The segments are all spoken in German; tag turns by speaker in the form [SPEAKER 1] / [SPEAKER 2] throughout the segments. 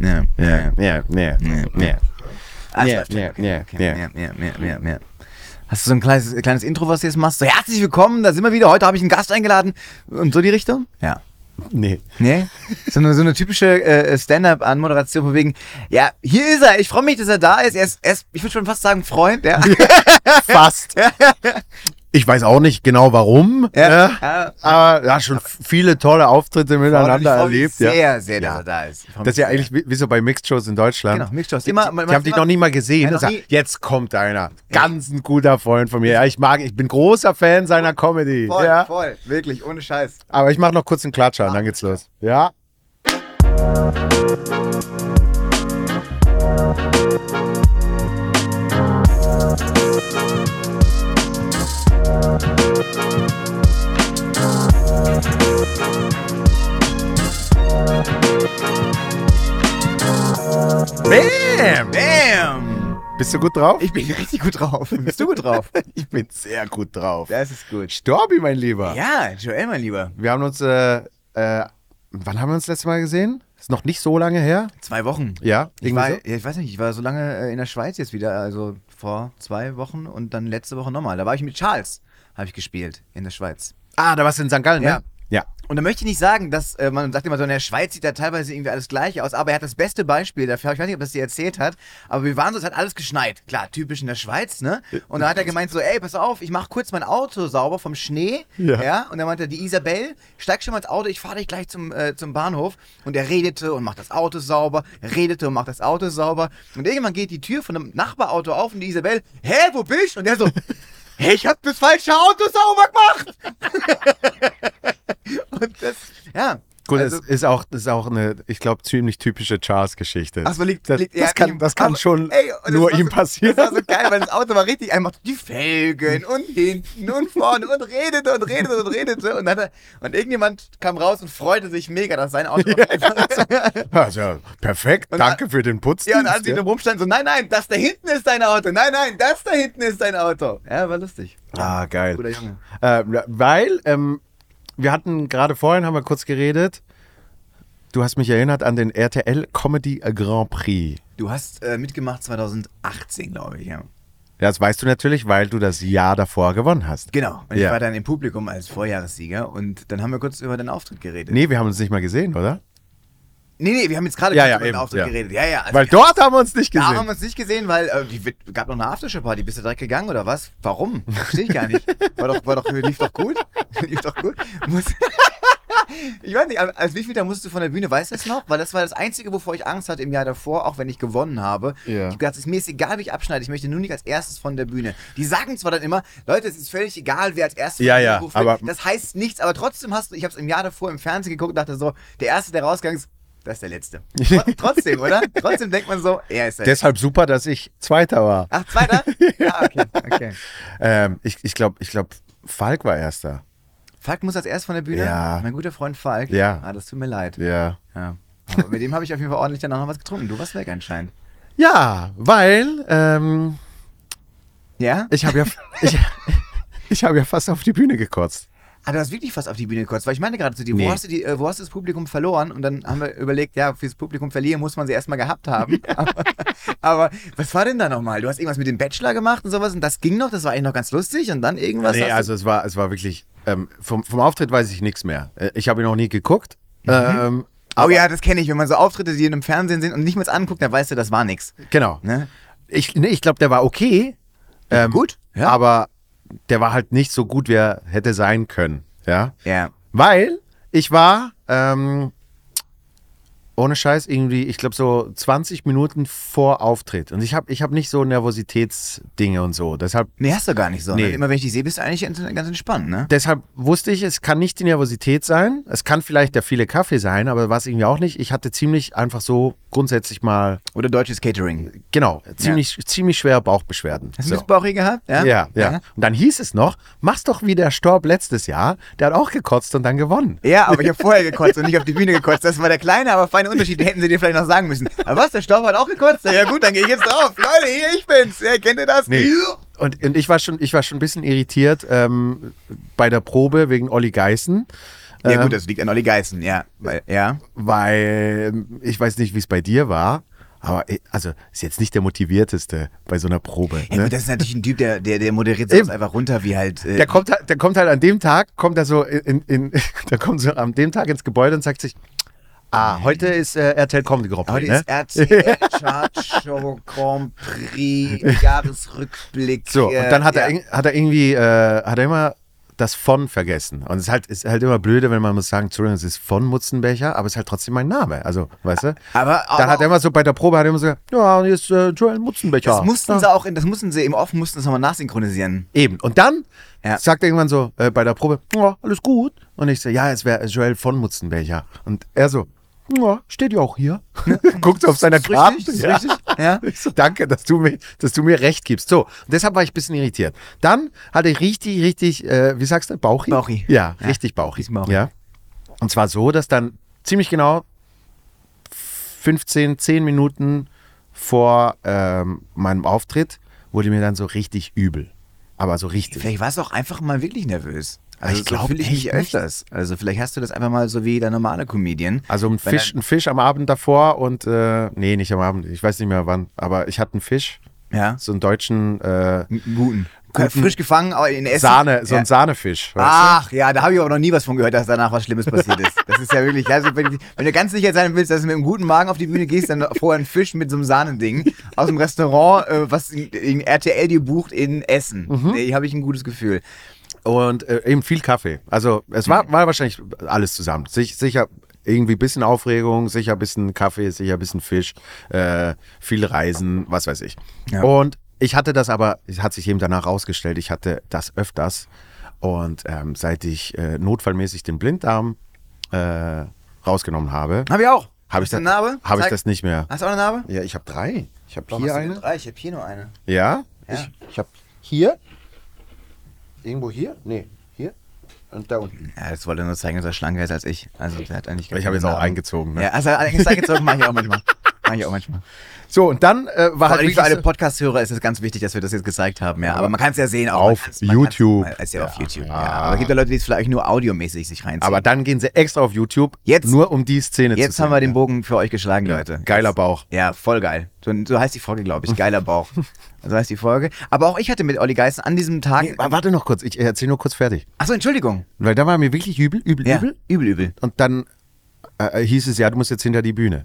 [SPEAKER 1] yeah,
[SPEAKER 2] yeah, yeah, yeah, yeah, yeah,
[SPEAKER 1] Ah, ich
[SPEAKER 2] Ja,
[SPEAKER 1] läuft schon.
[SPEAKER 2] ja,
[SPEAKER 1] Okay,
[SPEAKER 2] ja,
[SPEAKER 1] okay,
[SPEAKER 2] ja.
[SPEAKER 1] ja, ja, ja, ja, ja. Hast du so ein kleines, kleines Intro, was du jetzt machst? So, herzlich willkommen, da sind wir wieder. Heute habe ich einen Gast eingeladen. Und so die Richtung? Ja.
[SPEAKER 2] Nee.
[SPEAKER 1] Nee? So eine, so eine typische äh, Stand-up-Anmoderation von wegen, ja, hier ist er, ich freue mich, dass er da ist. Er ist, er ist ich würde schon fast sagen, Freund, ja.
[SPEAKER 2] Fast. Ich weiß auch nicht genau warum.
[SPEAKER 1] Ja.
[SPEAKER 2] äh, Aber ja, schon viele tolle Auftritte
[SPEAKER 1] Und ich
[SPEAKER 2] miteinander
[SPEAKER 1] freue mich
[SPEAKER 2] erlebt.
[SPEAKER 1] Sehr,
[SPEAKER 2] ja.
[SPEAKER 1] sehr, dass
[SPEAKER 2] Ja.
[SPEAKER 1] er da ist. Ich freue
[SPEAKER 2] Das ist
[SPEAKER 1] mich
[SPEAKER 2] ja eigentlich wie, wie so bei Mixed-Shows in Deutschland.
[SPEAKER 1] Genau, Mixed-Shows.
[SPEAKER 2] Die,
[SPEAKER 1] Immer-
[SPEAKER 2] die,
[SPEAKER 1] man-
[SPEAKER 2] die haben dich
[SPEAKER 1] immer-
[SPEAKER 2] noch nie mal gesehen.
[SPEAKER 1] Ja,
[SPEAKER 2] Und
[SPEAKER 1] noch
[SPEAKER 2] sagen,
[SPEAKER 1] nie.
[SPEAKER 2] jetzt kommt einer. Ganz ein guter Freund von mir. Ja, ich mag, ich bin großer Fan seiner Comedy.
[SPEAKER 1] Voll,
[SPEAKER 2] ja.
[SPEAKER 1] voll, wirklich, ohne Scheiß.
[SPEAKER 2] Aber ich mache noch kurz einen Klatscher und dann geht's los. Ja. Bam!
[SPEAKER 1] Bam!
[SPEAKER 2] Bist du gut drauf?
[SPEAKER 1] Ich bin richtig gut drauf. Bist du gut drauf?
[SPEAKER 2] Ich bin sehr gut drauf.
[SPEAKER 1] Das ist gut.
[SPEAKER 2] Storbi, mein Lieber.
[SPEAKER 1] Ja, Joel, mein Lieber.
[SPEAKER 2] Wir haben uns, äh, äh, wann haben wir uns das letzte Mal gesehen? Ist noch nicht so lange her.
[SPEAKER 1] Zwei Wochen.
[SPEAKER 2] Ja,
[SPEAKER 1] Ich, war, ja, ich weiß nicht, ich war so lange äh, in der Schweiz jetzt wieder, also vor zwei Wochen und dann letzte Woche nochmal. Da war ich mit Charles, habe ich gespielt in der Schweiz.
[SPEAKER 2] Ah, da warst du in St. Gallen,
[SPEAKER 1] Ja.
[SPEAKER 2] ne? Ja.
[SPEAKER 1] Und da möchte ich nicht sagen, dass äh, man sagt immer so, in der Schweiz sieht da teilweise irgendwie alles gleich aus, aber er hat das beste Beispiel dafür. Ich weiß nicht, ob das dir erzählt hat, aber wir waren so, es hat alles geschneit. Klar, typisch in der Schweiz, ne? Und dann hat er gemeint so, ey, pass auf, ich mache kurz mein Auto sauber vom Schnee.
[SPEAKER 2] Ja.
[SPEAKER 1] Und dann meinte er, die Isabel, steig schon mal ins Auto, ich fahre dich gleich zum, äh, zum Bahnhof. Und er redete und macht das Auto sauber, redete und macht das Auto sauber. Und irgendwann geht die Tür von einem Nachbarauto auf und die Isabel, hä, wo bist du? Und er so, hä, ich hab das falsche Auto sauber gemacht. Und das, ja.
[SPEAKER 2] Gut,
[SPEAKER 1] also,
[SPEAKER 2] es ist auch, das ist auch eine, ich glaube, ziemlich typische Charles-Geschichte.
[SPEAKER 1] Ach so, liegt-
[SPEAKER 2] das,
[SPEAKER 1] liegt eher
[SPEAKER 2] das
[SPEAKER 1] an ihm.
[SPEAKER 2] kann, das kann
[SPEAKER 1] Aber-
[SPEAKER 2] schon
[SPEAKER 1] ey, und das
[SPEAKER 2] nur
[SPEAKER 1] war
[SPEAKER 2] ihm
[SPEAKER 1] so-
[SPEAKER 2] passieren.
[SPEAKER 1] Das war so geil, weil das Auto war richtig einfach die Felgen und hinten und vorne und redete und redete und redete. Und, dann, und irgendjemand kam raus und freute sich mega, dass sein Auto.
[SPEAKER 2] also, perfekt,
[SPEAKER 1] Und-
[SPEAKER 2] danke für den Putz.
[SPEAKER 1] Ja, und als sie drum rumstanden, so, nein, nein, das da hinten ist dein Auto. Nein, nein, das da hinten ist dein Auto. Ja, war lustig.
[SPEAKER 2] Ah, geil.
[SPEAKER 1] Guter Junge.
[SPEAKER 2] Äh, weil, ähm, wir hatten gerade vorhin, haben wir kurz geredet, du hast mich erinnert an den RTL Comedy Grand Prix.
[SPEAKER 1] Du hast äh, mitgemacht 2018, glaube ich, ja.
[SPEAKER 2] Das weißt du natürlich, weil du das Jahr davor gewonnen hast.
[SPEAKER 1] Genau. Und ich
[SPEAKER 2] Ja.
[SPEAKER 1] war dann im Publikum als Vorjahressieger und dann haben wir kurz über deinen Auftritt geredet.
[SPEAKER 2] Nee, wir haben uns nicht mal gesehen, oder?
[SPEAKER 1] nee, nee, wir haben jetzt gerade
[SPEAKER 2] Ja,
[SPEAKER 1] kurz
[SPEAKER 2] ja,
[SPEAKER 1] über deinen
[SPEAKER 2] eben,
[SPEAKER 1] Auftritt
[SPEAKER 2] ja.
[SPEAKER 1] geredet. Ja, ja. also
[SPEAKER 2] Weil dort haben wir uns nicht
[SPEAKER 1] Da haben
[SPEAKER 2] gesehen.
[SPEAKER 1] wir uns nicht gesehen, weil äh, die wird- gab noch eine Aftershow-Party. Bist du direkt gegangen oder was? Warum? Verstehe ich gar nicht. War doch, war doch, lief doch gut. lief doch gut. Muss, ich weiß nicht, als wie viel da musstest du von der Bühne, weißt du das noch? Weil das war das Einzige, wovor ich Angst hatte im Jahr davor, auch wenn ich gewonnen habe.
[SPEAKER 2] Ja.
[SPEAKER 1] Ich hab gedacht, es ist mir jetzt egal, wie ich abschneide. Ich möchte nur nicht als erstes von der Bühne. Die sagen zwar dann immer, Leute, es ist völlig egal, wer als erstes
[SPEAKER 2] Ja,
[SPEAKER 1] von der
[SPEAKER 2] ja,
[SPEAKER 1] Bühne wird.
[SPEAKER 2] aber-
[SPEAKER 1] Das heißt nichts, aber trotzdem hast du, ich habe es im Jahr davor im Fernsehen geguckt und dachte so, der Erste, der rausgegangen ist, das ist der Letzte. Trot- Trotzdem, oder? Trotzdem denkt man so, er ist der
[SPEAKER 2] Deshalb super, dass ich Zweiter war.
[SPEAKER 1] Ach, zweiter? ja, okay, okay.
[SPEAKER 2] Ähm, ich ich glaube, ich glaub, Falk war Erster.
[SPEAKER 1] Falk muss als erst von der Bühne.
[SPEAKER 2] Ja.
[SPEAKER 1] Mein guter Freund Falk.
[SPEAKER 2] Ja.
[SPEAKER 1] Ah, das tut mir leid.
[SPEAKER 2] Ja.
[SPEAKER 1] Ja. Aber mit dem habe ich auf jeden Fall ordentlich danach noch was getrunken. Du warst weg anscheinend.
[SPEAKER 2] Ja, weil ähm,
[SPEAKER 1] Ja?
[SPEAKER 2] ich habe ja, ich, ich hab ja fast auf die Bühne gekotzt.
[SPEAKER 1] Ah, du hast wirklich fast auf die Bühne gekotzt, weil ich meine gerade zu dir, wo,
[SPEAKER 2] Nee.
[SPEAKER 1] hast du die, äh, wo hast du das Publikum verloren? Und dann haben wir überlegt, ja, fürs Publikum verlieren muss man sie erstmal gehabt haben. aber, aber was war denn da nochmal? Du hast irgendwas mit dem Bachelor gemacht und sowas und das ging noch, das war eigentlich noch ganz lustig und dann irgendwas.
[SPEAKER 2] nee,
[SPEAKER 1] hast du-
[SPEAKER 2] also es war, es war wirklich, ähm, vom, vom Auftritt weiß ich nichts mehr. Äh, Ich habe ihn noch nie geguckt. Ähm,
[SPEAKER 1] oh ja, das kenne ich, wenn man so Auftritte, die in einem Fernsehen sind und nicht mal anguckt, dann weißt du, das war nix.
[SPEAKER 2] Genau.
[SPEAKER 1] Ne?
[SPEAKER 2] Ich, nee, ich glaube, der war okay. Ähm,
[SPEAKER 1] gut, ja.
[SPEAKER 2] Aber der war halt nicht so gut, wie er hätte sein können. Ja.
[SPEAKER 1] Ja.
[SPEAKER 2] Weil ich war, ähm, ohne Scheiß, irgendwie, ich glaube, so 20 Minuten vor Auftritt. Und ich habe ich hab nicht so Nervositätsdinge und so. Deshalb,
[SPEAKER 1] Nee, hast du gar nicht so. Ne?
[SPEAKER 2] Nee.
[SPEAKER 1] Immer wenn ich dich sehe, bist du eigentlich ent- ganz entspannt, ne?
[SPEAKER 2] deshalb wusste ich, es kann nicht die Nervosität sein. Es kann vielleicht der viele Kaffee sein, aber war es irgendwie auch nicht. Ich hatte ziemlich einfach so grundsätzlich mal,
[SPEAKER 1] Oder deutsches Catering.
[SPEAKER 2] genau, ziemlich, ziemlich schwere Bauchbeschwerden.
[SPEAKER 1] Hast du
[SPEAKER 2] So.
[SPEAKER 1] Missbrauch hier gehabt? Ja,
[SPEAKER 2] Ja, ja. Und dann hieß es noch, mach's doch wie der Storb letztes Jahr. Der hat auch gekotzt und dann gewonnen.
[SPEAKER 1] Ja, aber ich habe vorher gekotzt und nicht auf die Bühne gekotzt. Das war der kleine, aber feine Unterschied. Den hätten sie dir vielleicht noch sagen müssen. Aber was, der Staub hat auch gekotzt? Ja gut, dann gehe ich jetzt drauf. Leute, hier, ich bin's. Ja, kennt ihr das?
[SPEAKER 2] Nee. Und, und ich war schon, ich war schon ein bisschen irritiert ähm, bei der Probe wegen Olli Geißen.
[SPEAKER 1] Ja, gut, das liegt an Olli Geißen, ja. Weil, ja.
[SPEAKER 2] weil ähm, ich weiß nicht, wie es bei dir war, aber ich- also ist jetzt nicht der motivierteste bei so einer Probe.
[SPEAKER 1] ja
[SPEAKER 2] ne?
[SPEAKER 1] gut, das ist natürlich ein Typ, der, der, der moderiert sowas
[SPEAKER 2] Eben.
[SPEAKER 1] einfach runter, wie halt. Äh,
[SPEAKER 2] Der kommt, halt- der kommt halt an dem Tag, kommt er so in, in der kommt so an dem Tag ins Gebäude und sagt sich, ah, heute ist äh, RTL Comedy Grand
[SPEAKER 1] Heute
[SPEAKER 2] Prix, ne?
[SPEAKER 1] ist RTL Chart Show Grand Prix, Jahresrückblick.
[SPEAKER 2] So, und
[SPEAKER 1] äh,
[SPEAKER 2] dann hat er,
[SPEAKER 1] ja.
[SPEAKER 2] irg- hat er irgendwie, äh, hat er immer das von vergessen. Und es ist halt, ist halt immer blöde, wenn man muss sagen, Entschuldigung, es ist von Mutzenbecher, aber es ist halt trotzdem mein Name. Also, weißt du?
[SPEAKER 1] Aber- aber-
[SPEAKER 2] dann hat er immer so bei der Probe, hat er immer so gesagt, ja, hier ist äh, Joel Mutzenbecher.
[SPEAKER 1] Das mussten
[SPEAKER 2] ja.
[SPEAKER 1] sie auch, in, das mussten sie im Off mussten das nochmal nachsynchronisieren.
[SPEAKER 2] Eben. Und dann
[SPEAKER 1] Ja.
[SPEAKER 2] sagt er irgendwann so äh, bei der Probe, ja, alles gut. Und ich so, ja, es wäre Joel von Mutzenbecher. Und er so, ja, steht ja auch hier. Guckt so auf seiner
[SPEAKER 1] Ist richtig,
[SPEAKER 2] Karte.
[SPEAKER 1] ist
[SPEAKER 2] ja.
[SPEAKER 1] richtig, ja.
[SPEAKER 2] Ich so, danke, dass du, mir, dass du mir recht gibst. So, und deshalb war ich ein bisschen irritiert. Dann hatte ich richtig, richtig, äh, wie sagst du, Bauchi?
[SPEAKER 1] Bauchi.
[SPEAKER 2] Ja,
[SPEAKER 1] Ja,
[SPEAKER 2] richtig Bauchi.
[SPEAKER 1] bisschen bauchig.
[SPEAKER 2] Ja. Und zwar so, dass dann ziemlich genau 15, 10 Minuten vor ähm, meinem Auftritt wurde mir dann so richtig übel. Aber so richtig.
[SPEAKER 1] Vielleicht warst du auch einfach mal wirklich nervös. Also
[SPEAKER 2] Ich glaub
[SPEAKER 1] so fühle ich mich
[SPEAKER 2] echt nicht.
[SPEAKER 1] öfters. Also vielleicht hast du das einfach mal so wie der normale Comedian.
[SPEAKER 2] Also ein
[SPEAKER 1] Wenn er-
[SPEAKER 2] Fisch, ein Fisch am Abend davor und äh, nee, nicht am Abend, ich weiß nicht mehr wann, aber ich hatte einen Fisch,
[SPEAKER 1] Ja.
[SPEAKER 2] so einen deutschen äh,
[SPEAKER 1] Einen Guten. Äh, Frisch gefangen, aber in Essen.
[SPEAKER 2] Sahne, so
[SPEAKER 1] ja. Ah.
[SPEAKER 2] einen Sahnefisch. weißt du?
[SPEAKER 1] Ach ja, da habe ich aber noch nie was von gehört, dass danach was Schlimmes passiert ist. Das ist ja wirklich, also wenn, wenn du ganz sicher sein willst, dass du mit einem guten Magen auf die Bühne gehst, dann vorher ein Fisch mit so einem Sahnending aus dem Restaurant, äh, was in, in RTL dir bucht in Essen.
[SPEAKER 2] Mhm.
[SPEAKER 1] Nee, habe ich ein gutes Gefühl.
[SPEAKER 2] Und äh, eben viel Kaffee. Also es war, war wahrscheinlich alles zusammen. Sich, sicher irgendwie ein bisschen Aufregung, sicher ein bisschen Kaffee, sicher ein bisschen Fisch, äh, viel Reisen, was weiß ich.
[SPEAKER 1] Ja.
[SPEAKER 2] Und ich hatte das aber, es hat sich eben danach rausgestellt, ich hatte das öfters. Und ähm, seit ich äh, notfallmäßig den Blinddarm äh, rausgenommen habe,
[SPEAKER 1] Habe ich auch.
[SPEAKER 2] habe ich,
[SPEAKER 1] Hast du
[SPEAKER 2] das-
[SPEAKER 1] eine Narbe?
[SPEAKER 2] hab ich
[SPEAKER 1] Zeig.
[SPEAKER 2] das nicht mehr.
[SPEAKER 1] Hast du auch eine Narbe?
[SPEAKER 2] Ja, ich habe drei. Ich habe
[SPEAKER 1] Warum
[SPEAKER 2] hier
[SPEAKER 1] hast du nur
[SPEAKER 2] eine.
[SPEAKER 1] Drei? Ich habe hier nur eine.
[SPEAKER 2] Ja,
[SPEAKER 1] Ja.
[SPEAKER 2] ich, ich habe hier. Irgendwo hier? Nee, hier. Und da unten.
[SPEAKER 1] Ja, das wollte nur zeigen, dass er schlanker ist als ich. Also der hat eigentlich
[SPEAKER 2] Ich habe jetzt auch eingezogen. Ne?
[SPEAKER 1] Ja, also eigentlich eingezogen mache ich auch manchmal. Mache ich auch manchmal.
[SPEAKER 2] So, und dann äh, war
[SPEAKER 1] Vor allem
[SPEAKER 2] halt
[SPEAKER 1] für alle
[SPEAKER 2] wirklich so-
[SPEAKER 1] Podcast-Hörer ist es ganz wichtig, dass wir das jetzt gezeigt haben, ja. Aber man kann es ja sehen auch.
[SPEAKER 2] Auf
[SPEAKER 1] Man kann's- man kann's-
[SPEAKER 2] YouTube.
[SPEAKER 1] man- Ist ja, auf
[SPEAKER 2] Ja.
[SPEAKER 1] YouTube. Ja.
[SPEAKER 2] Ja.
[SPEAKER 1] Aber es gibt ja Leute, die es vielleicht nur audiomäßig sich reinziehen.
[SPEAKER 2] aber dann gehen sie extra auf YouTube,
[SPEAKER 1] Jetzt-
[SPEAKER 2] nur um die Szene zu
[SPEAKER 1] jetzt
[SPEAKER 2] sehen.
[SPEAKER 1] haben wir den
[SPEAKER 2] ja.
[SPEAKER 1] Bogen für euch geschlagen, Leute.
[SPEAKER 2] Geiler Bauch.
[SPEAKER 1] Ja, voll geil. So, so heißt die Folge, glaube ich. Geiler Bauch. So heißt die Folge. Aber auch ich hatte mit Olli Geißen an diesem Tag.
[SPEAKER 2] Nee, wa- warte noch kurz, ich erzähle nur kurz fertig.
[SPEAKER 1] Achso, Entschuldigung.
[SPEAKER 2] Weil da war mir wirklich übel, übel,
[SPEAKER 1] Ja,
[SPEAKER 2] übel.
[SPEAKER 1] übel, übel.
[SPEAKER 2] Und dann äh, äh, hieß es, ja, du musst jetzt hinter die Bühne.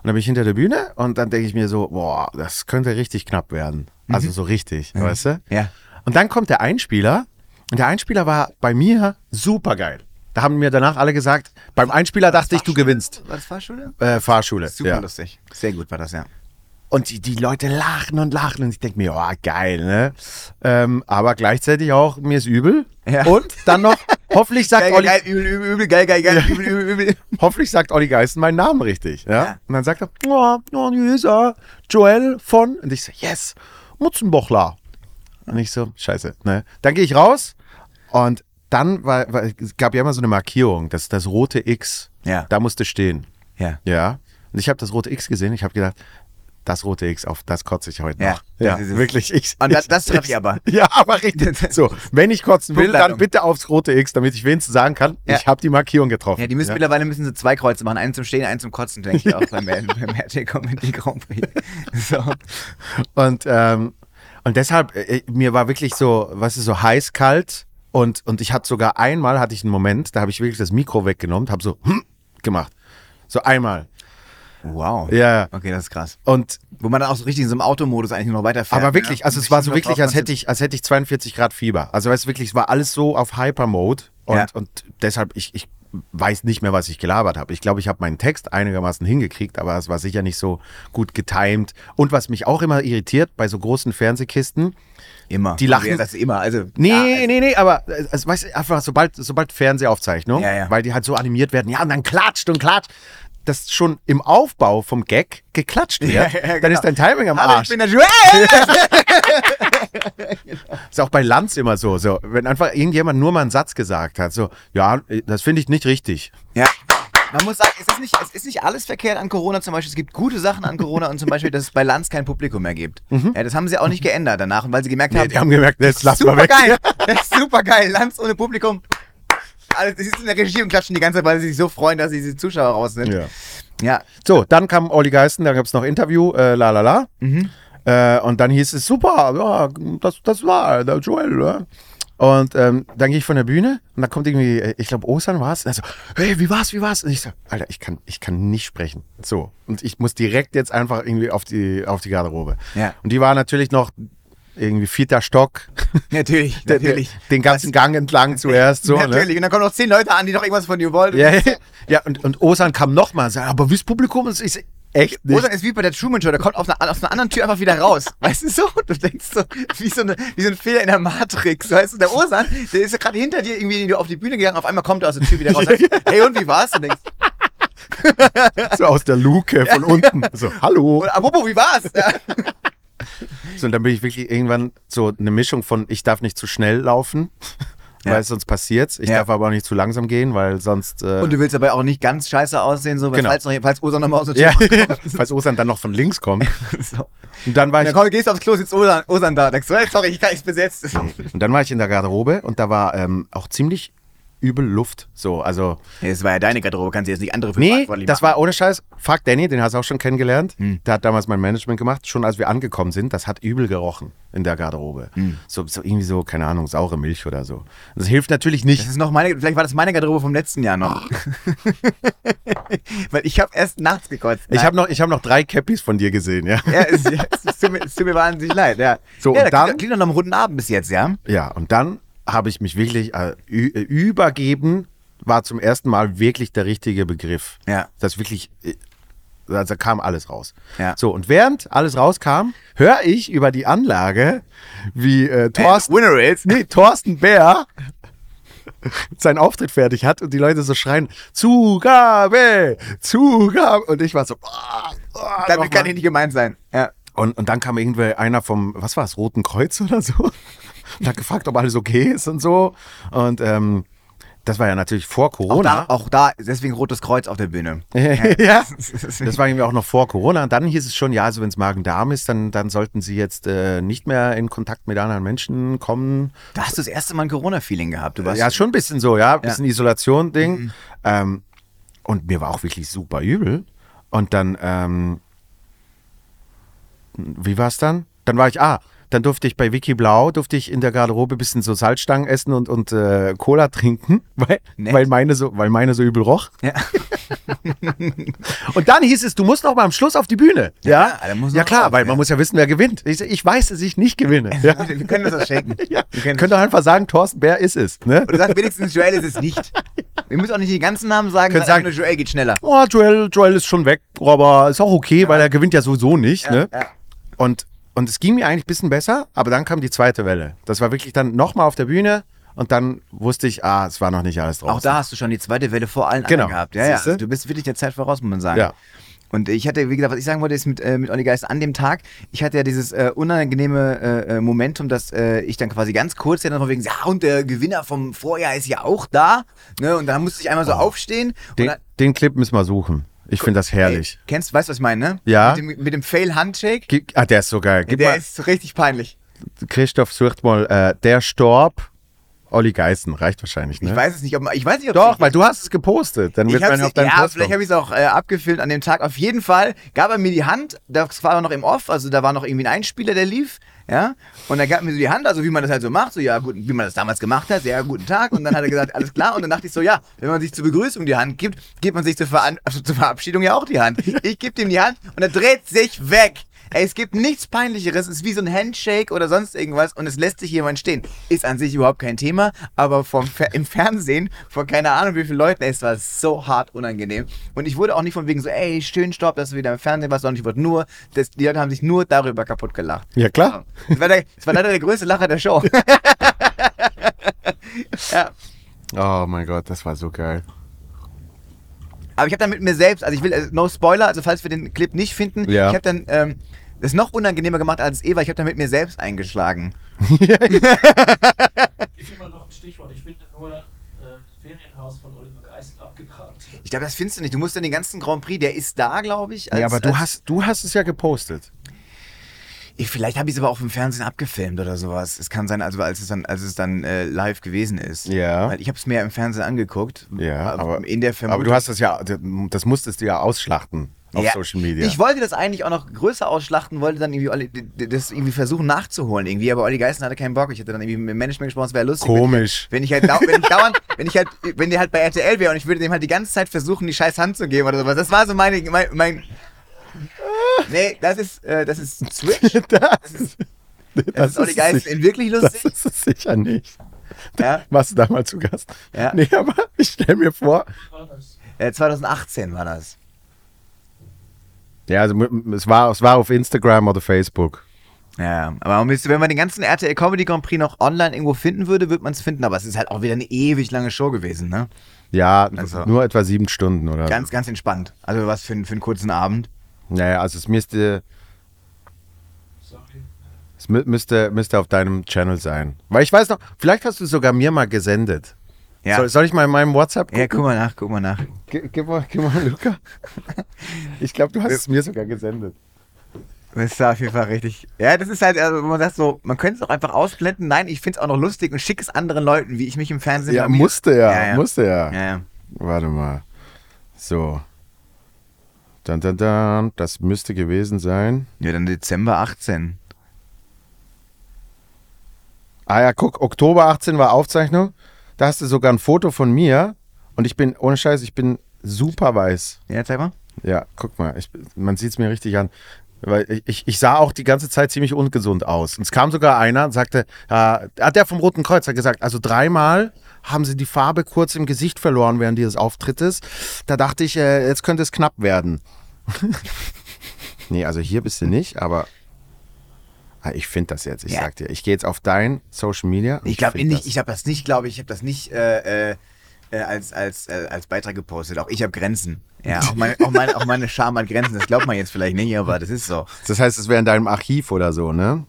[SPEAKER 2] Und dann bin ich hinter der Bühne und dann denke ich mir so, boah, das könnte richtig knapp werden. Also so richtig, weißt du?
[SPEAKER 1] Mhm. Ja.
[SPEAKER 2] Und dann kommt der Einspieler und der Einspieler war bei mir super geil. Da haben mir danach alle gesagt, beim Einspieler dachte ich, du gewinnst.
[SPEAKER 1] War das Fahrschule?
[SPEAKER 2] Äh, Fahrschule.
[SPEAKER 1] Super
[SPEAKER 2] ja.
[SPEAKER 1] lustig. Sehr gut war das, ja.
[SPEAKER 2] Und die, die Leute lachen und lachen und ich denke mir, oh, geil, ne? Ähm, aber gleichzeitig auch, mir ist übel.
[SPEAKER 1] Ja.
[SPEAKER 2] Und dann noch, hoffentlich sagt
[SPEAKER 1] Geil, geil,
[SPEAKER 2] Olli,
[SPEAKER 1] geil, übel, übel, übel, geil, geil, geil, übel, übel, übel.
[SPEAKER 2] hoffentlich sagt Olli Geißen meinen Namen richtig. Ja?
[SPEAKER 1] Ja.
[SPEAKER 2] Und dann sagt er, oh, oh, hier ist er, Joel von. Und ich so, yes, Mutzenbochler. Und ich so, scheiße. Ne? Dann gehe ich raus und dann war, war, es gab ja immer so eine Markierung, das, das rote X,
[SPEAKER 1] Ja.
[SPEAKER 2] da musste stehen.
[SPEAKER 1] Ja.
[SPEAKER 2] Ja. Und ich habe das rote X gesehen. Ich habe gedacht, das rote X, auf das kotze ich heute
[SPEAKER 1] Ja,
[SPEAKER 2] noch.
[SPEAKER 1] das
[SPEAKER 2] Ja,
[SPEAKER 1] ist es.
[SPEAKER 2] wirklich. Ich,
[SPEAKER 1] Und das- das
[SPEAKER 2] ich-
[SPEAKER 1] treffe ich aber.
[SPEAKER 2] Ja, aber richtig. So, wenn ich kotzen will, dann
[SPEAKER 1] Punktlandung.
[SPEAKER 2] bitte aufs rote X, damit ich wenigstens sagen kann,
[SPEAKER 1] Ja.
[SPEAKER 2] ich habe die Markierung getroffen.
[SPEAKER 1] Ja, die müssen mittlerweile müssen sie zwei Kreuze machen. Einen zum Stehen, einen zum Kotzen, denke ich auch beim, beim RT Comedy Grand Prix. So.
[SPEAKER 2] Und, ähm, und deshalb, äh, mir war wirklich so, was ist so heiß, kalt. Und, und ich hatte sogar einmal, hatte ich einen Moment, da habe ich wirklich das Mikro weggenommen, habe so hm, gemacht. So einmal.
[SPEAKER 1] Wow.
[SPEAKER 2] Ja.
[SPEAKER 1] Okay, das ist krass.
[SPEAKER 2] Und
[SPEAKER 1] Wo man dann auch so richtig in so einem Automodus eigentlich nur noch weiterfährt.
[SPEAKER 2] aber wirklich,
[SPEAKER 1] ne?
[SPEAKER 2] also
[SPEAKER 1] Und
[SPEAKER 2] es war
[SPEAKER 1] richtig
[SPEAKER 2] so
[SPEAKER 1] noch
[SPEAKER 2] wirklich,
[SPEAKER 1] drauf
[SPEAKER 2] als hätte ich, als hätte ich 42 Grad Fieber. Also weißt du wirklich, es war alles so auf Hyper-Mode. Und,
[SPEAKER 1] Ja.
[SPEAKER 2] und deshalb, ich, ich weiß nicht mehr, was ich gelabert habe. Ich glaube, ich habe meinen Text einigermaßen hingekriegt, aber es war sicher nicht so gut getimt. Und was mich auch immer irritiert bei so großen Fernsehkisten,
[SPEAKER 1] Immer.
[SPEAKER 2] die lachen-
[SPEAKER 1] Ja, das ist immer. Also,
[SPEAKER 2] Nee,
[SPEAKER 1] ja, also,
[SPEAKER 2] nee, nee, aber äh, also, weißt du, einfach sobald, sobald Fernsehaufzeichnung,
[SPEAKER 1] Ja, ja.
[SPEAKER 2] weil die halt so animiert werden, ja, und dann klatscht und klatscht, dass schon im Aufbau vom Gag geklatscht wird,
[SPEAKER 1] Ja, ja,
[SPEAKER 2] dann
[SPEAKER 1] genau.
[SPEAKER 2] ist dein Timing am
[SPEAKER 1] Hallo, ich
[SPEAKER 2] Arsch.
[SPEAKER 1] bin der Joel!
[SPEAKER 2] Ist auch bei Lanz immer so, so, wenn einfach irgendjemand nur mal einen Satz gesagt hat, so, ja, äh, das finde ich nicht richtig.
[SPEAKER 1] Ja. Man muss sagen, es ist, nicht, es ist nicht alles verkehrt an Corona zum Beispiel. Es gibt gute Sachen an Corona und zum Beispiel, dass es bei Lanz kein Publikum mehr gibt. Ja, das haben sie auch nicht geändert danach, weil sie gemerkt
[SPEAKER 2] Mhm. Nee,
[SPEAKER 1] haben,
[SPEAKER 2] die haben gemerkt, nee, das lassen wir
[SPEAKER 1] super
[SPEAKER 2] weg.
[SPEAKER 1] geil, das ist super geil, Lanz ohne Publikum. alle, die sitzen in der Regie und klatschen die ganze Zeit, weil sie sich so freuen, dass sie diese Zuschauer raus sind.
[SPEAKER 2] Ja.
[SPEAKER 1] Ja.
[SPEAKER 2] So, dann kam Olli Geisten, dann gab es noch Interview, äh, la la la.
[SPEAKER 1] Mhm.
[SPEAKER 2] Äh, und dann hieß es, super, ja, das, das war der Joel. Ja. Und ähm, dann gehe ich von der Bühne und dann kommt irgendwie, äh, ich glaube, Osan war es. Also, hey, wie war's, wie war's? Und ich so, Alter, ich kann, ich kann nicht sprechen. So. Und ich muss direkt jetzt einfach irgendwie auf die, auf die Garderobe.
[SPEAKER 1] Ja.
[SPEAKER 2] Und die war natürlich noch irgendwie vierter Stock.
[SPEAKER 1] Natürlich,
[SPEAKER 2] Der-
[SPEAKER 1] natürlich.
[SPEAKER 2] Der, den ganzen Gang entlang zuerst. So, ne?
[SPEAKER 1] natürlich. Und dann kommen noch zehn Leute an, die noch irgendwas von dir wollen.
[SPEAKER 2] Ja, ja und, und Osan kam nochmal, aber wie das Publikum ist, ist echt nicht.
[SPEAKER 1] Oder ist wie bei der Truman Show, der kommt auf einer, aus einer anderen Tür einfach wieder raus. Weißt du so? Du denkst so, wie so, eine, wie so ein Fehler in der Matrix. Weißt du, der Osan, der ist ja gerade hinter dir irgendwie auf die Bühne gegangen, auf einmal kommt er aus der Tür wieder raus. Sagst, hey, und wie war's? Und denkst,
[SPEAKER 2] so aus der Luke von unten. So, hallo.
[SPEAKER 1] und, apropos, wie war's? Ja.
[SPEAKER 2] So, und dann bin ich wirklich irgendwann so eine Mischung von, ich darf nicht zu schnell laufen,
[SPEAKER 1] Ja.
[SPEAKER 2] weil sonst passiert's. Ich
[SPEAKER 1] Ja.
[SPEAKER 2] darf aber auch nicht zu langsam gehen, weil sonst. Äh,
[SPEAKER 1] Und du willst dabei auch nicht ganz scheiße aussehen, so, weil
[SPEAKER 2] Genau.
[SPEAKER 1] falls, noch, falls Osan nochmal aus der Tür
[SPEAKER 2] ja, falls Osan dann noch von links kommt.
[SPEAKER 1] so.
[SPEAKER 2] Und dann war
[SPEAKER 1] Und
[SPEAKER 2] ich,
[SPEAKER 1] dann komm, gehst aufs Klo, sitzt Osan, Osan da. Denkst du, hey, sorry, ich kann nicht besetzt.
[SPEAKER 2] und dann war ich in der Garderobe und da war ähm, auch ziemlich übel Luft. So, also.
[SPEAKER 1] Das war ja deine Garderobe, kannst du jetzt nicht andere für
[SPEAKER 2] Nee,
[SPEAKER 1] verantwortlich
[SPEAKER 2] das
[SPEAKER 1] machen.
[SPEAKER 2] war ohne Scheiß. Fuck Danny, den hast du auch schon kennengelernt.
[SPEAKER 1] Hm.
[SPEAKER 2] Der hat damals mein Management gemacht. Schon als wir angekommen sind, das hat übel gerochen in der Garderobe.
[SPEAKER 1] Hm.
[SPEAKER 2] So, so irgendwie so, keine Ahnung, saure Milch oder so. Das hilft natürlich nicht.
[SPEAKER 1] Das ist noch meine, vielleicht war das meine Garderobe vom letzten Jahr noch. Weil Oh. ich habe erst nachts gekotzt.
[SPEAKER 2] Ich habe noch, ich hab noch drei Cappies von dir gesehen, ja.
[SPEAKER 1] Ja, es, ja, es, es, tut mir, es tut mir wahnsinnig leid, ja.
[SPEAKER 2] So,
[SPEAKER 1] ja,
[SPEAKER 2] und
[SPEAKER 1] da
[SPEAKER 2] dann?
[SPEAKER 1] Klingt doch noch einen runden Abend bis jetzt, ja?
[SPEAKER 2] Ja, und dann habe ich mich wirklich äh, ü- äh, übergeben, war zum ersten Mal wirklich der richtige Begriff.
[SPEAKER 1] Ja.
[SPEAKER 2] Das wirklich, äh, also kam alles raus.
[SPEAKER 1] Ja.
[SPEAKER 2] So, und während alles rauskam, höre ich über die Anlage, wie äh, Thorsten.
[SPEAKER 1] Winner is.
[SPEAKER 2] Nee, Thorsten Bär seinen Auftritt fertig hat und die Leute so schreien, Zugabe, Zugabe. Und ich war so, ah, ah,
[SPEAKER 1] Damit
[SPEAKER 2] nochmal.
[SPEAKER 1] kann ich nicht gemeint sein. Ja.
[SPEAKER 2] Und, und dann kam irgendwie einer vom, was war es, Roten Kreuz oder so? Und hat gefragt, ob alles okay ist und so. Und ähm, das war ja natürlich vor
[SPEAKER 1] Auch
[SPEAKER 2] Corona.
[SPEAKER 1] da, auch da, deswegen Rotes Kreuz auf der Bühne.
[SPEAKER 2] ja, das war irgendwie auch noch vor Corona. Und dann hieß es schon, ja, also wenn es Magen-Darm ist, dann, dann sollten sie jetzt äh, nicht mehr in Kontakt mit anderen Menschen kommen.
[SPEAKER 1] Da hast du das erste Mal ein Corona-Feeling gehabt. Du warst
[SPEAKER 2] Ja, schon ein bisschen so, ja, ein bisschen Isolation-Ding.
[SPEAKER 1] Mhm.
[SPEAKER 2] Ähm, und mir war auch wirklich super übel. Und dann, ähm, wie war es dann? Dann war ich, ah, dann durfte ich bei Vicky Blau, durfte ich in der Garderobe ein bisschen so Salzstangen essen und, und äh, Cola trinken, weil,
[SPEAKER 1] Nett.
[SPEAKER 2] weil, meine so, weil meine so übel roch.
[SPEAKER 1] Ja.
[SPEAKER 2] und dann hieß es, du musst noch mal am Schluss auf die Bühne.
[SPEAKER 1] Ja,
[SPEAKER 2] Ja,
[SPEAKER 1] da muss
[SPEAKER 2] ja
[SPEAKER 1] noch
[SPEAKER 2] klar,
[SPEAKER 1] drauf,
[SPEAKER 2] weil
[SPEAKER 1] ja.
[SPEAKER 2] man muss ja wissen, wer gewinnt. Ich, so, ich weiß, dass ich nicht gewinne. Ja.
[SPEAKER 1] Wir können das auch schenken.
[SPEAKER 2] Ja.
[SPEAKER 1] Wir können
[SPEAKER 2] Könnt ihr einfach sagen, Thorsten Bär ist es. Ne?
[SPEAKER 1] Du sagst wenigstens Joel ist es nicht. Wir müssen auch nicht den ganzen Namen sagen,
[SPEAKER 2] Könnt
[SPEAKER 1] sondern
[SPEAKER 2] sagen-
[SPEAKER 1] nur Joel geht schneller.
[SPEAKER 2] oh, Joel, Joel ist schon weg, aber ist auch okay, weil er gewinnt ja sowieso nicht. ne?
[SPEAKER 1] ja.
[SPEAKER 2] Und, und es ging mir eigentlich ein bisschen besser, aber dann kam die zweite Welle. Das war wirklich dann nochmal auf der Bühne und dann wusste ich, ah, es war noch nicht alles drauf.
[SPEAKER 1] Auch da hast du schon die zweite Welle vor allen
[SPEAKER 2] Genau.
[SPEAKER 1] anderen gehabt. Ja, ja.
[SPEAKER 2] Siehste?
[SPEAKER 1] Also du bist wirklich der Zeit voraus, muss man sagen.
[SPEAKER 2] Ja.
[SPEAKER 1] Und ich hatte, wie gesagt, was ich sagen wollte, ist mit, äh, mit Olli Geist an dem Tag, ich hatte ja dieses äh, unangenehme äh, äh, Momentum, dass äh, ich dann quasi ganz kurz ja nochmal wegen, ja, und der Gewinner vom Vorjahr ist ja auch da. Ne? Und dann musste ich einmal so aufstehen. und
[SPEAKER 2] Oh. Den,
[SPEAKER 1] dann,
[SPEAKER 2] den Clip müssen wir suchen. Ich finde das herrlich.
[SPEAKER 1] Ey, kennst, weißt du, was ich meine, ne?
[SPEAKER 2] Ja.
[SPEAKER 1] Mit dem, mit dem Fail-Handshake.
[SPEAKER 2] Gib- Ah, der ist so geil. Gib
[SPEAKER 1] Der
[SPEAKER 2] mal,
[SPEAKER 1] ist so richtig peinlich.
[SPEAKER 2] Christoph sucht mal, äh, der starb, Olli Geißen, reicht wahrscheinlich, ne?
[SPEAKER 1] Ich weiß es nicht, ob man- ich weiß nicht, ob
[SPEAKER 2] Doch, weil du hast es gepostet. Dann
[SPEAKER 1] Ich
[SPEAKER 2] wird man
[SPEAKER 1] hab's,
[SPEAKER 2] auf deinen
[SPEAKER 1] ja,
[SPEAKER 2] Post
[SPEAKER 1] vielleicht
[SPEAKER 2] kommen.
[SPEAKER 1] habe ich es auch äh, abgefilmt an dem Tag. Auf jeden Fall gab er mir die Hand. Das war noch im Off, also da war noch irgendwie ein Einspieler, der lief. Ja, und er gab mir so die Hand, also wie man das halt so macht, so ja, gut, wie man das damals gemacht hat, so, ja, guten Tag. Und dann hat er gesagt, alles klar. Und dann dachte ich so, ja, wenn man sich zur Begrüßung die Hand gibt, gibt man sich zur, Veran also zur Verabschiedung ja auch die Hand. Ich gebe ihm die Hand und er dreht sich weg. Ey, es gibt nichts peinlicheres, es ist wie so ein Handshake oder sonst irgendwas und es lässt sich jemand stehen. Ist an sich überhaupt kein Thema, aber vom Fer im Fernsehen, vor keine Ahnung wie vielen Leuten, ey, es war so hart unangenehm. Und ich wurde auch nicht von wegen so, ey, schön, stopp, dass du wieder im Fernsehen warst, sondern ich wurde nur, das, die Leute haben sich nur darüber kaputt gelacht.
[SPEAKER 2] Ja, klar.
[SPEAKER 1] Das war, der, das war leider der größte Lacher der Show. ja.
[SPEAKER 2] Oh mein Gott, das war so geil.
[SPEAKER 1] Aber ich habe dann mit mir selbst, also ich will, also no Spoiler, also falls wir den Clip nicht finden,
[SPEAKER 2] Ja.
[SPEAKER 1] ich habe dann ähm, das noch unangenehmer gemacht als Eva, ich habe dann mit mir selbst eingeschlagen.
[SPEAKER 3] Ich immer noch ein Stichwort. Ich bin nur äh, Ferienhaus von Oliver Geist abgeparkt.
[SPEAKER 1] Ich glaube, das findest du nicht. Du musst dann den ganzen Grand Prix, der ist da, glaube ich. als-
[SPEAKER 2] ja, aber du
[SPEAKER 1] als-
[SPEAKER 2] hast, du hast es ja gepostet.
[SPEAKER 1] Ich, vielleicht habe ich es aber auch im Fernsehen abgefilmt oder sowas. Es kann sein, also als es dann, als es dann äh, live gewesen ist.
[SPEAKER 2] Ja.
[SPEAKER 1] Weil ich habe es mir im Fernsehen angeguckt.
[SPEAKER 2] Ja,
[SPEAKER 1] ähm,
[SPEAKER 2] aber,
[SPEAKER 1] in der
[SPEAKER 2] aber du
[SPEAKER 1] Vermutung-
[SPEAKER 2] hast das ja, das musstest du ja ausschlachten auf
[SPEAKER 1] Ja.
[SPEAKER 2] Social Media.
[SPEAKER 1] Ich wollte das eigentlich auch noch größer ausschlachten, wollte dann irgendwie Olli, d- d- das irgendwie versuchen nachzuholen irgendwie, aber Olli Geißen hatte keinen Bock. Ich hätte dann irgendwie mit dem Management gesprochen, es wäre lustig.
[SPEAKER 2] Komisch.
[SPEAKER 1] Wenn ich halt dau wenn ich dauernd, wenn ich halt, wenn der halt bei RTL wäre und ich würde dem halt die ganze Zeit versuchen, die scheiß Hand zu geben oder sowas. Das war so meine, mein, mein Nee, das ist, äh, das ist ein Switch.
[SPEAKER 2] Das,
[SPEAKER 1] Das ist Olli Geißen
[SPEAKER 2] nicht-
[SPEAKER 1] in wirklich
[SPEAKER 2] Das
[SPEAKER 1] lustig.
[SPEAKER 2] ist es sicher nicht.
[SPEAKER 1] Ja,
[SPEAKER 2] Warst du da mal zu Gast?
[SPEAKER 1] Ja.
[SPEAKER 2] Nee, aber ich stelle mir vor.
[SPEAKER 3] Wie war das?
[SPEAKER 1] äh, 2018 war das.
[SPEAKER 2] Ja, also m- es war, es war auf Instagram oder Facebook.
[SPEAKER 1] Ja, aber man müsste, wenn man den ganzen RTL Comedy Grand Prix noch online irgendwo finden würde, würde man es finden. Aber es ist halt auch wieder eine ewig lange Show gewesen, ne?
[SPEAKER 2] Ja,
[SPEAKER 1] Also-
[SPEAKER 2] nur etwa sieben Stunden oder
[SPEAKER 1] Ganz, ganz entspannt. Also was für, einen- für einen kurzen Abend.
[SPEAKER 2] Naja, also es müsste,
[SPEAKER 3] Sorry.
[SPEAKER 2] es mü- müsste, müsste auf deinem Channel sein. Weil ich weiß noch, vielleicht hast du es sogar mir mal gesendet.
[SPEAKER 1] Ja.
[SPEAKER 2] Soll, soll ich mal in meinem WhatsApp gucken?
[SPEAKER 1] ja, guck mal nach, guck mal nach.
[SPEAKER 2] Ge- Gib mal, gib mal Luca. Ich glaube, du hast es mir sogar gesendet.
[SPEAKER 1] Das ist auf jeden Fall richtig. Ja, das ist halt, also, man sagt so, man könnte es auch einfach ausblenden. Nein, ich finde es auch noch lustig und schick es anderen Leuten, wie ich mich im Fernsehen
[SPEAKER 2] Ja,
[SPEAKER 1] blamier.
[SPEAKER 2] musste ja,
[SPEAKER 1] Ja, ja.
[SPEAKER 2] musste ja.
[SPEAKER 1] Ja, ja.
[SPEAKER 2] Warte mal. So. Dann, dann, dann. Das müsste gewesen sein.
[SPEAKER 1] ja, dann Dezember 18.
[SPEAKER 2] Ah ja, guck, Oktober 18 war Aufzeichnung. Da hast du sogar ein Foto von mir. Und ich bin, ohne Scheiß, ich bin super weiß.
[SPEAKER 1] Ja, zeig mal.
[SPEAKER 2] Ja, guck mal, ich, man sieht es mir richtig an. Weil ich- ich, ich sah auch die ganze Zeit ziemlich ungesund aus. Und es kam sogar einer und sagte, äh, ah, der vom Roten Kreuz hat gesagt, also dreimal haben sie die Farbe kurz im Gesicht verloren während dieses Auftrittes. Da dachte ich, äh, jetzt könnte es knapp werden. nee, also hier bist du nicht, aber ah, ich finde das jetzt. Ich
[SPEAKER 1] Ja.
[SPEAKER 2] sag dir, ich gehe jetzt auf dein Social Media. und
[SPEAKER 1] Ich glaube
[SPEAKER 2] find
[SPEAKER 1] nicht,
[SPEAKER 2] das.
[SPEAKER 1] ich habe das nicht, glaube ich, ich habe das nicht äh, äh, äh, als, als, äh, als Beitrag gepostet. Auch ich habe Grenzen. Ja, auch meine, auch, meine, auch meine Scham hat Grenzen. Das glaubt man jetzt vielleicht nicht, aber das ist so.
[SPEAKER 2] Das heißt, es wäre in deinem Archiv oder so, ne?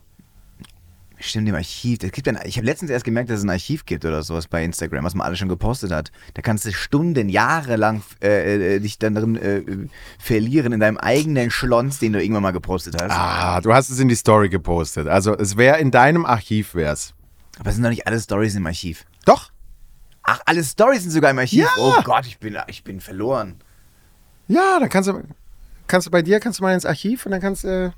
[SPEAKER 1] Stimmt, im Archiv. Das gibt ein, ich habe letztens erst gemerkt, dass es ein Archiv gibt oder sowas bei Instagram, was man alles schon gepostet hat. Da kannst du Stunden, Jahre lang äh, äh, dich dann drin äh, äh, verlieren in deinem eigenen Schlons, den du irgendwann mal gepostet hast.
[SPEAKER 2] Ah, du hast es in die Story gepostet. Also es wäre in deinem Archiv, wär's.
[SPEAKER 1] Aber es sind doch nicht alle Stories im Archiv.
[SPEAKER 2] Doch.
[SPEAKER 1] Ach, alle Stories sind sogar im Archiv.
[SPEAKER 2] Ja.
[SPEAKER 1] Oh Gott, ich bin, ich bin verloren.
[SPEAKER 2] Ja, dann kannst du, kannst du bei dir, kannst du mal ins Archiv und dann kannst du. Äh,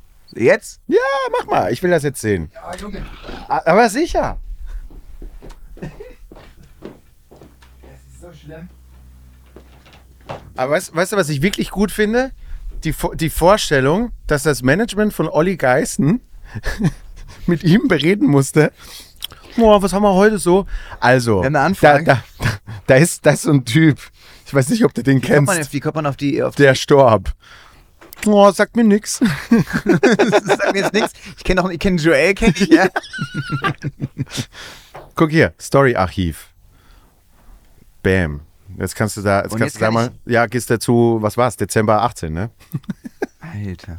[SPEAKER 1] Jetzt?
[SPEAKER 2] ja, mach mal. Ich will das jetzt sehen.
[SPEAKER 3] Ja, Junge.
[SPEAKER 2] A- Aber sicher.
[SPEAKER 3] Das ist so schlimm.
[SPEAKER 2] Aber weißt, weißt du, was ich wirklich gut finde? Die, Vo- die Vorstellung, dass das Management von Olli Geißen mit ihm bereden musste. Boah, was haben wir heute so?
[SPEAKER 1] Wir
[SPEAKER 2] Also,
[SPEAKER 1] haben eine Anfrage.
[SPEAKER 2] Da, da, da, ist, da ist so ein Typ. Ich weiß nicht, ob du den
[SPEAKER 1] Wie kommt, man,
[SPEAKER 2] kennst.
[SPEAKER 1] auf- wie kommt man auf die. Auf
[SPEAKER 2] Der starb. Boah, sagt mir nix.
[SPEAKER 1] das sagt mir jetzt nichts. Ich kenne doch ich kenn Joel, kenne ich, ja.
[SPEAKER 2] Guck hier, Story-Archiv. Bam. Jetzt kannst du da, jetzt
[SPEAKER 1] Und jetzt
[SPEAKER 2] kannst du da
[SPEAKER 1] kann
[SPEAKER 2] mal, ja, gehst dazu, was war's, Dezember 18, ne?
[SPEAKER 1] Alter.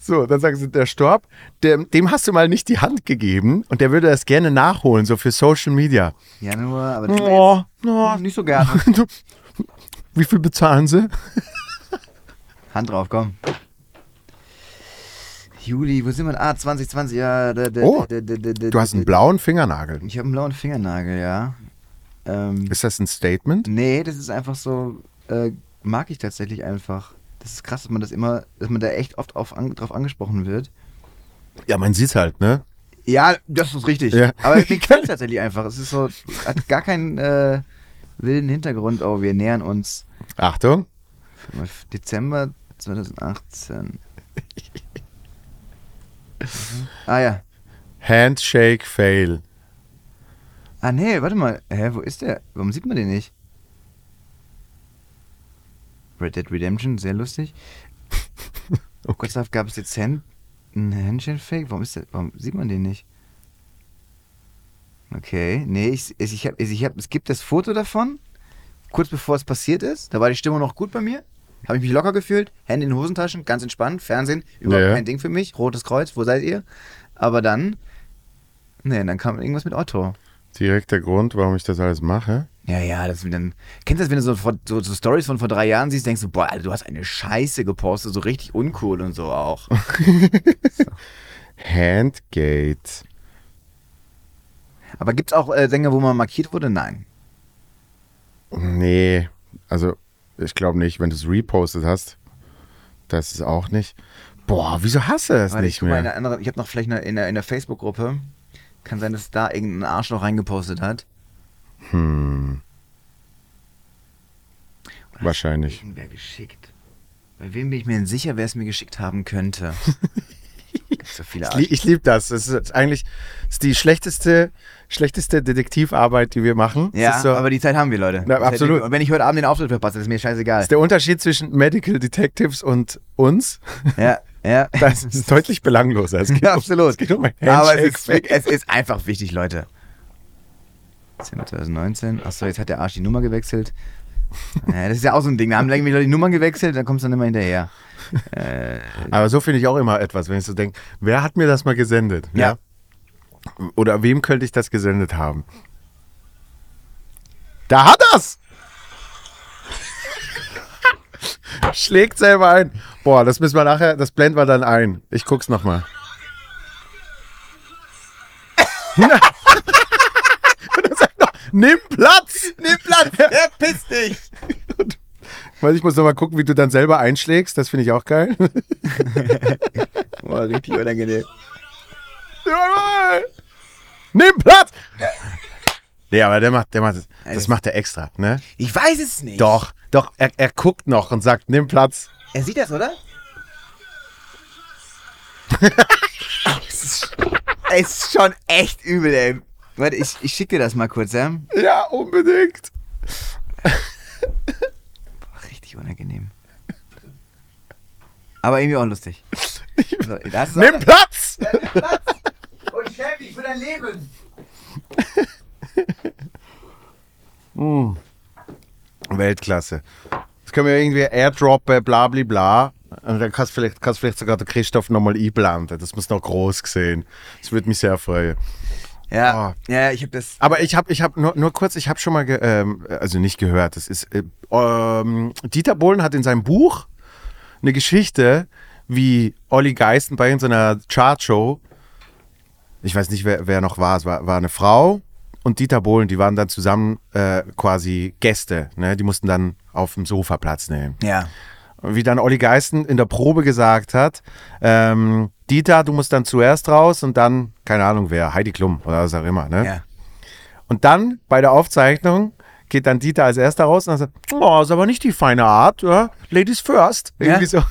[SPEAKER 2] So, dann sagen sie, der starb, dem, dem hast du mal nicht die Hand gegeben und der würde das gerne nachholen, so für Social Media.
[SPEAKER 1] Januar, aber
[SPEAKER 2] Oh, oh,
[SPEAKER 1] nicht so gerne.
[SPEAKER 2] du, wie viel bezahlen sie?
[SPEAKER 1] Hand drauf, komm. Juli, wo sind wir? Ah, 2020, ja. Da, da,
[SPEAKER 2] Oh,
[SPEAKER 1] da, da, da, da,
[SPEAKER 2] Du hast einen blauen Fingernagel.
[SPEAKER 1] Ich habe einen blauen Fingernagel, ja. Ähm,
[SPEAKER 2] Ist das ein Statement?
[SPEAKER 1] nee, das ist einfach so, äh, mag ich tatsächlich einfach. Das ist krass, dass man das immer, dass man da echt oft auf, an, drauf angesprochen wird.
[SPEAKER 2] Ja, man sieht's halt, ne?
[SPEAKER 1] Ja, das ist richtig.
[SPEAKER 2] Ja.
[SPEAKER 1] Aber mir gefällt es tatsächlich einfach. Es ist so, hat gar keinen äh, wilden Hintergrund. Oh, wir nähern uns.
[SPEAKER 2] Achtung.
[SPEAKER 1] Dezember 2018. ah ja.
[SPEAKER 2] Handshake fail.
[SPEAKER 1] Ah nee, warte mal. Hä, wo ist der? Warum sieht man den nicht? Red Dead Redemption, sehr lustig.
[SPEAKER 2] Okay.
[SPEAKER 1] Kurz darauf gab es dezent einen Handshake-Fake. Warum, ist der- warum sieht man den nicht? Okay, nee, ich, ich, ich hab, ich hab, es gibt das Foto davon, kurz bevor es passiert ist. Da war die Stimmung noch gut bei mir. Habe ich mich locker gefühlt. Hände in den Hosentaschen, ganz entspannt. Fernsehen, überhaupt
[SPEAKER 2] Ja, ja.
[SPEAKER 1] kein Ding für mich. Rotes Kreuz, wo seid ihr? Aber dann, nee, dann kam irgendwas mit Otto.
[SPEAKER 2] Direkt der Grund, warum ich das alles mache.
[SPEAKER 1] Ja, ja, das, dann, kennst du das, wenn du so, vor- so, so Stories von vor drei Jahren siehst, denkst du, boah, Alter, du hast eine Scheiße gepostet, so richtig uncool und so auch.
[SPEAKER 2] Handgate.
[SPEAKER 1] Aber gibt's auch äh, Sänger, wo man markiert wurde? Nein.
[SPEAKER 2] Nee, also ich glaube nicht, wenn du es repostet hast, das ist auch nicht. Boah, wieso hast du es
[SPEAKER 1] Warte, ich
[SPEAKER 2] nicht
[SPEAKER 1] guck mal in
[SPEAKER 2] mehr?
[SPEAKER 1] der anderen, ich habe noch vielleicht eine, in der, in der Facebook-Gruppe. Kann sein, dass da irgendein Arschloch reingepostet hat.
[SPEAKER 2] Hm.
[SPEAKER 1] Oder
[SPEAKER 2] Wahrscheinlich.
[SPEAKER 1] hat mir Irgendwer geschickt. Bei wem bin ich mir denn sicher, wer es mir geschickt haben könnte? Gibt's so viele
[SPEAKER 2] Ich, lieb- ich liebe das. Das ist eigentlich das ist die schlechteste, schlechteste Detektivarbeit, die wir machen. Das
[SPEAKER 1] Ja,
[SPEAKER 2] ist so,
[SPEAKER 1] aber die Zeit haben wir, Leute.
[SPEAKER 2] Na,
[SPEAKER 1] Die Zeit-
[SPEAKER 2] absolut.
[SPEAKER 1] Und wenn ich heute Abend den Auftritt verpasse, ist mir scheißegal.
[SPEAKER 2] ist der Unterschied zwischen Medical Detectives und uns,
[SPEAKER 1] Ja, ja.
[SPEAKER 2] das ist deutlich belangloser. Es geht
[SPEAKER 1] Ja,
[SPEAKER 2] um-
[SPEAKER 1] absolut.
[SPEAKER 2] Es geht um
[SPEAKER 1] Aber es ist,
[SPEAKER 2] Handshakes.
[SPEAKER 1] wirklich- es ist einfach wichtig, Leute. 10. 2019. Achso, jetzt hat der Arsch die Nummer gewechselt. Ja, das ist ja auch so ein Ding. Da haben nämlich Leute die Nummer gewechselt, dann kommst du dann immer hinterher. Äh,
[SPEAKER 2] Aber so finde ich auch immer etwas, wenn ich so denke, wer hat mir das mal gesendet?
[SPEAKER 1] Ja.
[SPEAKER 2] Oder wem könnte ich das gesendet haben? Da hat er's! Schlägt selber ein. Boah, das müssen wir nachher, das blenden wir dann ein. Ich guck's nochmal. Nimm Platz! Nimm Platz!
[SPEAKER 1] piss dich!
[SPEAKER 2] Weil ich muss nochmal gucken, wie du dann selber einschlägst. Das finde ich auch geil.
[SPEAKER 1] Boah, richtig unangenehm.
[SPEAKER 2] Jawohl! Nimm Platz! Nee, aber der macht, der macht das. Das macht er extra, ne?
[SPEAKER 1] Ich weiß es nicht.
[SPEAKER 2] Doch, doch, er, er guckt noch und sagt, nimm Platz.
[SPEAKER 1] Er sieht das, oder? es ist schon echt übel, ey. Warte, ich, ich schick dir das mal kurz, ja?
[SPEAKER 2] Ja, unbedingt.
[SPEAKER 1] Boah, richtig unangenehm. Aber irgendwie auch lustig. So, das ist auch-
[SPEAKER 2] Nimm Platz!
[SPEAKER 1] Und ich helfe dich für dein Leben.
[SPEAKER 2] Weltklasse. Das können wir irgendwie airdroppen, bla bla bla. Und dann kannst vielleicht, kannst vielleicht sogar der Christoph nochmal einblenden. Das muss noch groß gesehen. Das würde mich sehr freuen. Ah.
[SPEAKER 1] Ja, ja, ich habe das.
[SPEAKER 2] Aber ich habe ich hab nur, nur kurz, ich habe schon mal, ge, ähm, also nicht gehört, das ist, äh, ähm, Dieter Bohlen hat in seinem Buch eine Geschichte, wie Olli Geisten bei irgendeiner Chartshow, ich weiß nicht, wer, wer noch war, es war, war eine Frau und Dieter Bohlen, die waren dann zusammen äh, quasi Gäste, ne? die mussten dann auf dem Sofa Platz nehmen.
[SPEAKER 1] Ja.
[SPEAKER 2] Und wie dann Olli Geisten in der Probe gesagt hat, ähm, Dieter, du musst dann zuerst raus und dann, keine Ahnung wer, Heidi Klum oder was auch immer. Ne?
[SPEAKER 1] Ja.
[SPEAKER 2] Und dann bei der Aufzeichnung geht dann Dieter als erster raus und sagt, oh, ist aber nicht die feine Art, ja? Ladies first. Irgendwie so.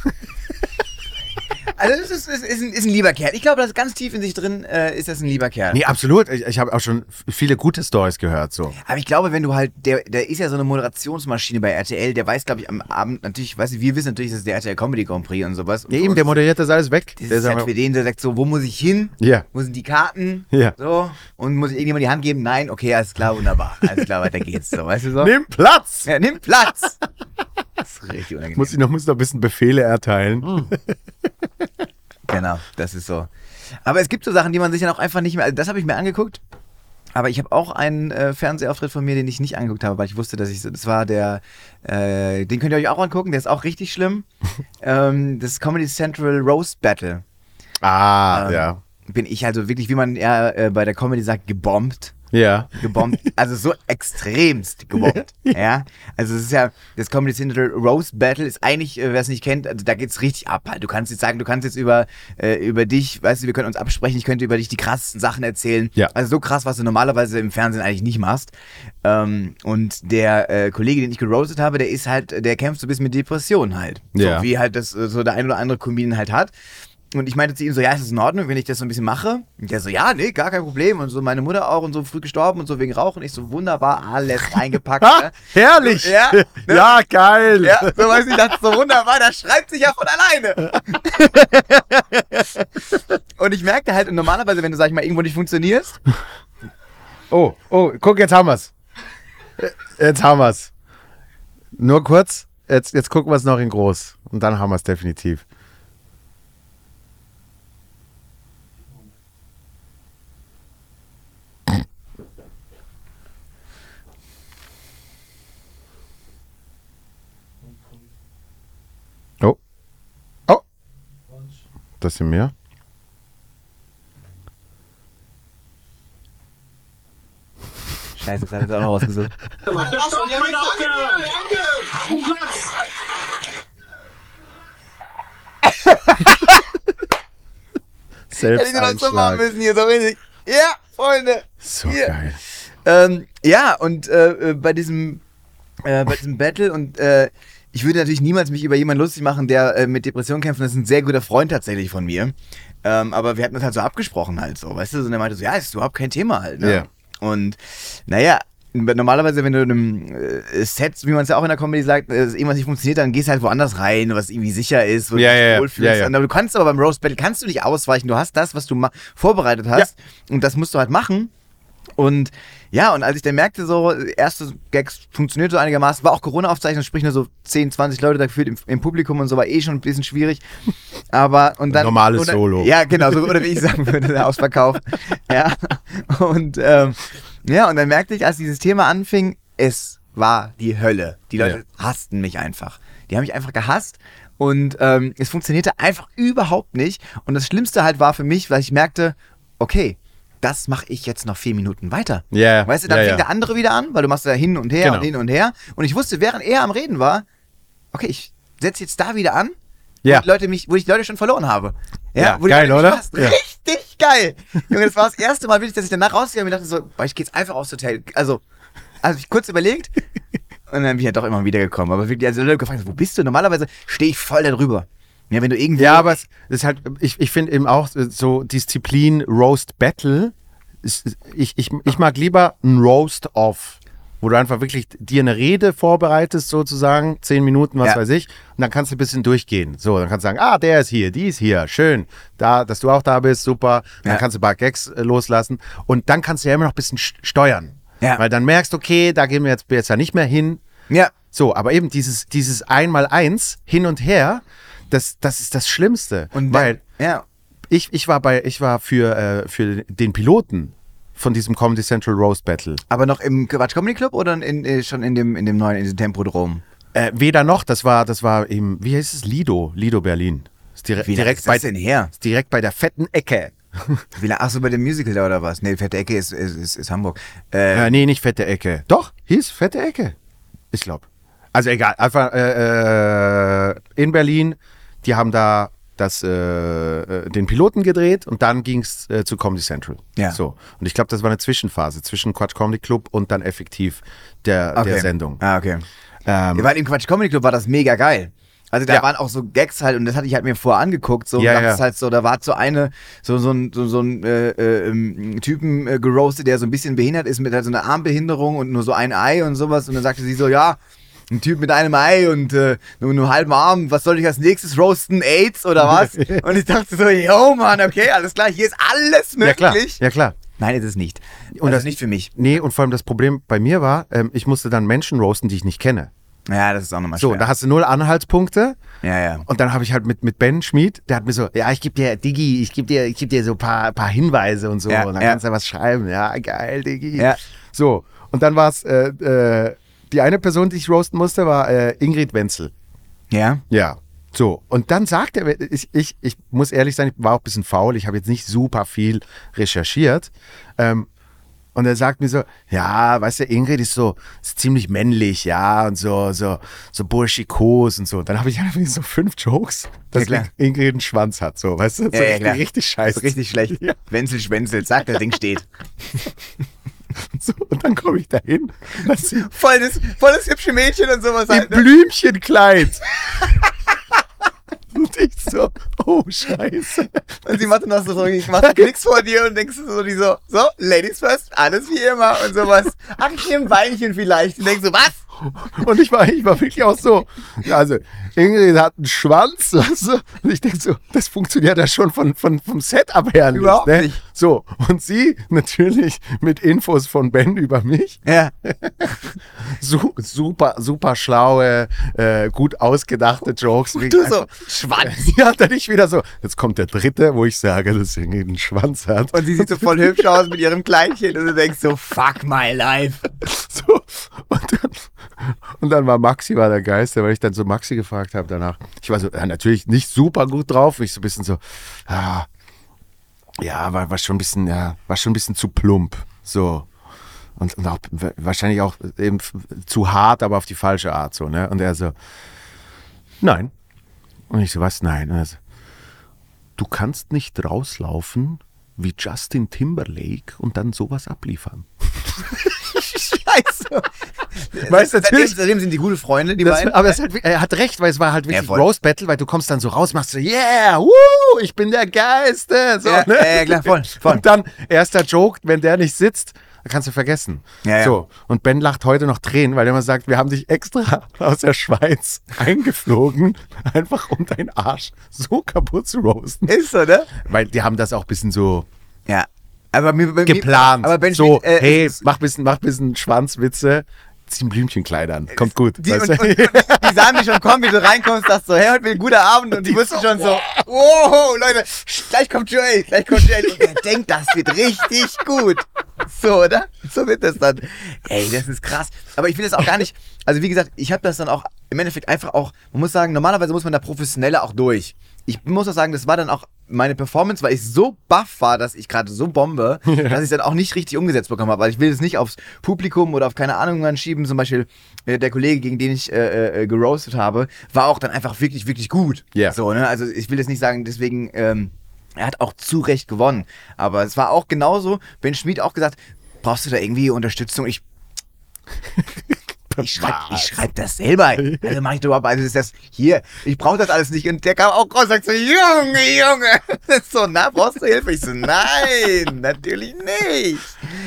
[SPEAKER 1] Also, das ist, ist, ist, ein, ist ein lieber Kerl. Ich glaube, das ist ganz tief in sich drin, äh, ist das ein lieber Kerl.
[SPEAKER 2] Nee, absolut. Ich, ich habe auch schon f- viele gute Stories gehört. So.
[SPEAKER 1] Aber ich glaube, wenn du halt, der, der ist ja so eine Moderationsmaschine bei RTL, der weiß, glaube ich, am Abend natürlich, weißt du, wir wissen natürlich, das ist der RTL Comedy Grand Prix und sowas. Und
[SPEAKER 2] Ja,
[SPEAKER 1] für
[SPEAKER 2] eben, der
[SPEAKER 1] uns
[SPEAKER 2] moderiert das alles weg.
[SPEAKER 1] ist
[SPEAKER 2] Der
[SPEAKER 1] es
[SPEAKER 2] sagt
[SPEAKER 1] halt für den, der sagt so, wo muss ich hin?
[SPEAKER 2] Ja.
[SPEAKER 1] Wo sind die Karten?
[SPEAKER 2] Ja.
[SPEAKER 1] So. Und muss ich irgendjemand die Hand geben? Nein, okay, alles klar, wunderbar. Alles klar, weiter geht's. So, weißt du so?
[SPEAKER 2] Nimm Platz!
[SPEAKER 1] Ja, nimm Platz! Das ist richtig unangenehm.
[SPEAKER 2] Muss ich noch, muss noch ein bisschen Befehle erteilen.
[SPEAKER 1] Hm. Genau, das ist so. Aber es gibt so Sachen, die man sich dann auch einfach nicht mehr. Also das habe ich mir angeguckt. Aber ich habe auch einen äh, Fernsehauftritt von mir, den ich nicht angeguckt habe, weil ich wusste, dass ich so. Das war der. Äh, den könnt ihr euch auch angucken, der ist auch richtig schlimm. ähm, das Comedy Central Roast Battle.
[SPEAKER 2] Ah,
[SPEAKER 1] Ähm,
[SPEAKER 2] ja.
[SPEAKER 1] Bin ich also wirklich, wie man ja äh, bei der Comedy sagt, gebombt.
[SPEAKER 2] Ja.
[SPEAKER 1] Gebombt. Also so extremst gebombt. ja. Also es ist ja, das Comedy Central Rose Battle ist eigentlich, äh, wer es nicht kennt, also da geht's richtig ab. halt. Du kannst jetzt sagen, du kannst jetzt über, äh, über dich, weißt du, wir können uns absprechen, ich könnte über dich die krassesten Sachen erzählen.
[SPEAKER 2] Ja.
[SPEAKER 1] Also so krass, was du normalerweise im Fernsehen eigentlich nicht machst. Ähm, und der äh, Kollege, den ich gerostet habe, der ist halt, der kämpft so ein bisschen mit Depressionen halt.
[SPEAKER 2] Ja.
[SPEAKER 1] So wie halt das äh, so der ein oder andere Comedian halt hat. Und ich meinte zu ihm so, ja, ist das in Ordnung, wenn ich das so ein bisschen mache? Und der so, ja, nee, gar kein Problem. Und so meine Mutter auch und so früh gestorben und so wegen Rauchen. Ich so, wunderbar, alles eingepackt.
[SPEAKER 2] Ah,
[SPEAKER 1] ne?
[SPEAKER 2] herrlich!
[SPEAKER 1] Ja, ne?
[SPEAKER 2] ja geil!
[SPEAKER 1] Ja, so weiß ich, das ist so wunderbar, das schreibt sich ja von alleine. und ich merkte halt, normalerweise, wenn du, sag ich mal, irgendwo nicht funktionierst,
[SPEAKER 2] Oh, oh, guck, jetzt haben wir's. Äh, Jetzt haben wir's. Nur kurz, jetzt, jetzt gucken wir's noch in groß. Und dann haben wir's definitiv. Das sind mehr.
[SPEAKER 1] Scheiße, das hat jetzt auch noch rausgesucht.
[SPEAKER 4] Achso, die haben wir aufgenommen.
[SPEAKER 1] Hätte ich noch halt so machen
[SPEAKER 2] Selbsteinschlag.
[SPEAKER 1] müssen hier, so richtig. Ja, Freunde.
[SPEAKER 2] So
[SPEAKER 1] Hier.
[SPEAKER 2] geil.
[SPEAKER 1] Ähm, ja, und äh, äh, bei diesem äh, bei diesem Battle und äh, ich würde natürlich niemals mich über jemanden lustig machen, der äh, mit Depressionen kämpft. Das ist ein sehr guter Freund tatsächlich von mir. Ähm, aber wir hatten das halt so abgesprochen halt so, weißt du? Und er meinte so, ja, ist überhaupt kein Thema halt. Ne?
[SPEAKER 2] Ja.
[SPEAKER 1] Und naja, normalerweise, wenn du in einem äh, Set, wie man es ja auch in der Comedy sagt, äh, irgendwas nicht funktioniert, dann gehst du halt woanders rein, was irgendwie sicher ist, wo
[SPEAKER 2] Ja,
[SPEAKER 1] du
[SPEAKER 2] ja, ja.
[SPEAKER 1] dich wohlfühlst.
[SPEAKER 2] Ja, ja.
[SPEAKER 1] Und aber du kannst aber beim Roast Battle, kannst du nicht ausweichen. Du hast das, was du ma- vorbereitet hast. Und das musst du halt machen. Und ja, und als ich dann merkte, so, erste Gags funktioniert so einigermaßen, war auch Corona-Aufzeichnung, sprich nur so 10, 20 Leute da gefühlt im, im Publikum und so, war eh schon ein bisschen schwierig. Aber, und dann.
[SPEAKER 2] Normales
[SPEAKER 1] oder,
[SPEAKER 2] Solo.
[SPEAKER 1] Ja, genau, so, oder wie ich sagen würde, der Ausverkauf. Ja, und, ähm, ja, und dann merkte ich, als dieses Thema anfing, es war die Hölle. Die Leute hassten mich einfach. Die haben mich einfach gehasst. Und ähm, es funktionierte einfach überhaupt nicht. Und das Schlimmste halt war für mich, weil ich merkte, okay, das mache ich jetzt noch vier Minuten weiter.
[SPEAKER 2] Ja,
[SPEAKER 1] Weißt du, dann
[SPEAKER 2] ja,
[SPEAKER 1] fängt
[SPEAKER 2] ja.
[SPEAKER 1] der andere wieder an, weil du machst da hin und her
[SPEAKER 2] Genau.
[SPEAKER 1] und hin und her. Und ich wusste, während er am Reden war, okay, ich setze jetzt da wieder an,
[SPEAKER 2] Ja.
[SPEAKER 1] wo, die Leute mich, wo ich die Leute schon verloren habe.
[SPEAKER 2] Ja,
[SPEAKER 1] wo die
[SPEAKER 2] geil,
[SPEAKER 1] Leute
[SPEAKER 2] oder?
[SPEAKER 1] mich fast-
[SPEAKER 2] Ja.
[SPEAKER 1] Richtig geil. Junge, das war das erste Mal, wirklich, dass ich danach rausgegangen bin und dachte so, boah, ich gehe jetzt einfach aufs Hotel. Also, also ich kurz überlegt und dann bin ich ja doch immer wieder gekommen. Aber wirklich, also die Leute gefragt, wo bist du? Normalerweise stehe ich voll da drüber. Ja, wenn du irgendwie.
[SPEAKER 2] Ja, aber es ist halt, ich, ich finde eben auch äh, so Disziplin Roast Battle. ist- Ich, ich, ich mag lieber ein Roast Off, wo du einfach wirklich dir eine Rede vorbereitest, sozusagen, zehn Minuten, was
[SPEAKER 1] Ja.
[SPEAKER 2] weiß ich, und dann kannst du ein bisschen durchgehen. So, dann kannst du sagen, ah, der ist hier, die ist hier, schön, da, dass du auch da bist, super. Dann
[SPEAKER 1] Ja.
[SPEAKER 2] kannst du ein paar Gags äh, loslassen und dann kannst du ja immer noch ein bisschen st- steuern.
[SPEAKER 1] Ja.
[SPEAKER 2] Weil dann merkst du, okay, da gehen wir jetzt, jetzt ja nicht mehr hin,
[SPEAKER 1] ja.
[SPEAKER 2] so, aber eben dieses, dieses Einmal-Eins hin und her, das, das ist das Schlimmste.
[SPEAKER 1] Und
[SPEAKER 2] weil
[SPEAKER 1] ja.
[SPEAKER 2] ich, ich war bei, ich war für, äh, für den Piloten von diesem Comedy Central Roast Battle.
[SPEAKER 1] Aber noch im Quatsch Comedy Club oder in, äh, schon in dem, in dem neuen, in dem Tempodrom?
[SPEAKER 2] Äh, weder noch, das war, das war eben, wie heißt es? Lido, Lido Berlin. Ist dire
[SPEAKER 1] Wie lange
[SPEAKER 2] direkt,
[SPEAKER 1] ist das
[SPEAKER 2] bei,
[SPEAKER 1] denn her?
[SPEAKER 2] ist direkt bei der fetten Ecke.
[SPEAKER 1] Wie lange? Achso, bei dem Musical da oder was? Nee, Fette Ecke ist, ist, ist, ist Hamburg. Äh,
[SPEAKER 2] Äh, nee, nicht fette Ecke. Doch, hieß fette Ecke. Ich glaube. Also egal, einfach äh, äh, in Berlin, die haben da das, äh, äh, den Piloten gedreht und dann ging es äh, zu Comedy Central.
[SPEAKER 1] Ja.
[SPEAKER 2] So. Und ich glaube, das war eine Zwischenphase zwischen Quatsch Comedy Club und dann effektiv der, der Sendung.
[SPEAKER 1] Ah, okay.
[SPEAKER 2] Ähm,
[SPEAKER 1] Weil im Quatsch Comedy Club war das mega geil. Also da
[SPEAKER 2] Ja.
[SPEAKER 1] waren auch so Gags halt und das hatte ich halt mir vorher angeguckt so
[SPEAKER 2] Ja,
[SPEAKER 1] und dachte
[SPEAKER 2] ja.
[SPEAKER 1] halt so, da war so eine so so ein so, so ein äh, äh, ähm, Typen äh, geroastet, der so ein bisschen behindert ist mit halt so einer Armbehinderung und nur so ein Ei und sowas und dann sagte sie so, ja, ein Typ mit einem Ei und äh, nur einem halben Arm, was soll ich als nächstes roasten AIDS oder was? und ich dachte so, yo Mann, okay, alles klar, hier ist alles
[SPEAKER 2] ja,
[SPEAKER 1] möglich.
[SPEAKER 2] klar. Ja, klar.
[SPEAKER 1] Nein, ist es nicht. Und das
[SPEAKER 2] das-
[SPEAKER 1] ist Also nicht für mich.
[SPEAKER 2] Nee, und vor allem das Problem bei mir war, ähm, ich musste dann Menschen roasten, die ich nicht kenne.
[SPEAKER 1] Ja, das ist auch nochmal
[SPEAKER 2] So,
[SPEAKER 1] schwer.
[SPEAKER 2] da hast du null Anhaltspunkte.
[SPEAKER 1] ja, ja.
[SPEAKER 2] Und dann habe ich halt mit, mit Ben Schmid, der hat mir so, ja, ich gebe dir, Diggi, ich gebe dir, ich geb dir so ein paar, paar Hinweise und so.
[SPEAKER 1] Ja,
[SPEAKER 2] und dann
[SPEAKER 1] ja.
[SPEAKER 2] kannst du was schreiben. Ja, geil, Diggi.
[SPEAKER 1] Ja.
[SPEAKER 2] So, und dann war es, äh, äh, die eine Person, die ich roasten musste, war äh, Ingrid Wenzel.
[SPEAKER 1] Ja.
[SPEAKER 2] Ja. So, und dann sagt er, ich, ich, ich muss ehrlich sein, ich war auch ein bisschen faul, ich habe jetzt nicht super viel recherchiert. Ähm, und er sagt mir so, ja, weißt du, Ingrid ist so ist ziemlich männlich, ja, und so, so, so burschikos und so. Und dann habe ich einfach so fünf Jokes, dass
[SPEAKER 1] klar.
[SPEAKER 2] Ingrid einen Schwanz hat, so, weißt du? So
[SPEAKER 1] Ja, ja,
[SPEAKER 2] richtig-
[SPEAKER 1] klar.
[SPEAKER 2] richtig scheiße.
[SPEAKER 1] Ist richtig schlecht.
[SPEAKER 2] Ja.
[SPEAKER 1] Wenzel, Schwenzel, zack, das Ding steht.
[SPEAKER 2] So, und dann komme ich dahin, dass sie
[SPEAKER 1] Voll das, voll das hübsche Mädchen und sowas. halt, ne?
[SPEAKER 2] im Blümchenkleid. und ich so, oh, scheiße.
[SPEAKER 1] Und sie macht dann auch so, ich mach nix vor dir und denkst so, die so, so, Ladies first, alles wie immer und sowas. Ach, ich nehme ein Weinchen vielleicht. Und denkst so, was?
[SPEAKER 2] Und ich war, ich war wirklich auch so, also Ingrid hat einen Schwanz, weißt du? Und ich denke so, das funktioniert ja schon von, von, vom Setup her nicht.
[SPEAKER 1] Überhaupt
[SPEAKER 2] ne?
[SPEAKER 1] nicht.
[SPEAKER 2] So, und sie natürlich mit Infos von Ben über mich,
[SPEAKER 1] Ja.
[SPEAKER 2] su super, super schlaue, äh, gut ausgedachte Jokes. Und
[SPEAKER 1] Du so, Schwanz.
[SPEAKER 2] Ja, dann ich wieder so, jetzt kommt der dritte, wo ich sage, dass Ingrid einen Schwanz hat.
[SPEAKER 1] Und sie sieht so voll hübsch aus mit ihrem Kleidchen und du denkst so, fuck my life.
[SPEAKER 2] So, und dann, Und dann war Maxi war der Geister, weil ich dann so Maxi gefragt habe danach. Ich war so, ja, natürlich nicht super gut drauf. Ich so ein bisschen so, ah, ja, war, war schon ein bisschen, ja, war schon ein bisschen zu plump. So. Und, und auch, wa- wahrscheinlich auch eben f- zu hart, aber auf die falsche Art so, ne? Und er so, nein. Und ich so, was? Nein. Und er so, du kannst nicht rauslaufen wie Justin Timberlake und dann sowas abliefern.
[SPEAKER 1] Scheiße.
[SPEAKER 2] Weißt du,
[SPEAKER 1] seitdem,
[SPEAKER 2] natürlich-
[SPEAKER 1] seitdem sind die gute Freunde, die
[SPEAKER 2] Das,
[SPEAKER 1] beiden.
[SPEAKER 2] aber es hat, er hat recht, weil es war halt wirklich
[SPEAKER 1] Ja, voll.
[SPEAKER 2] Roast Battle, weil du kommst dann so raus, machst so, yeah, woo, ich bin der Geiste. So,
[SPEAKER 1] Ja,
[SPEAKER 2] ne?
[SPEAKER 1] ja, ja, klar, voll, voll.
[SPEAKER 2] Und dann, erster Joke, wenn der nicht sitzt, dann kannst du vergessen.
[SPEAKER 1] Ja, ja.
[SPEAKER 2] So. Und Ben lacht heute noch Tränen, weil er immer sagt, wir haben dich extra aus der Schweiz eingeflogen, einfach um deinen Arsch so kaputt zu roasten.
[SPEAKER 1] ist so, ne?
[SPEAKER 2] Weil die haben das auch ein bisschen so
[SPEAKER 1] Ja. Aber mir, bei mir-
[SPEAKER 2] geplant.
[SPEAKER 1] Aber Ben
[SPEAKER 2] so,
[SPEAKER 1] spielt, äh,
[SPEAKER 2] hey, mach bisschen, mach bisschen Schwanzwitze, zieh ein Blümchenkleid an. Kommt gut.
[SPEAKER 1] Die, und, und,
[SPEAKER 2] weißt du?
[SPEAKER 1] und die sahen mich schon kommen, wie du reinkommst, sagst so, hey, heute wird ein guter Abend. Und die, wussten schon so, wow, Leute, gleich kommt Joel, gleich kommt Joel. Und er denkt, das wird richtig gut. So, oder? So wird das dann. Ey, das ist krass. Aber ich will das auch gar nicht, also wie gesagt, ich habe das dann auch im Endeffekt einfach auch, man muss sagen, normalerweise muss man da professioneller auch durch. Ich muss auch sagen, das war dann auch meine Performance, weil ich so baff war, dass ich gerade so bombe, dass ich es dann auch nicht richtig umgesetzt bekommen habe. Also ich will es nicht aufs Publikum oder auf keine Ahnung anschieben. Zum Beispiel äh, der Kollege, gegen den ich äh, äh, geroastet habe, war auch dann einfach wirklich, wirklich gut.
[SPEAKER 2] Ja.
[SPEAKER 1] So, ne? Also ich will jetzt nicht sagen, deswegen, ähm, er hat auch zu Recht gewonnen. Aber es war auch genauso, Ben Schmid auch gesagt, brauchst du da irgendwie Unterstützung? Ich ich schreibe ich schreib das selber. Also mach ich doch aber, also ist das hier, ich brauche das alles nicht. Und der kam auch raus und sagt so, Junge, Junge. So, na, brauchst du Hilfe? Ich so, nein, natürlich nicht.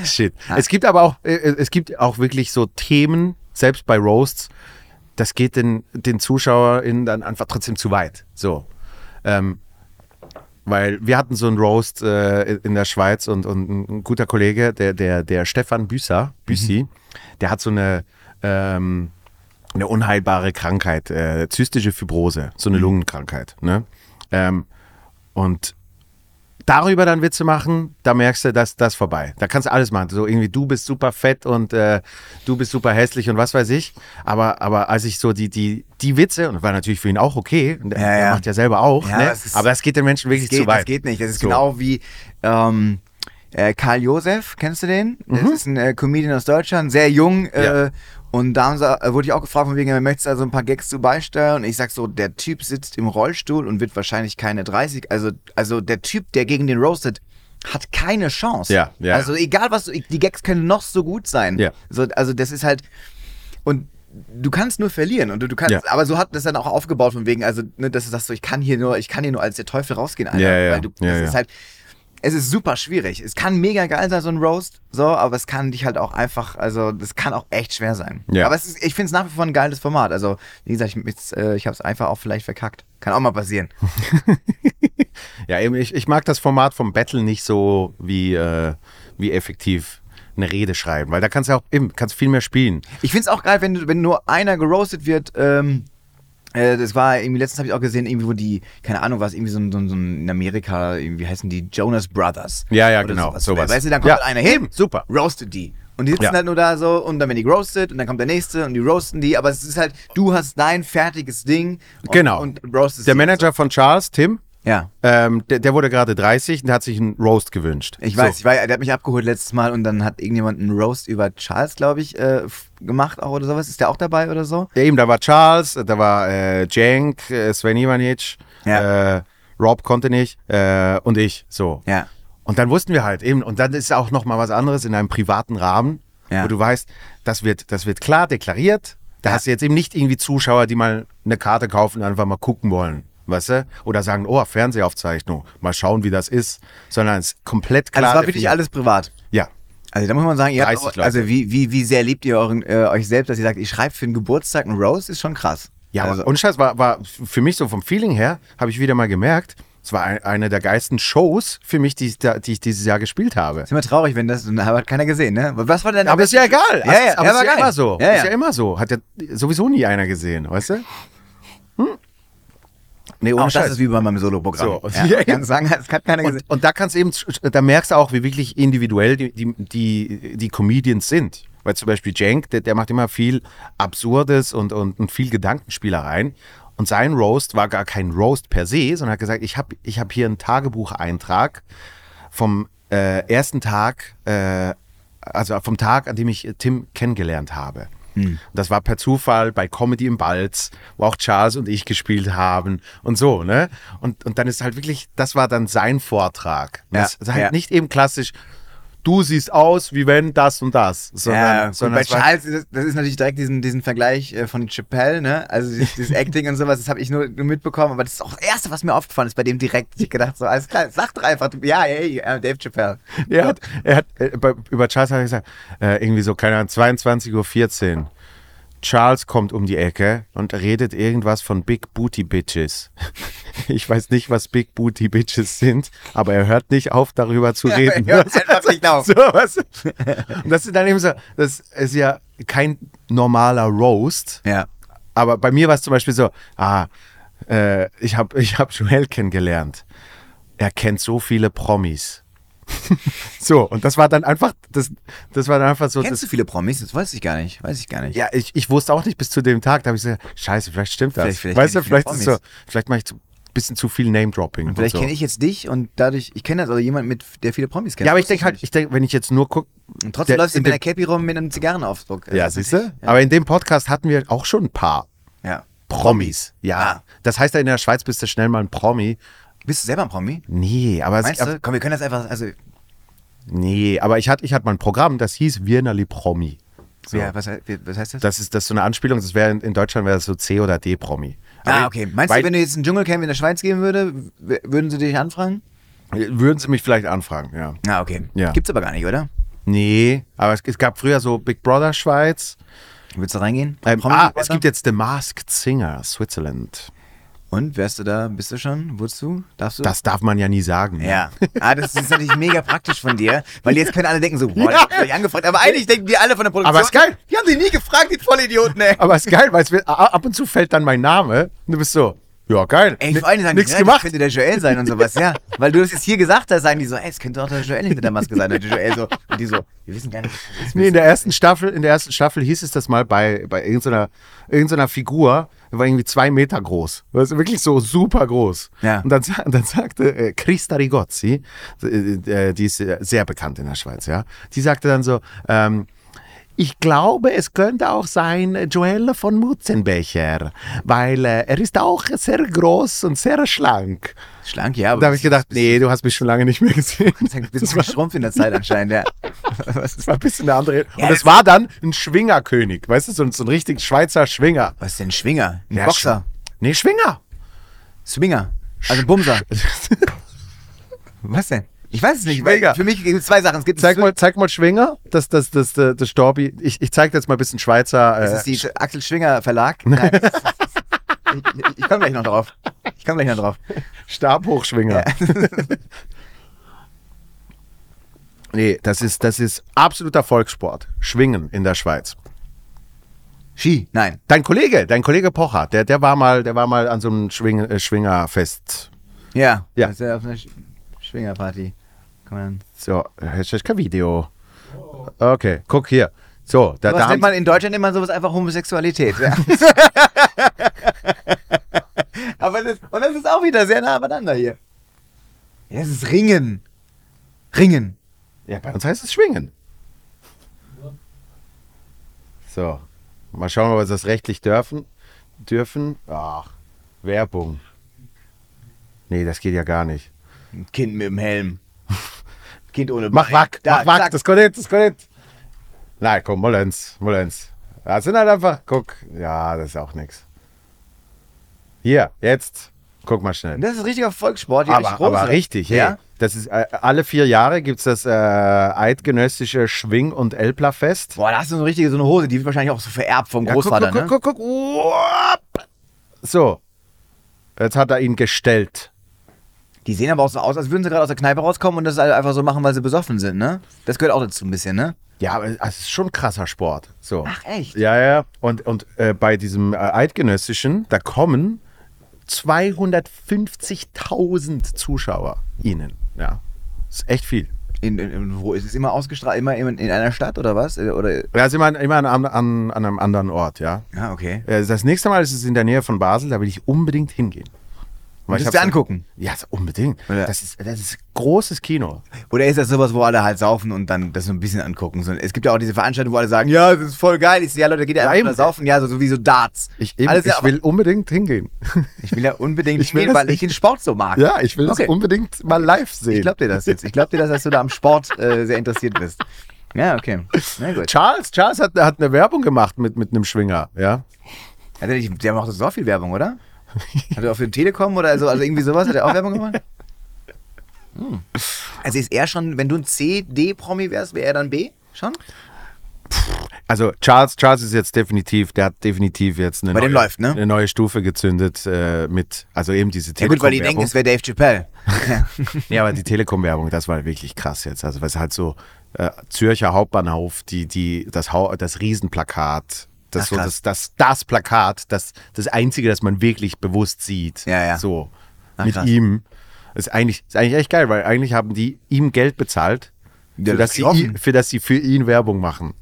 [SPEAKER 2] Shit. Es gibt aber auch, äh, es gibt auch wirklich so Themen, selbst bei Roasts, das geht den, den ZuschauerInnen dann einfach trotzdem zu weit. So. Ähm, weil wir hatten so einen Roast äh, in der Schweiz und, und ein guter Kollege, der, der, der Stefan Büsser,
[SPEAKER 1] Mhm.
[SPEAKER 2] Büssi, der hat so eine, ähm, eine unheilbare Krankheit, äh, zystische Fibrose, so eine
[SPEAKER 1] Mhm.
[SPEAKER 2] Lungenkrankheit. Ne? Ähm, und darüber dann Witze machen, da merkst du, dass das vorbei. Da kannst du alles machen. So irgendwie, du bist super fett und äh, du bist super hässlich und was weiß ich. Aber, aber als ich so die, die, die Witze, und war natürlich für ihn auch okay, und
[SPEAKER 1] Ja,
[SPEAKER 2] er
[SPEAKER 1] ja.
[SPEAKER 2] macht ja selber auch,
[SPEAKER 1] Ja,
[SPEAKER 2] ne?
[SPEAKER 1] das ist-
[SPEAKER 2] aber das geht den Menschen wirklich
[SPEAKER 1] das geht,
[SPEAKER 2] zu weit.
[SPEAKER 1] Das geht nicht. Das ist
[SPEAKER 2] So.
[SPEAKER 1] genau wie ähm, äh, Karl Josef, kennst du den? Das ist ein äh, Comedian aus Deutschland, sehr jung. Äh,
[SPEAKER 2] Mhm. Ja.
[SPEAKER 1] Und da haben sie, äh, wurde ich auch gefragt, von wegen, möchtest du also ein paar Gags zu beisteuern? Und ich sag so, der Typ sitzt im Rollstuhl und wird wahrscheinlich keine 30. Also, also der Typ, der gegen den roastet, hat keine Chance.
[SPEAKER 2] Ja, ja.
[SPEAKER 1] Also egal was, du- die Gags können noch so gut sein.
[SPEAKER 2] Ja.
[SPEAKER 1] So, also das ist halt, und du kannst nur verlieren und du, du kannst,
[SPEAKER 2] Ja.
[SPEAKER 1] aber so hat das dann auch aufgebaut von wegen, also ne, dass du sagst so, ich kann hier nur, ich kann hier nur als der Teufel rausgehen, Alter,
[SPEAKER 2] Ja, ja,
[SPEAKER 1] weil du,
[SPEAKER 2] ja,
[SPEAKER 1] das
[SPEAKER 2] ja.
[SPEAKER 1] ist halt, es ist super schwierig. Es kann mega geil sein so ein Roast, so, aber es kann dich halt auch einfach, also das kann auch echt schwer sein.
[SPEAKER 2] Ja.
[SPEAKER 1] Aber es ist, ich finde es nach wie vor ein geiles Format. Also wie gesagt, ich, jetzt, äh, ich habe es einfach auch vielleicht verkackt, kann auch mal passieren.
[SPEAKER 2] Ja, eben, ich, ich mag das Format vom Battle nicht so wie, äh, wie effektiv eine Rede schreiben, weil da kannst du auch eben, kannst viel mehr spielen.
[SPEAKER 1] Ich find's auch geil, wenn, du- wenn nur einer geroastet wird. Ähm, äh, das war irgendwie, letztens habe ich auch gesehen, irgendwie, wo die, keine Ahnung, was, irgendwie so, ein- so, ein- so ein- in Amerika, irgendwie heißen die Jonas Brothers.
[SPEAKER 2] Ja, ja,
[SPEAKER 1] Oder
[SPEAKER 2] genau, sowas.
[SPEAKER 1] Weißt du, dann kommt
[SPEAKER 2] Ja,
[SPEAKER 1] halt einer hin,
[SPEAKER 2] eben, super.
[SPEAKER 1] roastet die. Und die sitzen
[SPEAKER 2] Ja.
[SPEAKER 1] halt nur da so und dann werden die roasted und dann kommt der nächste und die roasten die, aber es ist halt, du hast dein fertiges Ding und,
[SPEAKER 2] Genau.
[SPEAKER 1] und roastest
[SPEAKER 2] Der
[SPEAKER 1] die.
[SPEAKER 2] Manager von Charles, Tim,
[SPEAKER 1] Ja.
[SPEAKER 2] ähm, der, der wurde gerade 30 und der hat sich einen Roast gewünscht.
[SPEAKER 1] Ich weiß, ich weiß, der hat mich abgeholt letztes Mal und dann hat irgendjemand einen Roast über Charles, glaube ich, äh, f- gemacht auch oder sowas. Ist der auch dabei oder so?
[SPEAKER 2] Ja, eben, da war Charles, da war äh, Jenk, äh, Sven Ivanic,
[SPEAKER 1] Ja.
[SPEAKER 2] äh, Rob konnte nicht äh, und ich, so.
[SPEAKER 1] Ja. Also,
[SPEAKER 2] Und dann wussten wir halt eben, und dann ist auch nochmal was anderes in einem privaten Rahmen,
[SPEAKER 1] Ja.
[SPEAKER 2] wo du weißt, das wird, das wird klar deklariert. Da
[SPEAKER 1] Ja.
[SPEAKER 2] hast du jetzt eben nicht irgendwie Zuschauer, die mal eine Karte kaufen und einfach mal gucken wollen. Weißt du? Oder sagen, oh, Fernsehaufzeichnung, mal schauen, wie das ist. Sondern es ist komplett
[SPEAKER 1] Also
[SPEAKER 2] klar.
[SPEAKER 1] es war wirklich
[SPEAKER 2] definiert.
[SPEAKER 1] alles privat.
[SPEAKER 2] Ja.
[SPEAKER 1] Also da muss man sagen, ihr habt
[SPEAKER 2] 30
[SPEAKER 1] auch,
[SPEAKER 2] Leute.
[SPEAKER 1] also wie, wie, wie sehr liebt ihr euren, äh, euch selbst, dass ihr sagt, ich schreibe für den Geburtstag einen Rose, ist schon krass.
[SPEAKER 2] Ja,
[SPEAKER 1] also,
[SPEAKER 2] aber und Scheiß war, war für mich so vom Feeling her, habe ich wieder mal gemerkt, es war ein, eine der geilsten Shows für mich, die ich, da, die ich dieses Jahr gespielt habe.
[SPEAKER 1] ist immer traurig, wenn das, aber hat keiner gesehen, ne? Was war denn
[SPEAKER 2] Aber ist ja egal.
[SPEAKER 1] Ja, ja,
[SPEAKER 2] aber
[SPEAKER 1] ja,
[SPEAKER 2] ist
[SPEAKER 1] war
[SPEAKER 2] ja
[SPEAKER 1] geil.
[SPEAKER 2] immer so.
[SPEAKER 1] Ja,
[SPEAKER 2] Ist
[SPEAKER 1] ja.
[SPEAKER 2] ja immer so. Hat ja sowieso nie einer gesehen, weißt du? Hm? Nee, ohne
[SPEAKER 1] Auch das
[SPEAKER 2] Scheiß.
[SPEAKER 1] ist wie bei meinem Solo-Programm.
[SPEAKER 2] So.
[SPEAKER 1] Ja,
[SPEAKER 2] Ja, ja.
[SPEAKER 1] Kann sagen, das hat keiner gesehen.
[SPEAKER 2] und, und da kannst du eben, da merkst du auch, wie wirklich individuell die, die, die, die Comedians sind. Weißt Weil zum Beispiel Jenk, der, der macht immer viel Absurdes und, und, und viel Gedankenspielereien. Und sein Roast war gar kein Roast per se, sondern hat gesagt, ich habe ich hab hier einen Tagebucheintrag vom äh, ersten Tag, äh, also vom Tag, an dem ich äh, Tim kennengelernt habe. Das war per Zufall bei Comedy im Balz, wo auch Charles und ich gespielt haben und so, ne? Und, und dann ist halt wirklich, das war dann sein Vortrag.
[SPEAKER 1] Ja,
[SPEAKER 2] Das ist halt
[SPEAKER 1] ja.
[SPEAKER 2] nicht eben klassisch, du siehst aus, wie wenn das und das. Sondern,
[SPEAKER 1] Ja, gut,
[SPEAKER 2] sondern
[SPEAKER 1] bei
[SPEAKER 2] es war-
[SPEAKER 1] Charles, ist es- das ist natürlich direkt diesen, diesen Vergleich äh, von Chappelle, ne? Also dieses, dieses Acting und sowas, das habe ich nur, nur mitbekommen, aber das ist auch das Erste, was mir aufgefallen ist bei dem direkt. Ich hab gedacht, so, alles klar, sag doch einfach, du- ja, hey, äh, Dave Chappelle.
[SPEAKER 2] er hat, er hat äh, bei, über Charles hat er gesagt, äh, irgendwie so, keine Ahnung, 22.14 Uhr. Charles kommt um die Ecke und redet irgendwas von Big Booty Bitches. Ich weiß nicht, was Big Booty Bitches sind, aber er hört nicht auf, darüber zu reden.
[SPEAKER 1] Ja, hört halt einfach nicht auf.
[SPEAKER 2] So, was? Und das ist dann eben so, das ist ja kein normaler Roast,
[SPEAKER 1] Ja.
[SPEAKER 2] aber bei mir war es zum Beispiel so, ah, äh, ich habe ich hab Joel kennengelernt. Er kennt so viele Promis. so, und das war dann einfach, das, das war dann einfach so.
[SPEAKER 1] Kennst du
[SPEAKER 2] das,
[SPEAKER 1] viele Promis? Das weiß ich gar nicht. Weiß ich gar nicht.
[SPEAKER 2] ja, ich, ich wusste auch nicht bis zu dem Tag, da habe ich gesagt, scheiße, vielleicht stimmt das.
[SPEAKER 1] Vielleicht- vielleicht
[SPEAKER 2] weißt
[SPEAKER 1] kenn
[SPEAKER 2] du,
[SPEAKER 1] ich viele
[SPEAKER 2] vielleicht ist so, vielleicht mache ich zu- bisschen zu viel Name-Dropping. Und
[SPEAKER 1] Vielleicht
[SPEAKER 2] so.
[SPEAKER 1] kenne ich jetzt dich und dadurch, ich kenne das, oder jemand, mit, der viele Promis kennt.
[SPEAKER 2] Ja, aber ich
[SPEAKER 1] Wusste
[SPEAKER 2] denke halt,
[SPEAKER 1] nicht.
[SPEAKER 2] ich denke, wenn ich jetzt nur gucke.
[SPEAKER 1] Und trotzdem läufst du mit einer Cappy rum mit einem Zigarrenaufdruck. Also
[SPEAKER 2] Ja,
[SPEAKER 1] das ist
[SPEAKER 2] siehst du?
[SPEAKER 1] nicht-
[SPEAKER 2] Aber in dem Podcast hatten wir auch schon ein paar
[SPEAKER 1] Ja.
[SPEAKER 2] Promis. Ja.
[SPEAKER 1] Ah.
[SPEAKER 2] Das heißt ja, in der Schweiz bist du schnell mal ein Promi.
[SPEAKER 1] Bist du selber ein Promi?
[SPEAKER 2] Nee, aber
[SPEAKER 1] Meinst
[SPEAKER 2] es,
[SPEAKER 1] du? Komm, wir können das einfach, also,
[SPEAKER 2] Nee, aber ich hatte, ich hatte mal ein Programm, das hieß Wirnerli Promi. So.
[SPEAKER 1] ja, was, he- was heißt das?
[SPEAKER 2] Das ist das ist so eine Anspielung, das wäre in, in Deutschland wäre das so C oder D Promi.
[SPEAKER 1] ah,
[SPEAKER 2] Aber-
[SPEAKER 1] okay. Meinst
[SPEAKER 2] weil,
[SPEAKER 1] du, wenn du jetzt ein Dschungelcamp in der Schweiz geben würde, w- würden sie dich anfragen?
[SPEAKER 2] würden sie mich vielleicht anfragen, ja.
[SPEAKER 1] Ah, okay.
[SPEAKER 2] Ja.
[SPEAKER 1] Gibt's aber gar nicht, oder?
[SPEAKER 2] Nee, aber es, es gab früher so Big Brother Schweiz.
[SPEAKER 1] Willst du da reingehen?
[SPEAKER 2] Ähm,
[SPEAKER 1] Promi Big
[SPEAKER 2] ah, es
[SPEAKER 1] Brother?
[SPEAKER 2] gibt jetzt The Masked Singer Switzerland.
[SPEAKER 1] Und wärst du da, bist du schon? Wurdest du? Darfst du?
[SPEAKER 2] Das darf man ja nie sagen. ne?
[SPEAKER 1] Ja. Ah, das ist natürlich mega praktisch von dir, weil jetzt können alle denken so, boah, ja. hab ich angefragt. Aber eigentlich denken die alle von der Produktion.
[SPEAKER 2] Aber ist geil.
[SPEAKER 1] Die haben sie nie gefragt, die Vollidioten, ey.
[SPEAKER 2] Aber ist geil, weil es wird, a- ab und zu fällt dann mein Name und du bist so, ja, geil.
[SPEAKER 1] Ey, vor allem sagen ne, die,
[SPEAKER 2] Nichts
[SPEAKER 1] ja, Das
[SPEAKER 2] gemacht.
[SPEAKER 1] könnte der Joel sein und sowas, ja. Weil du das jetzt hier gesagt hast, sagen die so, ey, es könnte auch der Joel hinter der Maske sein. Und der Joel so, und die so, wir wissen gar nicht, was das ist.
[SPEAKER 2] Nee, in der ersten Staffel, in der ersten Staffel hieß es das mal bei, bei irgendeiner, irgendeiner Figur, die war irgendwie zwei Meter groß. Das ist wirklich so super groß.
[SPEAKER 1] Ja.
[SPEAKER 2] Und dann, sa- dann sagte äh, Christa Rigozzi, äh, äh, die ist äh, sehr bekannt in der Schweiz, ja, die sagte dann so, ähm, ich glaube, es könnte auch sein äh, Joelle von Mutzenbecher, weil äh, er ist auch sehr groß und sehr schlank.
[SPEAKER 1] Schlank, ja, aber
[SPEAKER 2] Da habe ich gedacht, nee, du hast mich schon lange nicht mehr gesehen.
[SPEAKER 1] das ist ein bisschen geschrumpft in der Zeit anscheinend, ja.
[SPEAKER 2] Das ist mal ein bisschen eine andere.
[SPEAKER 1] Ja,
[SPEAKER 2] und
[SPEAKER 1] das-
[SPEAKER 2] es war dann ein Schwingerkönig, weißt du, so ein, so ein richtig Schweizer Schwinger.
[SPEAKER 1] Was ist denn ein Schwinger? Ein
[SPEAKER 2] Ja,
[SPEAKER 1] Boxer?
[SPEAKER 2] Sch- Nee, Schwinger.
[SPEAKER 1] Swinger? Also ein Bumser? Was denn? Ich weiß es nicht. weil
[SPEAKER 2] Schwinger.
[SPEAKER 1] Für mich gibt es zwei Sachen. Es gibt
[SPEAKER 2] Zeig
[SPEAKER 1] einen
[SPEAKER 2] mal, zeig mal Schwinger, das, das, das, das, das Storbi. Ich, ich zeig dir jetzt mal ein bisschen Schweizer.
[SPEAKER 1] Das
[SPEAKER 2] Äh,
[SPEAKER 1] ist die Sch- Axel Schwinger Verlag. Nein. ich ich, ich komme gleich noch drauf. Ich komme gleich noch drauf.
[SPEAKER 2] Stabhochschwinger. nee, das ist, das ist absoluter Volkssport. Schwingen in der Schweiz.
[SPEAKER 1] Ski? Nein.
[SPEAKER 2] Dein Kollege, dein Kollege Pocher, der, der war mal, der war mal an so einem Schwing, äh, Schwingerfest.
[SPEAKER 1] Ja.
[SPEAKER 2] Ja.
[SPEAKER 1] Das ist ja auf einer Sch Schwingerparty. Komm an.
[SPEAKER 2] So, äh, jetzt ist kein Video. Okay, guck hier. So,
[SPEAKER 1] Was
[SPEAKER 2] da, da
[SPEAKER 1] Oh. nennt
[SPEAKER 2] haben,
[SPEAKER 1] man in Deutschland nennt man sowas einfach Homosexualität. Ja. Aber das, und das ist auch wieder sehr nah beieinander hier. Ja, es ist Ringen. Ringen.
[SPEAKER 2] Ja, bei uns heißt es Schwingen. So, mal schauen, ob wir das rechtlich dürfen. Dürfen. Ach, Werbung. Nee, das geht ja gar nicht.
[SPEAKER 1] Ein Kind mit dem Helm. Kind ohne
[SPEAKER 2] Mach
[SPEAKER 1] Bein.
[SPEAKER 2] wack,
[SPEAKER 1] Da,
[SPEAKER 2] mach wack,
[SPEAKER 1] zack.
[SPEAKER 2] das geht nicht, das geht nicht. Nein, komm, mal eins, mal eins. Das sind halt einfach, guck, ja, das ist auch nichts. Hier, jetzt, guck mal schnell.
[SPEAKER 1] Das ist ein richtiger Volkssport. hier,
[SPEAKER 2] aber,
[SPEAKER 1] richtig groß,
[SPEAKER 2] aber
[SPEAKER 1] oder?
[SPEAKER 2] richtig, hey.
[SPEAKER 1] Ja?
[SPEAKER 2] Das ist, äh, alle vier Jahre gibt es das äh, eidgenössische Schwing- und Elplerfest.
[SPEAKER 1] Boah, da hast du so eine richtige so eine Hose, die wird wahrscheinlich auch so vererbt vom
[SPEAKER 2] Ja,
[SPEAKER 1] Großvater,
[SPEAKER 2] guck,
[SPEAKER 1] ne?
[SPEAKER 2] guck, guck, guck, guck. Uap. So. Jetzt hat er ihn gestellt.
[SPEAKER 1] Die sehen aber auch so aus, als würden sie gerade aus der Kneipe rauskommen und das halt einfach so machen, weil sie besoffen sind, ne? Das gehört auch dazu ein bisschen, ne?
[SPEAKER 2] Ja, aber es ist schon krasser Sport. So.
[SPEAKER 1] Ach, echt?
[SPEAKER 2] Ja, ja. Und, und äh, bei diesem äh, Eidgenössischen, da kommen 250.000 Zuschauer ihnen. Ja. ist echt viel.
[SPEAKER 1] In, in, in, wo ist es immer ausgestrahlt? Immer in, in einer Stadt oder was? Äh, Oder,
[SPEAKER 2] Ja, ist immer, immer an, an, an einem anderen Ort, ja.
[SPEAKER 1] ja, okay.
[SPEAKER 2] Äh, Das nächste Mal ist es in der Nähe von Basel, da will ich unbedingt hingehen. Weil
[SPEAKER 1] Willst
[SPEAKER 2] ich
[SPEAKER 1] du dir
[SPEAKER 2] hab's-
[SPEAKER 1] angucken?
[SPEAKER 2] Ja, so unbedingt.
[SPEAKER 1] Ja.
[SPEAKER 2] Das, ist, das ist großes Kino.
[SPEAKER 1] Oder ist das sowas, wo alle halt saufen und dann das so ein bisschen angucken? So, es gibt ja auch diese Veranstaltungen, wo alle sagen, ja, das ist voll geil. Ich so, ja, Leute, geht ja einfach
[SPEAKER 2] eben.
[SPEAKER 1] nur saufen. Ja, so, so wie so Darts.
[SPEAKER 2] Ich, eben,
[SPEAKER 1] Alles ja,
[SPEAKER 2] ich will unbedingt hingehen.
[SPEAKER 1] ich will ja unbedingt
[SPEAKER 2] Ich will
[SPEAKER 1] hingehen,
[SPEAKER 2] das
[SPEAKER 1] weil ich den Sport so mag.
[SPEAKER 2] ja, ich will das
[SPEAKER 1] Okay.
[SPEAKER 2] unbedingt mal live sehen.
[SPEAKER 1] Ich glaub dir das jetzt. Ich glaub dir das, dass du da am Sport äh, sehr interessiert bist. Ja, okay. Na gut.
[SPEAKER 2] Charles, Charles hat, hat eine Werbung gemacht mit, mit einem Schwinger, ja.
[SPEAKER 1] Hat er nicht, der macht doch so viel Werbung, oder? Hat er auch für Telekom oder so, also irgendwie sowas, hat er auch Werbung gemacht? Hm. Also ist er schon, wenn du ein C, D-Promi wärst, wäre er dann B? Schon?
[SPEAKER 2] Also Charles, Charles ist jetzt definitiv, der hat definitiv jetzt eine,
[SPEAKER 1] Bei
[SPEAKER 2] neue,
[SPEAKER 1] dem läuft, ne?
[SPEAKER 2] eine neue Stufe gezündet äh, mit, also eben diese
[SPEAKER 1] Ja gut, weil die denken,
[SPEAKER 2] Telekom-Werbung.
[SPEAKER 1] es wäre Dave Chappelle.
[SPEAKER 2] Ja, aber die Telekom-Werbung, das war wirklich krass jetzt. Also, was halt so äh, Zürcher Hauptbahnhof, die, die, das, Hau das Riesenplakat. Das,
[SPEAKER 1] Ach,
[SPEAKER 2] so,
[SPEAKER 1] krass.
[SPEAKER 2] das, das, das Plakat, das, das einzige, das man wirklich bewusst sieht.
[SPEAKER 1] Ja, ja.
[SPEAKER 2] So.
[SPEAKER 1] Ach,
[SPEAKER 2] mit
[SPEAKER 1] krass.
[SPEAKER 2] ihm. Ist eigentlich, ist eigentlich echt geil, weil eigentlich haben die ihm Geld bezahlt,
[SPEAKER 1] Ja,
[SPEAKER 2] für,
[SPEAKER 1] das
[SPEAKER 2] das
[SPEAKER 1] ist
[SPEAKER 2] sie,
[SPEAKER 1] offen.
[SPEAKER 2] ihn- für das sie für ihn Werbung machen.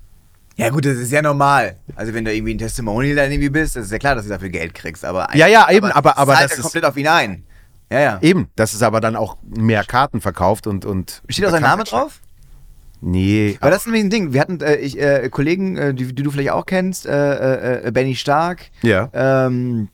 [SPEAKER 1] Ja gut, das ist ja normal. Also wenn du irgendwie ein Testimonial dann irgendwie bist, das ist ja klar, dass du dafür Geld kriegst. Aber
[SPEAKER 2] Ja, ja, eben, aber- aber
[SPEAKER 1] es zahlt
[SPEAKER 2] das
[SPEAKER 1] ja
[SPEAKER 2] ist-
[SPEAKER 1] komplett auf ihn ein. Ja, ja.
[SPEAKER 2] Eben, das ist aber dann auch mehr Karten verkauft und. und
[SPEAKER 1] Steht auch sein Name
[SPEAKER 2] Bekanntheit-
[SPEAKER 1] drauf?
[SPEAKER 2] Nee.
[SPEAKER 1] Weil das ist nämlich ein Ding. Wir hatten äh, ich, äh, Kollegen, äh, die, die du vielleicht auch kennst, äh, äh, äh, Benny Stark
[SPEAKER 2] Ja.
[SPEAKER 1] ähm,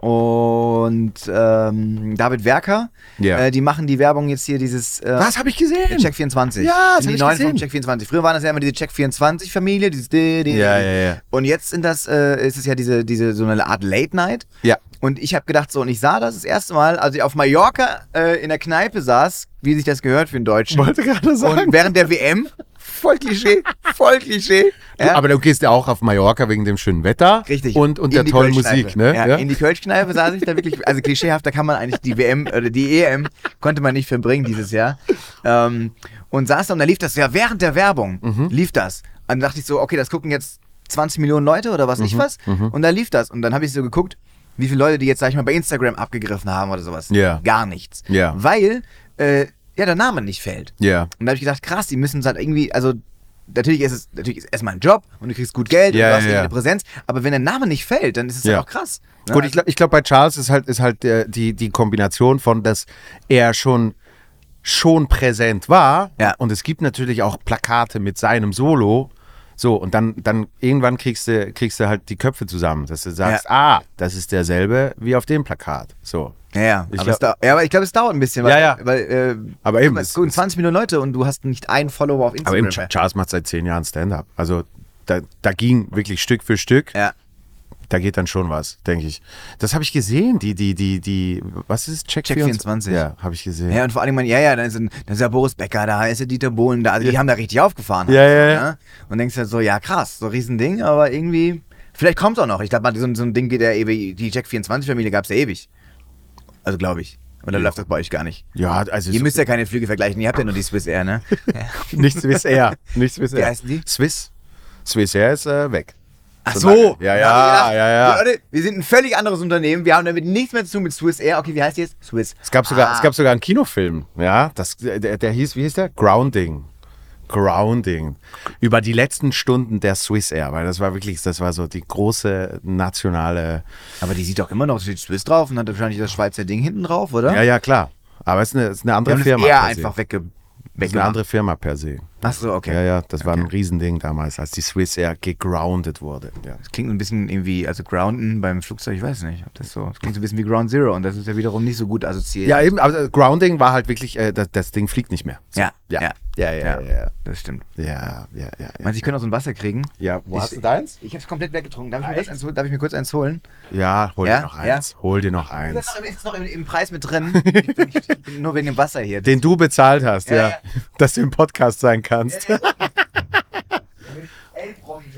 [SPEAKER 1] und ähm, David Werker.
[SPEAKER 2] Ja.
[SPEAKER 1] Äh, die machen die Werbung jetzt hier dieses äh,
[SPEAKER 2] Das habe ich gesehen.
[SPEAKER 1] Check 24.
[SPEAKER 2] Ja, das
[SPEAKER 1] sind
[SPEAKER 2] hab
[SPEAKER 1] die
[SPEAKER 2] ich
[SPEAKER 1] neuen vom
[SPEAKER 2] gesehen.
[SPEAKER 1] Check 24. Früher waren das ja immer diese Check 24 Familie, dieses D, D, D.
[SPEAKER 2] Ja, ja, ja.
[SPEAKER 1] Und jetzt sind das äh, ist es ja diese diese so eine Art Late Night.
[SPEAKER 2] Ja.
[SPEAKER 1] Und ich habe gedacht so und ich sah das das erste Mal, als ich auf Mallorca äh, in der Kneipe saß, wie sich das gehört für einen Deutschen.
[SPEAKER 2] Wollte gerade sagen.
[SPEAKER 1] Und während der WM, voll Klischee, voll Klischee.
[SPEAKER 2] Du, Aber du gehst ja auch auf Mallorca wegen dem schönen Wetter
[SPEAKER 1] Richtig.
[SPEAKER 2] und, und
[SPEAKER 1] In
[SPEAKER 2] der
[SPEAKER 1] die
[SPEAKER 2] tollen
[SPEAKER 1] Kölschkneipe.
[SPEAKER 2] Musik. Ne?
[SPEAKER 1] Ja,
[SPEAKER 2] Ja.
[SPEAKER 1] In die Kölschkneipe saß ich da wirklich, also klischeehaft, da kann man eigentlich die WM oder die EM, konnte man nicht verbringen dieses Jahr. Ähm, und saß da und da lief das ja während der Werbung,
[SPEAKER 2] Mhm.
[SPEAKER 1] lief das. Und dann dachte ich so, okay, das gucken jetzt 20 Millionen Leute oder was
[SPEAKER 2] Mhm.
[SPEAKER 1] ich was. Und da lief das. Und dann habe ich so geguckt, wie viele Leute, die jetzt, sag ich mal, bei Instagram abgegriffen haben oder sowas.
[SPEAKER 2] Ja.
[SPEAKER 1] Gar nichts.
[SPEAKER 2] Ja.
[SPEAKER 1] Weil, äh, ja, der Name nicht fällt.
[SPEAKER 2] Ja.
[SPEAKER 1] Und da habe ich gedacht, krass, die müssen es halt irgendwie, also natürlich ist es natürlich ist es erstmal ein Job und du kriegst gut Geld
[SPEAKER 2] Ja,
[SPEAKER 1] und du hast
[SPEAKER 2] ja,
[SPEAKER 1] irgendwie
[SPEAKER 2] ja.
[SPEAKER 1] eine Präsenz, aber wenn der Name nicht fällt, dann ist es ja
[SPEAKER 2] Ja.
[SPEAKER 1] auch krass. ne?
[SPEAKER 2] Gut, ich glaube, ich glaub, bei Charles ist halt, ist halt der, die, die Kombination von, dass er schon, schon präsent war
[SPEAKER 1] Ja.
[SPEAKER 2] und es gibt natürlich auch Plakate mit seinem Solo. So, und dann, dann irgendwann kriegst du, kriegst du halt die Köpfe zusammen, dass du sagst, ah, das ist derselbe wie auf dem Plakat. So.
[SPEAKER 1] ja, ja.
[SPEAKER 2] Ich
[SPEAKER 1] aber
[SPEAKER 2] glaub-
[SPEAKER 1] es dau- ja, aber ich glaube, es dauert ein bisschen, weil,
[SPEAKER 2] Ja, ja.
[SPEAKER 1] weil äh,
[SPEAKER 2] Aber eben,
[SPEAKER 1] guck mal,
[SPEAKER 2] es-
[SPEAKER 1] es gucken 20 Millionen Leute und du hast nicht einen Follower auf
[SPEAKER 2] Aber
[SPEAKER 1] Instagram.
[SPEAKER 2] eben, Ch- Charles macht seit zehn Jahren Stand-up. Also da, da ging wirklich Stück für Stück.
[SPEAKER 1] ja.
[SPEAKER 2] da geht dann schon was, denke ich. Das habe ich gesehen, die, die, die, die, was ist es? Check,
[SPEAKER 1] Check 24.
[SPEAKER 2] Ja, habe ich gesehen.
[SPEAKER 1] ja, und vor allem, man- ja, ja, dann ist, ein, dann ist ja Boris Becker da, ist ja Dieter Bohlen da, also die haben da richtig aufgefahren.
[SPEAKER 2] Ja,
[SPEAKER 1] halt,
[SPEAKER 2] ja,
[SPEAKER 1] so,
[SPEAKER 2] ja.
[SPEAKER 1] ne? Und denkst halt so, ja krass, so ein Riesending, aber irgendwie, vielleicht kommt es auch noch. Ich glaube, so, ein- so ein Ding geht ja ewig, die Check24-Familie gab es ja ewig. Also glaube ich. Oder läuft das bei euch gar nicht?
[SPEAKER 2] Ja, also
[SPEAKER 1] Ihr
[SPEAKER 2] so-
[SPEAKER 1] müsst ja keine Flüge vergleichen, ihr habt ja nur die Swiss Air, ne?
[SPEAKER 2] nicht Swiss Air. Nicht Swiss Air.
[SPEAKER 1] Wie heißen die?
[SPEAKER 2] Swiss. Swiss Air ist äh, weg.
[SPEAKER 1] Ach
[SPEAKER 2] so. Ja, ja,
[SPEAKER 1] Dann hab ich
[SPEAKER 2] ja, ja.
[SPEAKER 1] Leute, wir sind ein völlig anderes Unternehmen, wir haben damit nichts mehr zu tun mit Swiss Air. Okay, wie heißt die jetzt? Swiss.
[SPEAKER 2] Es gab sogar,
[SPEAKER 1] Ah.
[SPEAKER 2] es gab sogar einen Kinofilm, ja. Das, äh, der, der hieß, wie hieß der? Grounding. Grounding. Über die letzten Stunden der Swiss Air, weil das war wirklich, das war so die große nationale.
[SPEAKER 1] Aber die sieht doch immer noch steht Swiss drauf und hat wahrscheinlich das Schweizer Ding hinten drauf, oder?
[SPEAKER 2] Ja, ja, klar. Aber es ist eine, es ist eine
[SPEAKER 1] Wir
[SPEAKER 2] andere
[SPEAKER 1] haben das
[SPEAKER 2] Firma.
[SPEAKER 1] eher
[SPEAKER 2] per se.
[SPEAKER 1] einfach wegge
[SPEAKER 2] es ist eine
[SPEAKER 1] weggemacht.
[SPEAKER 2] andere Firma per se.
[SPEAKER 1] Ach so, okay.
[SPEAKER 2] Ja, ja, das war ein Riesending damals, als die Swiss Air gegroundet wurde. Ja.
[SPEAKER 1] Das klingt ein bisschen irgendwie, also Grounden beim Flugzeug, ich weiß nicht, ob das so, das klingt so ein bisschen wie Ground Zero und das ist ja wiederum nicht so gut assoziiert.
[SPEAKER 2] Ja, eben, aber äh, Grounding war halt wirklich, äh, das, das Ding fliegt nicht mehr. So.
[SPEAKER 1] ja,
[SPEAKER 2] ja, ja, ja, ja,
[SPEAKER 1] Das stimmt.
[SPEAKER 2] ja, ja, ja. ja.
[SPEAKER 1] Meinst du, ich könnte auch so ein Wasser kriegen?
[SPEAKER 2] Ja, wo
[SPEAKER 1] Ich-
[SPEAKER 2] hast du deins?
[SPEAKER 1] Ich hab's komplett weggetrunken. Darf ich, mir kurz eins, holen? darf ich mir kurz eins holen?
[SPEAKER 2] Ja, hol
[SPEAKER 1] Ja,
[SPEAKER 2] dir noch eins. Hol dir
[SPEAKER 1] Ist
[SPEAKER 2] noch
[SPEAKER 1] das
[SPEAKER 2] eins.
[SPEAKER 1] noch, im- ist das noch im, im Preis mit drin? Ich bin, ich bin nur wegen dem Wasser hier.
[SPEAKER 2] Den du bezahlt hast,
[SPEAKER 1] Ja,
[SPEAKER 2] ja.
[SPEAKER 1] ja.
[SPEAKER 2] Dass du im Podcast sein kannst.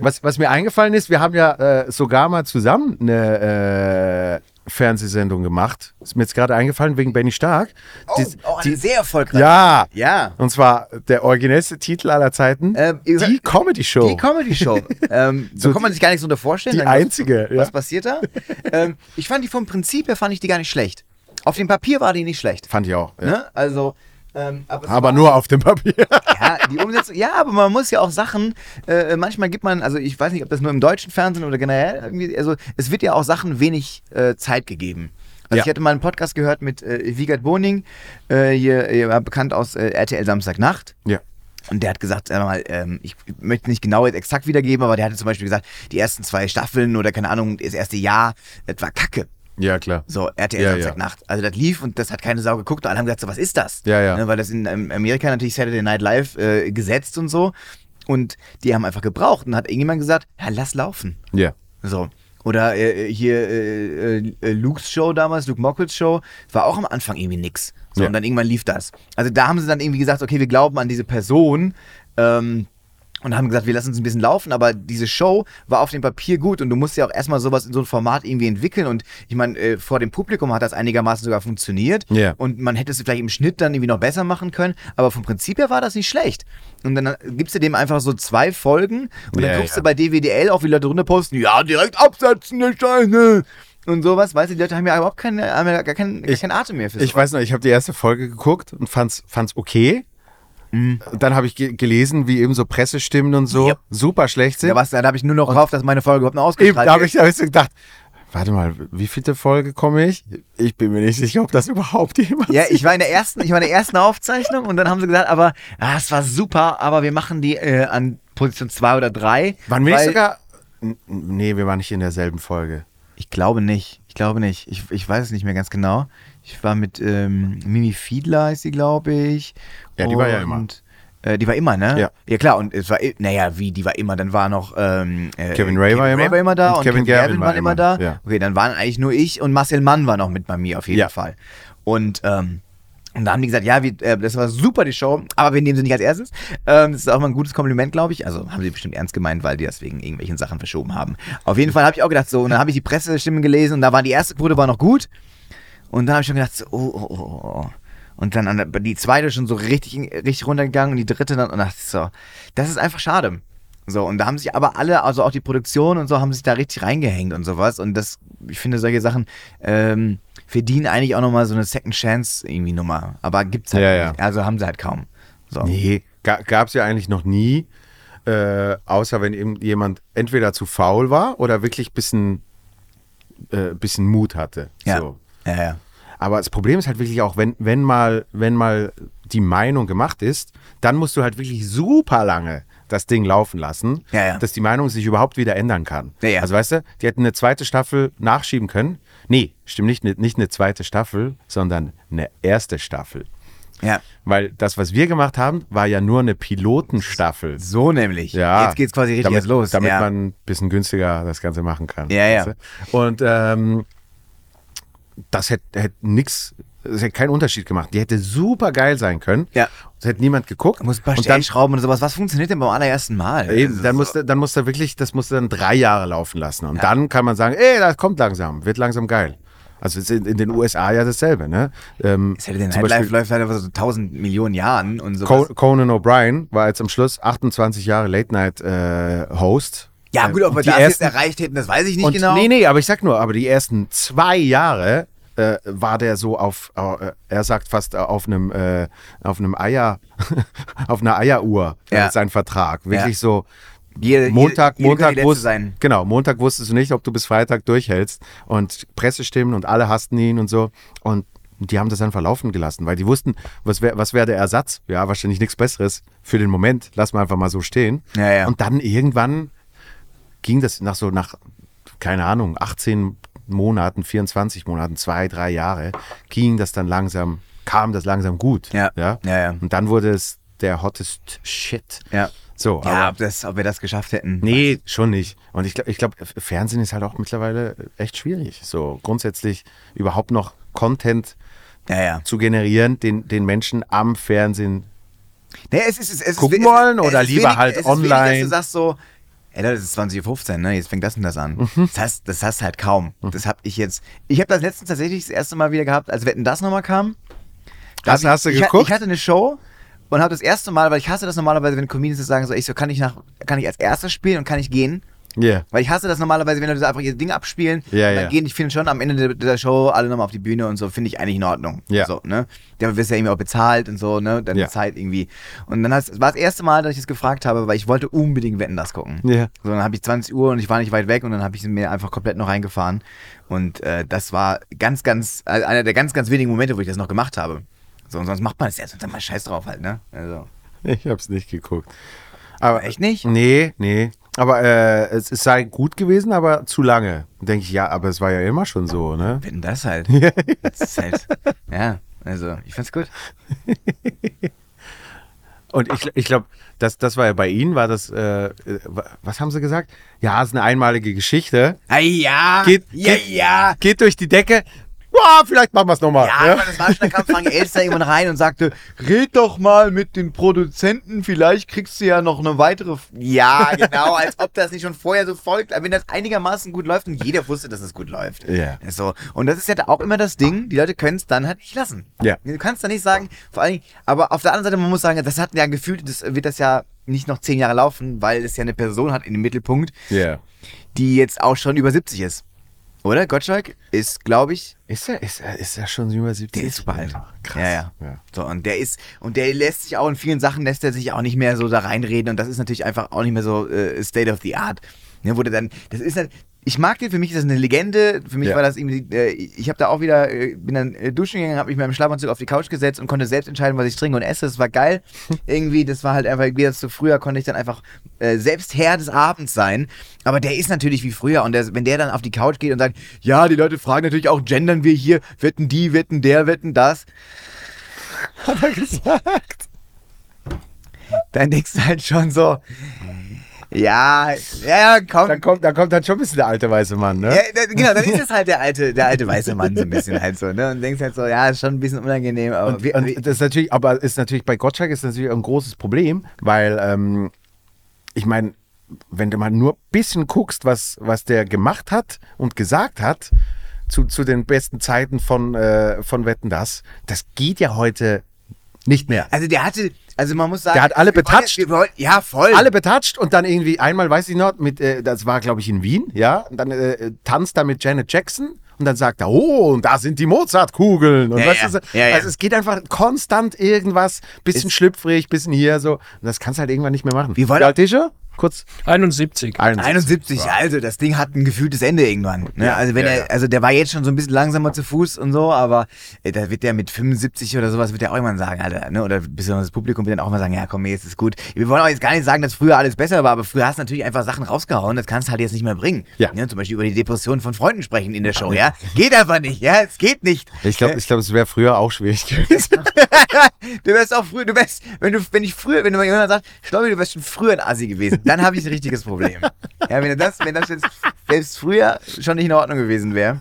[SPEAKER 2] Was, was mir eingefallen ist, wir haben ja äh, sogar mal zusammen eine äh, Fernsehsendung gemacht. Ist mir jetzt gerade eingefallen, wegen Benny Stark.
[SPEAKER 1] Oh,
[SPEAKER 2] Dies-
[SPEAKER 1] auch eine sehr erfolgreiche.
[SPEAKER 2] ja,
[SPEAKER 1] Ja.
[SPEAKER 2] Und zwar der originellste Titel aller Zeiten,
[SPEAKER 1] Ähm, ihr-
[SPEAKER 2] die Comedy Show.
[SPEAKER 1] Die Comedy Show. ähm, so
[SPEAKER 2] So
[SPEAKER 1] kann man sich gar nichts unter vorstellen.
[SPEAKER 2] die
[SPEAKER 1] Dann-
[SPEAKER 2] einzige,
[SPEAKER 1] Was
[SPEAKER 2] ja.
[SPEAKER 1] passiert da? ähm, ich fand die vom Prinzip her fand ich die gar nicht schlecht. Auf dem Papier war die nicht schlecht.
[SPEAKER 2] Fand ich auch. Ja.
[SPEAKER 1] Ne? Also, Ähm, aber es
[SPEAKER 2] Aber
[SPEAKER 1] war-
[SPEAKER 2] nur auf dem Papier.
[SPEAKER 1] Ja, die Umsetzung, ja, aber man muss ja auch Sachen, äh, manchmal gibt man, also ich weiß nicht, ob das nur im deutschen Fernsehen oder generell irgendwie, also es wird ja auch Sachen wenig äh, Zeit gegeben. Also
[SPEAKER 2] Ja.
[SPEAKER 1] ich hatte mal einen Podcast gehört mit äh, Wiegert Boning, äh, hier, äh, bekannt aus äh, RTL Samstagnacht.
[SPEAKER 2] Ja.
[SPEAKER 1] Und der hat gesagt, sag mal, ähm, ich möchte nicht genau jetzt exakt wiedergeben, aber der hatte zum Beispiel gesagt, die ersten zwei Staffeln oder keine Ahnung, das erste Jahr, das war Kacke.
[SPEAKER 2] Ja, klar.
[SPEAKER 1] So, RTL
[SPEAKER 2] Ja,
[SPEAKER 1] Samstagnacht. Also das lief und das hat keine Sau geguckt. Und alle haben gesagt, so, was ist das?
[SPEAKER 2] Ja, ja.
[SPEAKER 1] Ne, weil das in ähm, Amerika natürlich Saturday Night Live äh, gesetzt und so. Und die haben einfach gebraucht. Und hat irgendjemand gesagt, ja, lass laufen.
[SPEAKER 2] Ja.
[SPEAKER 1] So. Oder äh, hier äh, äh, Luke's Show damals, Luke Mockridge Show, war auch am Anfang irgendwie nix. So,
[SPEAKER 2] Ja.
[SPEAKER 1] und dann irgendwann lief das. Also da haben sie dann irgendwie gesagt, okay, wir glauben an diese Person. Ähm, und haben gesagt, wir lassen uns ein bisschen laufen, aber diese Show war auf dem Papier gut und du musst ja auch erstmal sowas in so ein Format irgendwie entwickeln. Und ich meine, äh, vor dem Publikum hat das einigermaßen sogar funktioniert.
[SPEAKER 2] Ja.
[SPEAKER 1] Und man hätte es vielleicht im Schnitt dann irgendwie noch besser machen können, aber vom Prinzip her war das nicht schlecht. Und dann äh, gibst du dem einfach so zwei Folgen und
[SPEAKER 2] Ja,
[SPEAKER 1] dann guckst
[SPEAKER 2] ja.
[SPEAKER 1] du bei DWDL auch, wie Leute runterposten, ja, direkt absetzen, der Scheiße. Und sowas, weißt du, die Leute haben ja überhaupt keine, haben ja gar keinen, gar keinen Atem mehr fürs
[SPEAKER 2] Ich weiß noch, ich habe die erste Folge geguckt und fand's, fand's okay. Dann habe ich ge gelesen, wie eben so Pressestimmen und so
[SPEAKER 1] Mhm. Ja.
[SPEAKER 2] super schlecht sind.
[SPEAKER 1] Ja, was, da habe ich nur noch gehofft, dass meine Folge überhaupt noch
[SPEAKER 2] eben, da
[SPEAKER 1] ausgestrahlt
[SPEAKER 2] habe
[SPEAKER 1] wird.
[SPEAKER 2] ich, da hab ich so gedacht, warte mal, wie vielte Folge komme ich? Ich bin mir nicht sicher, ob das überhaupt jemand
[SPEAKER 1] Ja, ich war in der ersten, ich war in der ersten Aufzeichnung und dann haben sie gesagt, aber ah, es war super, aber wir machen die äh, an Position 2 oder 3.
[SPEAKER 2] Waren wir nicht sogar. N- n- Nee, wir waren nicht in derselben Folge.
[SPEAKER 1] Ich glaube nicht. Ich glaube nicht. Ich, ich weiß es nicht mehr ganz genau. Ich war mit ähm, Mimi Fiedler, ist sie, glaube ich.
[SPEAKER 2] Ja, die war ja immer.
[SPEAKER 1] Und, Äh, die war immer, ne?
[SPEAKER 2] Ja.
[SPEAKER 1] ja, klar. Und es war, i- naja, wie, die war immer. Dann war noch ähm, äh,
[SPEAKER 2] Kevin Ray war immer.
[SPEAKER 1] da
[SPEAKER 2] Und
[SPEAKER 1] und, Kevin, Gavin war immer da.
[SPEAKER 2] Ja.
[SPEAKER 1] Okay, dann waren eigentlich nur ich und Marcel Mann war noch mit bei mir auf jeden
[SPEAKER 2] Ja.
[SPEAKER 1] Fall. Und, ähm, und da haben die gesagt, ja, wir, äh, das war super, die Show, aber wir nehmen sie nicht als erstes. Ähm, das ist auch mal ein gutes Kompliment, glaube ich. Also haben sie bestimmt ernst gemeint, weil die das wegen irgendwelchen Sachen verschoben haben. Auf jeden Fall habe ich auch gedacht, so, und dann habe ich die Pressestimmen gelesen und da war die erste Quote war noch gut. Und dann habe ich schon gedacht, so, oh, oh, oh, oh, oh. Und dann an der, die zweite schon so richtig, richtig runtergegangen und die dritte dann, und dachte ich so, das ist einfach schade. So, und da haben sich aber alle, also auch die Produktion und so, haben sich da richtig reingehängt und sowas. Und das, ich finde, solche Sachen ähm, verdienen eigentlich auch nochmal so eine Second Chance irgendwie Nummer. Aber gibt's halt
[SPEAKER 2] Ja, ja.
[SPEAKER 1] nicht. Also haben sie halt kaum. So.
[SPEAKER 2] Nee, ga, gab's ja eigentlich noch nie. Äh, außer wenn eben jemand entweder zu faul war oder wirklich bisschen, äh, bisschen Mut hatte.
[SPEAKER 1] Ja.
[SPEAKER 2] So.
[SPEAKER 1] Ja, ja.
[SPEAKER 2] Aber das Problem ist halt wirklich auch, wenn, wenn, mal, wenn mal die Meinung gemacht ist, dann musst du halt wirklich super lange das Ding laufen lassen,
[SPEAKER 1] Ja, ja.
[SPEAKER 2] dass die Meinung sich überhaupt wieder ändern kann.
[SPEAKER 1] Ja, ja.
[SPEAKER 2] Also weißt du, die hätten eine zweite Staffel nachschieben können. Nee, stimmt nicht, ne- nicht eine zweite Staffel, sondern eine erste Staffel.
[SPEAKER 1] ja.
[SPEAKER 2] Weil das, was wir gemacht haben, war ja nur eine Pilotenstaffel.
[SPEAKER 1] So nämlich.
[SPEAKER 2] Ja.
[SPEAKER 1] Jetzt geht's quasi richtig
[SPEAKER 2] damit,
[SPEAKER 1] erst los.
[SPEAKER 2] Damit
[SPEAKER 1] ja.
[SPEAKER 2] man ein bisschen günstiger das Ganze machen kann.
[SPEAKER 1] Ja, ja.
[SPEAKER 2] Weißt du? Und ähm, das hätte hätt nix, es hätte keinen Unterschied gemacht. Die hätte super geil sein können.
[SPEAKER 1] Ja.
[SPEAKER 2] Es hätte niemand geguckt.
[SPEAKER 1] Da muss man
[SPEAKER 2] und dann,
[SPEAKER 1] Stellschrauben und sowas. Was funktioniert denn beim allerersten Mal?
[SPEAKER 2] eben, dann
[SPEAKER 1] Also,
[SPEAKER 2] musste, dann musste wirklich, das musste dann drei Jahre laufen lassen. Und dann kann man sagen, ey, das kommt langsam, wird langsam geil. Also es ist in, in den USA ja dasselbe, ne? Ähm,
[SPEAKER 1] Saturday
[SPEAKER 2] zum
[SPEAKER 1] Night Live
[SPEAKER 2] Beispiel
[SPEAKER 1] läuft leider so 1000 Millionen Jahren und sowas.
[SPEAKER 2] Con- Conan O'Brien war jetzt am Schluss 28 Jahre Late Night äh, Host.
[SPEAKER 1] ja,
[SPEAKER 2] Äh,
[SPEAKER 1] gut, ob wir
[SPEAKER 2] und die
[SPEAKER 1] das jetzt
[SPEAKER 2] ersten-
[SPEAKER 1] erreicht hätten, das weiß ich nicht
[SPEAKER 2] und,
[SPEAKER 1] genau.
[SPEAKER 2] Nee, nee, aber ich sag nur, aber die ersten zwei Jahre äh, war der so auf, äh, er sagt fast äh, auf einem, äh, auf einem Eier, auf einer Eieruhr
[SPEAKER 1] Ja.
[SPEAKER 2] äh, sein Vertrag. Wirklich
[SPEAKER 1] Ja.
[SPEAKER 2] so.
[SPEAKER 1] Jede- jede-
[SPEAKER 2] Montag,
[SPEAKER 1] jede kann die
[SPEAKER 2] Montag,
[SPEAKER 1] letzte
[SPEAKER 2] wusst-
[SPEAKER 1] sein.
[SPEAKER 2] genau, Montag wusstest du nicht, ob du bis Freitag durchhältst und Pressestimmen und alle hassten ihn und so und die haben das einfach laufen gelassen, weil die wussten, was wäre was wär der Ersatz? Ja, wahrscheinlich nichts Besseres für den Moment. Lass mal einfach mal so stehen.
[SPEAKER 1] Ja, ja.
[SPEAKER 2] Und dann irgendwann ging das nach so nach, keine Ahnung, 18 Monaten, 24 Monaten, zwei, drei Jahre, ging das dann langsam, kam das langsam gut.
[SPEAKER 1] Ja.
[SPEAKER 2] ja?
[SPEAKER 1] Ja, ja.
[SPEAKER 2] Und dann wurde es der hottest Shit.
[SPEAKER 1] Ja.
[SPEAKER 2] So,
[SPEAKER 1] Ja,
[SPEAKER 2] aber
[SPEAKER 1] ob, das, ob wir das geschafft hätten.
[SPEAKER 2] Nee, schon nicht. Und ich glaube, ich glaub, Fernsehen ist halt auch mittlerweile echt schwierig. So grundsätzlich überhaupt noch Content
[SPEAKER 1] Ja, ja.
[SPEAKER 2] zu generieren, den, den Menschen am Fernsehen.
[SPEAKER 1] Nee, es ist, es ist,
[SPEAKER 2] Gucken
[SPEAKER 1] es ist,
[SPEAKER 2] wollen oder
[SPEAKER 1] ist
[SPEAKER 2] lieber halt
[SPEAKER 1] es ist wenig,
[SPEAKER 2] online?
[SPEAKER 1] dass du sagst so, ey Leute, es ist 20.15 Uhr, ne? jetzt fängt das und das an.
[SPEAKER 2] Mhm.
[SPEAKER 1] Das hast das hast halt kaum. Das hab ich jetzt, ich habe das letztens tatsächlich das erste Mal wieder gehabt, als Wetten, das nochmal kam. Da
[SPEAKER 2] Das
[SPEAKER 1] hab
[SPEAKER 2] hast du
[SPEAKER 1] ich, ich,
[SPEAKER 2] geguckt?
[SPEAKER 1] Ich hatte eine Show und habe das erste Mal, weil ich hasse das normalerweise, wenn Comedians das sagen, so, ich so, kann ich nach, kann ich als erstes spielen und kann ich gehen?
[SPEAKER 2] Yeah.
[SPEAKER 1] Weil ich hasse das normalerweise, wenn Leute einfach ihr Ding abspielen,
[SPEAKER 2] Ja,
[SPEAKER 1] und dann
[SPEAKER 2] ja.
[SPEAKER 1] gehen, ich finde schon am Ende der, der Show alle nochmal auf die Bühne und so, finde ich eigentlich in Ordnung.
[SPEAKER 2] Ja.
[SPEAKER 1] So, ne? Der wirst ja irgendwie auch bezahlt und so, ne? Deine
[SPEAKER 2] Ja.
[SPEAKER 1] Zeit irgendwie. Und dann hast, war das erste Mal, dass ich es gefragt habe, weil ich wollte unbedingt Wetten das gucken.
[SPEAKER 2] Ja.
[SPEAKER 1] So, dann habe ich 20 Uhr und ich war nicht weit weg und dann habe ich sie mir einfach komplett noch reingefahren. Und äh, das war ganz, ganz, also einer der ganz, ganz wenigen Momente, wo ich das noch gemacht habe. So, und sonst macht man das ja, sonst mal scheiß drauf halt, ne? Also.
[SPEAKER 2] Ich hab's nicht geguckt. Aber
[SPEAKER 1] Echt nicht?
[SPEAKER 2] Nee, nee. Aber äh, es, es sei gut gewesen, aber zu lange. Denke ich, ja, aber es war ja immer schon so, ne?
[SPEAKER 1] Wetten das halt. das ist halt. Ja, also, ich fand's gut.
[SPEAKER 2] Und ich, ich glaube, das, das war ja bei Ihnen, war das, äh, äh, was haben Sie gesagt? Ja, es ist eine einmalige Geschichte.
[SPEAKER 1] Ah, ja.
[SPEAKER 2] Geht,
[SPEAKER 1] ja,
[SPEAKER 2] geht,
[SPEAKER 1] ja.
[SPEAKER 2] geht durch die Decke. Boah, vielleicht machen wir es nochmal.
[SPEAKER 1] Ja, aber das war schon, da kam Frank Elster irgendwann rein und sagte, red doch mal mit den Produzenten, vielleicht kriegst du ja noch eine weitere. F ja, genau, als ob das nicht schon vorher so folgt. Aber wenn das einigermaßen gut läuft und jeder wusste, dass es gut läuft.
[SPEAKER 2] Ja.
[SPEAKER 1] So. Und das ist ja da auch immer das Ding, die Leute können es dann halt nicht lassen.
[SPEAKER 2] Ja.
[SPEAKER 1] Du kannst da nicht sagen, vor allen Dingen, aber auf der anderen Seite, man muss sagen, das hat ja gefühlt, das wird das ja nicht noch zehn Jahre laufen, weil es ja eine Person hat in dem Mittelpunkt,
[SPEAKER 2] Ja.
[SPEAKER 1] die jetzt auch schon über 70 ist. Oder? Gottschalk ist, glaube ich,
[SPEAKER 2] Ist er, ist, er, ist er schon über 70?
[SPEAKER 1] der ist super alt.
[SPEAKER 2] Krass.
[SPEAKER 1] Ja, ja.
[SPEAKER 2] Ja.
[SPEAKER 1] So, und der ist, und der lässt sich auch in vielen Sachen lässt er sich auch nicht mehr so da reinreden. Und das ist natürlich einfach auch nicht mehr so äh, State of the Art. Ne, wurde dann, das ist halt, ich mag den, für mich ist das eine Legende. Für mich
[SPEAKER 2] Ja.
[SPEAKER 1] war das irgendwie, äh, ich habe da auch wieder, äh, bin dann äh, duschen gegangen, habe mich mit meinem Schlafanzug auf die Couch gesetzt und konnte selbst entscheiden, was ich trinke und esse. Das war geil. irgendwie, das war halt einfach, wie das so früher, konnte ich dann einfach äh, selbst Herr des Abends sein. Aber der ist natürlich wie früher. Und der, wenn der dann auf die Couch geht und sagt, ja, die Leute fragen natürlich auch, gendern wir hier, wetten die, wetten der, wetten das.
[SPEAKER 2] Hat er gesagt.
[SPEAKER 1] dann denkst du halt schon so, ja, ja, komm.
[SPEAKER 2] Dann kommt, dann kommt dann schon ein bisschen der alte weiße Mann, ne?
[SPEAKER 1] ja, da, genau, dann ist es halt der alte, der alte weiße Mann so ein bisschen halt so, ne? Und denkst halt so, ja, ist schon ein bisschen unangenehm, aber
[SPEAKER 2] Und,
[SPEAKER 1] wir,
[SPEAKER 2] und
[SPEAKER 1] wir,
[SPEAKER 2] das ist natürlich, aber ist natürlich bei Gottschalk ist natürlich ein großes Problem, weil ähm, ich meine, wenn du mal nur ein bisschen guckst, was, was der gemacht hat und gesagt hat zu, zu den besten Zeiten von, äh, von Wetten das, das geht ja heute nicht mehr.
[SPEAKER 1] also der hatte, also man muss sagen,
[SPEAKER 2] Der hat alle
[SPEAKER 1] wir wollen
[SPEAKER 2] betatscht.
[SPEAKER 1] jetzt- wir wollen- Ja, voll.
[SPEAKER 2] alle betatscht und dann irgendwie einmal, weiß ich noch, mit, äh, das war glaube ich in Wien, ja, und dann äh, tanzt er mit Janet Jackson und dann sagt er, oh, und da sind die Mozartkugeln und
[SPEAKER 1] Ja,
[SPEAKER 2] was
[SPEAKER 1] ja.
[SPEAKER 2] ist das?
[SPEAKER 1] Ja, ja.
[SPEAKER 2] Also es geht einfach konstant irgendwas, bisschen schlüpfrig, bisschen hier so und das kannst du halt irgendwann nicht mehr machen.
[SPEAKER 1] Wir wollen-
[SPEAKER 2] Wie alt ist er? Kurz.
[SPEAKER 5] 71.
[SPEAKER 1] 71, also das Ding hat ein gefühltes Ende irgendwann. Ne?
[SPEAKER 2] Ja,
[SPEAKER 1] also wenn
[SPEAKER 2] ja,
[SPEAKER 1] er,
[SPEAKER 2] ja.
[SPEAKER 1] also der war jetzt schon so ein bisschen langsamer zu Fuß und so, aber äh, da wird der mit 75 oder sowas wird der auch immer sagen, Alter, ne? Oder besonders das Publikum wird dann auch mal sagen, ja komm, jetzt ist gut. Wir wollen auch jetzt gar nicht sagen, dass früher alles besser war, aber früher hast du natürlich einfach Sachen rausgehauen, das kannst du halt jetzt nicht mehr bringen.
[SPEAKER 2] Ja.
[SPEAKER 1] Ne? Zum Beispiel über die Depressionen von Freunden sprechen in der Show, ja. Geht einfach nicht, ja, es geht nicht.
[SPEAKER 2] Ich glaube, ich glaub, es wäre früher auch schwierig gewesen.
[SPEAKER 1] Du wärst auch früher, du wärst, wenn du, wenn ich früher, wenn mir jemand sagt, Schlobby, du wärst schon früher ein Assi gewesen, dann habe ich ein richtiges Problem. Ja, wenn das, wenn das jetzt selbst früher schon nicht in Ordnung gewesen wäre.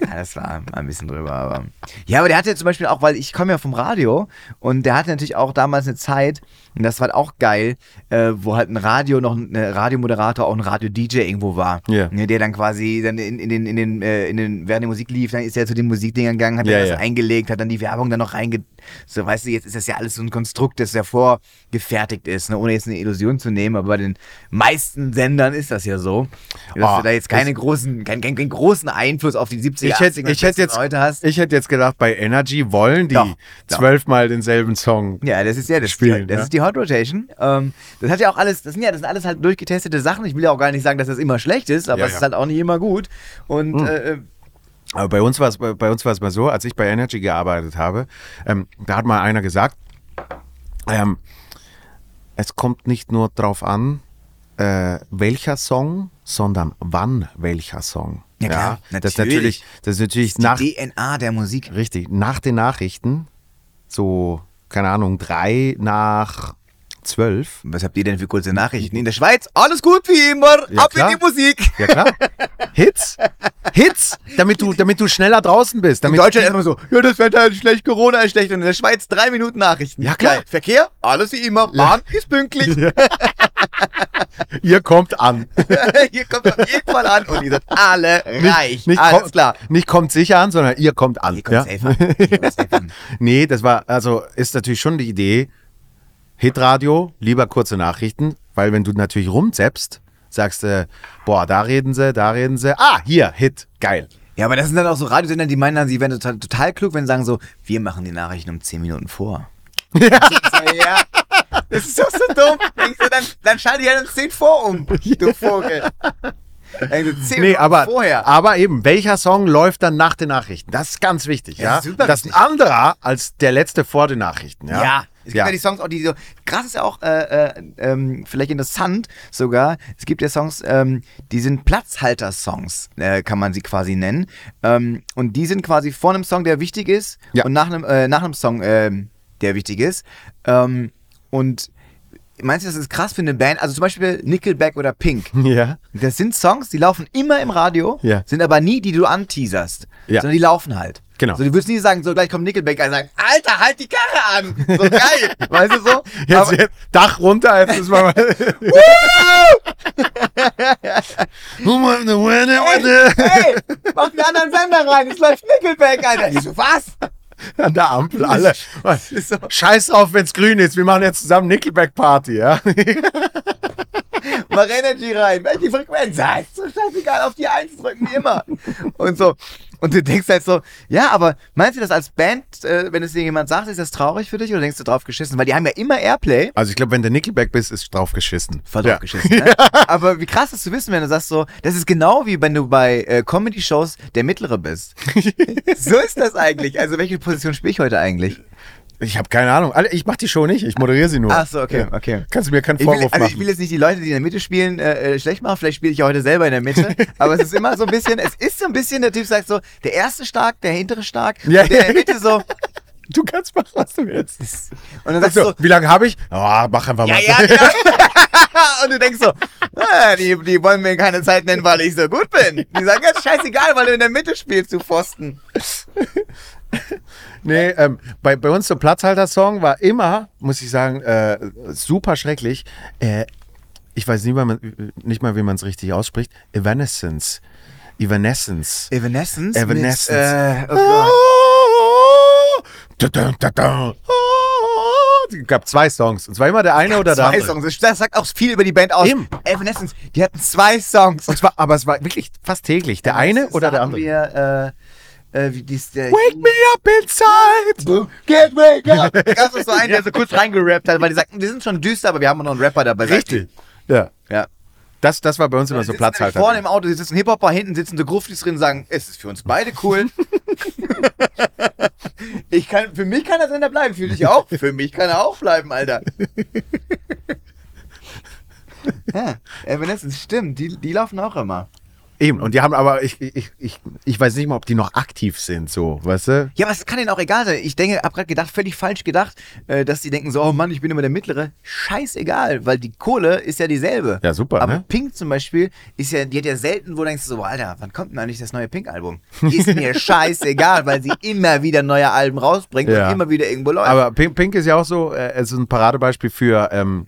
[SPEAKER 1] Ja, das war mal ein bisschen drüber, aber. Ja, aber der hatte zum Beispiel auch, weil ich komme ja vom Radio und der hatte natürlich auch damals eine Zeit, und das war auch geil, äh, wo halt ein Radio noch ein äh, Radiomoderator, auch ein Radio-DJ irgendwo war.
[SPEAKER 2] Ja.
[SPEAKER 1] Ne, der dann quasi dann in, in den, in den, äh, in den, während die Musik lief, dann ist er zu den Musikdingern gegangen, hat
[SPEAKER 2] Ja,
[SPEAKER 1] ja, das
[SPEAKER 2] ja.
[SPEAKER 1] eingelegt, hat dann die Werbung dann noch reinge... So, weißt du, jetzt ist das ja alles so ein Konstrukt, das ja vorgefertigt ist, ne? ohne jetzt eine Illusion zu nehmen, aber bei den meisten Sendern ist das ja so, dass
[SPEAKER 2] Ah,
[SPEAKER 1] du da jetzt keine großen, keinen kein, keinen großen Einfluss auf die 70er,
[SPEAKER 2] Ich hätte
[SPEAKER 1] 80er,
[SPEAKER 2] ich hätt
[SPEAKER 1] 90er
[SPEAKER 2] jetzt,
[SPEAKER 1] Leute hast.
[SPEAKER 2] ich hätt jetzt gedacht, bei Energy wollen die
[SPEAKER 1] Doch, doch.
[SPEAKER 2] zwölfmal denselben Song.
[SPEAKER 1] Ja, das ist ja das,
[SPEAKER 2] Spielen,
[SPEAKER 1] das
[SPEAKER 2] ja.
[SPEAKER 1] ist die Hot Rotation. Ähm, das hat ja auch alles, das sind ja, das sind alles halt durchgetestete Sachen. Ich will ja auch gar nicht sagen, dass das immer schlecht ist, aber
[SPEAKER 2] Ja,
[SPEAKER 1] es
[SPEAKER 2] ja. Hm.
[SPEAKER 1] ist halt auch nicht immer gut. Und äh,
[SPEAKER 2] Aber bei uns war es bei, bei uns war es mal so, als ich bei Energy gearbeitet habe, ähm, da hat mal einer gesagt, ähm, es kommt nicht nur drauf an, äh, welcher Song, sondern wann welcher Song.
[SPEAKER 1] Ja, klar,
[SPEAKER 2] das ist natürlich,
[SPEAKER 1] natürlich.
[SPEAKER 2] das ist natürlich
[SPEAKER 1] die
[SPEAKER 2] nach,
[SPEAKER 1] DNA der Musik.
[SPEAKER 2] richtig nach den Nachrichten, so keine Ahnung drei nach zwölf.
[SPEAKER 1] Was habt ihr denn für kurze Nachrichten? In der Schweiz, alles gut wie immer,
[SPEAKER 2] Ja,
[SPEAKER 1] ab
[SPEAKER 2] klar.
[SPEAKER 1] in die Musik.
[SPEAKER 2] Ja klar, Hits, Hits, damit du, damit du schneller draußen bist.
[SPEAKER 1] In
[SPEAKER 2] Damit
[SPEAKER 1] Deutschland erstmal so, ja, das Wetter ist schlecht, Corona ist schlecht. Und in der Schweiz drei Minuten Nachrichten.
[SPEAKER 2] Ja, klar.
[SPEAKER 1] Geil. Verkehr, alles wie immer, Bahn ist pünktlich.
[SPEAKER 2] ihr kommt an.
[SPEAKER 1] Hier kommt auf jeden Fall an und ihr seid alle reich.
[SPEAKER 2] nicht
[SPEAKER 1] alles
[SPEAKER 2] kommt,
[SPEAKER 1] klar.
[SPEAKER 2] Nicht kommt sicher an, sondern ihr kommt an.
[SPEAKER 1] Hier kommt safe an. Hier kommt safe an.
[SPEAKER 2] nee, das war, also ist natürlich schon die Idee, Hitradio, lieber kurze Nachrichten, weil wenn du natürlich rumzeppst, sagst du, boah, da reden sie, da reden sie. Ah, hier, Hit, geil.
[SPEAKER 1] Ja, aber das sind dann auch so Radiosender, die meinen dann, sie wären total, total klug, wenn sie sagen so, wir machen die Nachrichten um 10 Minuten vor. ja. ja. Das ist doch so dumm. Denkst du, dann, dann schalte ich halt um 10 vor um, du Vogel. Denkst du, 10
[SPEAKER 2] Nee,
[SPEAKER 1] Minuten
[SPEAKER 2] aber,
[SPEAKER 1] vorher.
[SPEAKER 2] aber eben, welcher Song läuft dann nach den Nachrichten? Das ist ganz wichtig, ja.
[SPEAKER 1] Ja, super
[SPEAKER 2] das ist ein anderer als der letzte vor den Nachrichten, ja.
[SPEAKER 1] Ja. Es gibt ja. die Songs auch, die so. Krass ist ja auch, äh, äh, ähm, vielleicht interessant sogar. Es gibt ja Songs, ähm, die sind Platzhalter-Songs, äh, kann man sie quasi nennen. Ähm, und die sind quasi vor einem Song, der wichtig ist,
[SPEAKER 2] Ja.
[SPEAKER 1] und nach einem, äh, nach einem Song, ähm, der wichtig ist. Ähm, und meinst du, das ist krass für eine Band? Also zum Beispiel Nickelback oder Pink.
[SPEAKER 2] Ja.
[SPEAKER 1] Das sind Songs, die laufen immer im Radio,
[SPEAKER 2] Ja.
[SPEAKER 1] sind aber nie, die du anteaserst,
[SPEAKER 2] Ja.
[SPEAKER 1] sondern die laufen halt.
[SPEAKER 2] Genau.
[SPEAKER 1] So, du würdest nie sagen, so gleich kommt Nickelback und sagen, Alter, halt die Karre an! So geil! weißt du so?
[SPEAKER 2] Jetzt,
[SPEAKER 1] aber,
[SPEAKER 2] jetzt, Dach runter, jetzt ist mal.
[SPEAKER 1] Hey, mach einen anderen Sender rein, es läuft Nickelback, Alter! Ich so, was?
[SPEAKER 2] An der Ampel alle. Scheiß drauf, wenn's grün ist. Wir machen jetzt zusammen Nickelback-Party, ja?
[SPEAKER 1] Mach Energy rein, welche Frequenz? Ja, ist so scheißegal, auf die 1 drücken wie immer. Und so. Und du denkst halt so, ja, aber meinst du das als Band, äh, wenn es dir jemand sagt, ist das traurig für dich oder denkst du drauf geschissen? Weil die haben ja immer Airplay.
[SPEAKER 2] Also ich glaube, wenn du Nickelback bist, ist drauf geschissen.
[SPEAKER 1] voll drauf geschissen. Ne? Aber wie krass das zu wissen, wenn du sagst so, das ist genau wie wenn du bei äh, Comedy-Shows der Mittlere bist. so ist das eigentlich. Also welche Position spiele ich heute eigentlich?
[SPEAKER 2] Ich habe keine Ahnung. Alle- Ich mache die Show nicht, ich moderiere sie nur.
[SPEAKER 1] Ach so, okay,
[SPEAKER 2] Ja.
[SPEAKER 1] okay.
[SPEAKER 2] Kannst du mir keinen
[SPEAKER 1] Ich will,
[SPEAKER 2] Vorwurf
[SPEAKER 1] also ich
[SPEAKER 2] machen.
[SPEAKER 1] will jetzt nicht die Leute, die in der Mitte spielen, äh, äh, schlecht machen. Vielleicht spiele ich ja heute selber in der Mitte. Aber es ist immer so ein bisschen, es ist so ein bisschen, der Typ sagt so, der erste stark, der hintere stark,
[SPEAKER 2] Ja,
[SPEAKER 1] und der
[SPEAKER 2] ja.
[SPEAKER 1] in der Mitte so.
[SPEAKER 2] du kannst machen, was du willst.
[SPEAKER 1] Und dann sagst du
[SPEAKER 2] Also,
[SPEAKER 1] so,
[SPEAKER 2] wie lange habe ich? Ah, mach einfach
[SPEAKER 1] ja,
[SPEAKER 2] mal.
[SPEAKER 1] ja, genau. Und du denkst so, ah, die, die wollen mir keine Zeit nennen, weil ich so gut bin. Die sagen, ja, scheißegal, weil du in der Mitte spielst, du Pfosten.
[SPEAKER 2] Nee, ähm, bei, bei uns so Platzhalter-Song war immer, muss ich sagen, äh, super schrecklich. Äh, ich weiß nie, weil man, nicht mal, wie man es richtig ausspricht. Evanescence. Evanescence.
[SPEAKER 1] Evanescence?
[SPEAKER 2] Evanescence.
[SPEAKER 1] Mit, äh, oh
[SPEAKER 2] Ah,
[SPEAKER 1] Gott.
[SPEAKER 2] da, da, da, da. Ah, Es gab zwei Songs. Und zwar immer der eine oder der
[SPEAKER 1] Zwei
[SPEAKER 2] andere.
[SPEAKER 1] Songs. Das sagt auch viel über die Band aus.
[SPEAKER 2] Eben.
[SPEAKER 1] Evanescence, die hatten zwei Songs.
[SPEAKER 2] Und zwar, aber es war wirklich fast täglich. Der eine oder der andere.
[SPEAKER 1] Wir, äh, äh, wie dies, der
[SPEAKER 2] Wake me up inside.
[SPEAKER 1] Get wake up! Das ist so ein, der so kurz reingerappt hat, weil die sagten, wir sind schon düster, aber wir haben noch einen Rapper dabei.
[SPEAKER 2] Richtig. Ja.
[SPEAKER 1] Ja.
[SPEAKER 2] Das, das war bei uns immer so
[SPEAKER 1] Die sitzen nämlich
[SPEAKER 2] Platzhalter.
[SPEAKER 1] Vorne im Auto die sitzen Hip-Hopper, hinten sitzen so Gruftis drin und sagen, es ist für uns beide cool. ich kann, für mich kann der Sender bleiben, für dich auch. Für mich kann er auch bleiben, Alter. ja, Evanescence, stimmt, die, die laufen auch immer.
[SPEAKER 2] Eben, und die haben aber, ich, ich, ich, ich weiß nicht mal, ob die noch aktiv sind, so, weißt du?
[SPEAKER 1] Ja, aber es kann ihnen auch egal sein. Ich denke, hab gerade gedacht, völlig falsch gedacht, äh, dass die denken so, oh Mann, ich bin immer der Mittlere. Scheißegal, weil die Kohle ist ja dieselbe.
[SPEAKER 2] Ja, super,
[SPEAKER 1] Aber
[SPEAKER 2] ne?
[SPEAKER 1] Pink zum Beispiel ist ja, die hat ja selten, wo du denkst so, boah, Alter, wann kommt denn eigentlich das neue Pink-Album? Ist mir scheißegal, weil sie immer wieder neue Alben rausbringt
[SPEAKER 2] Ja.
[SPEAKER 1] und immer wieder irgendwo läuft.
[SPEAKER 2] Aber Pink, Pink ist ja auch so, äh, es ist ein Paradebeispiel für, ähm,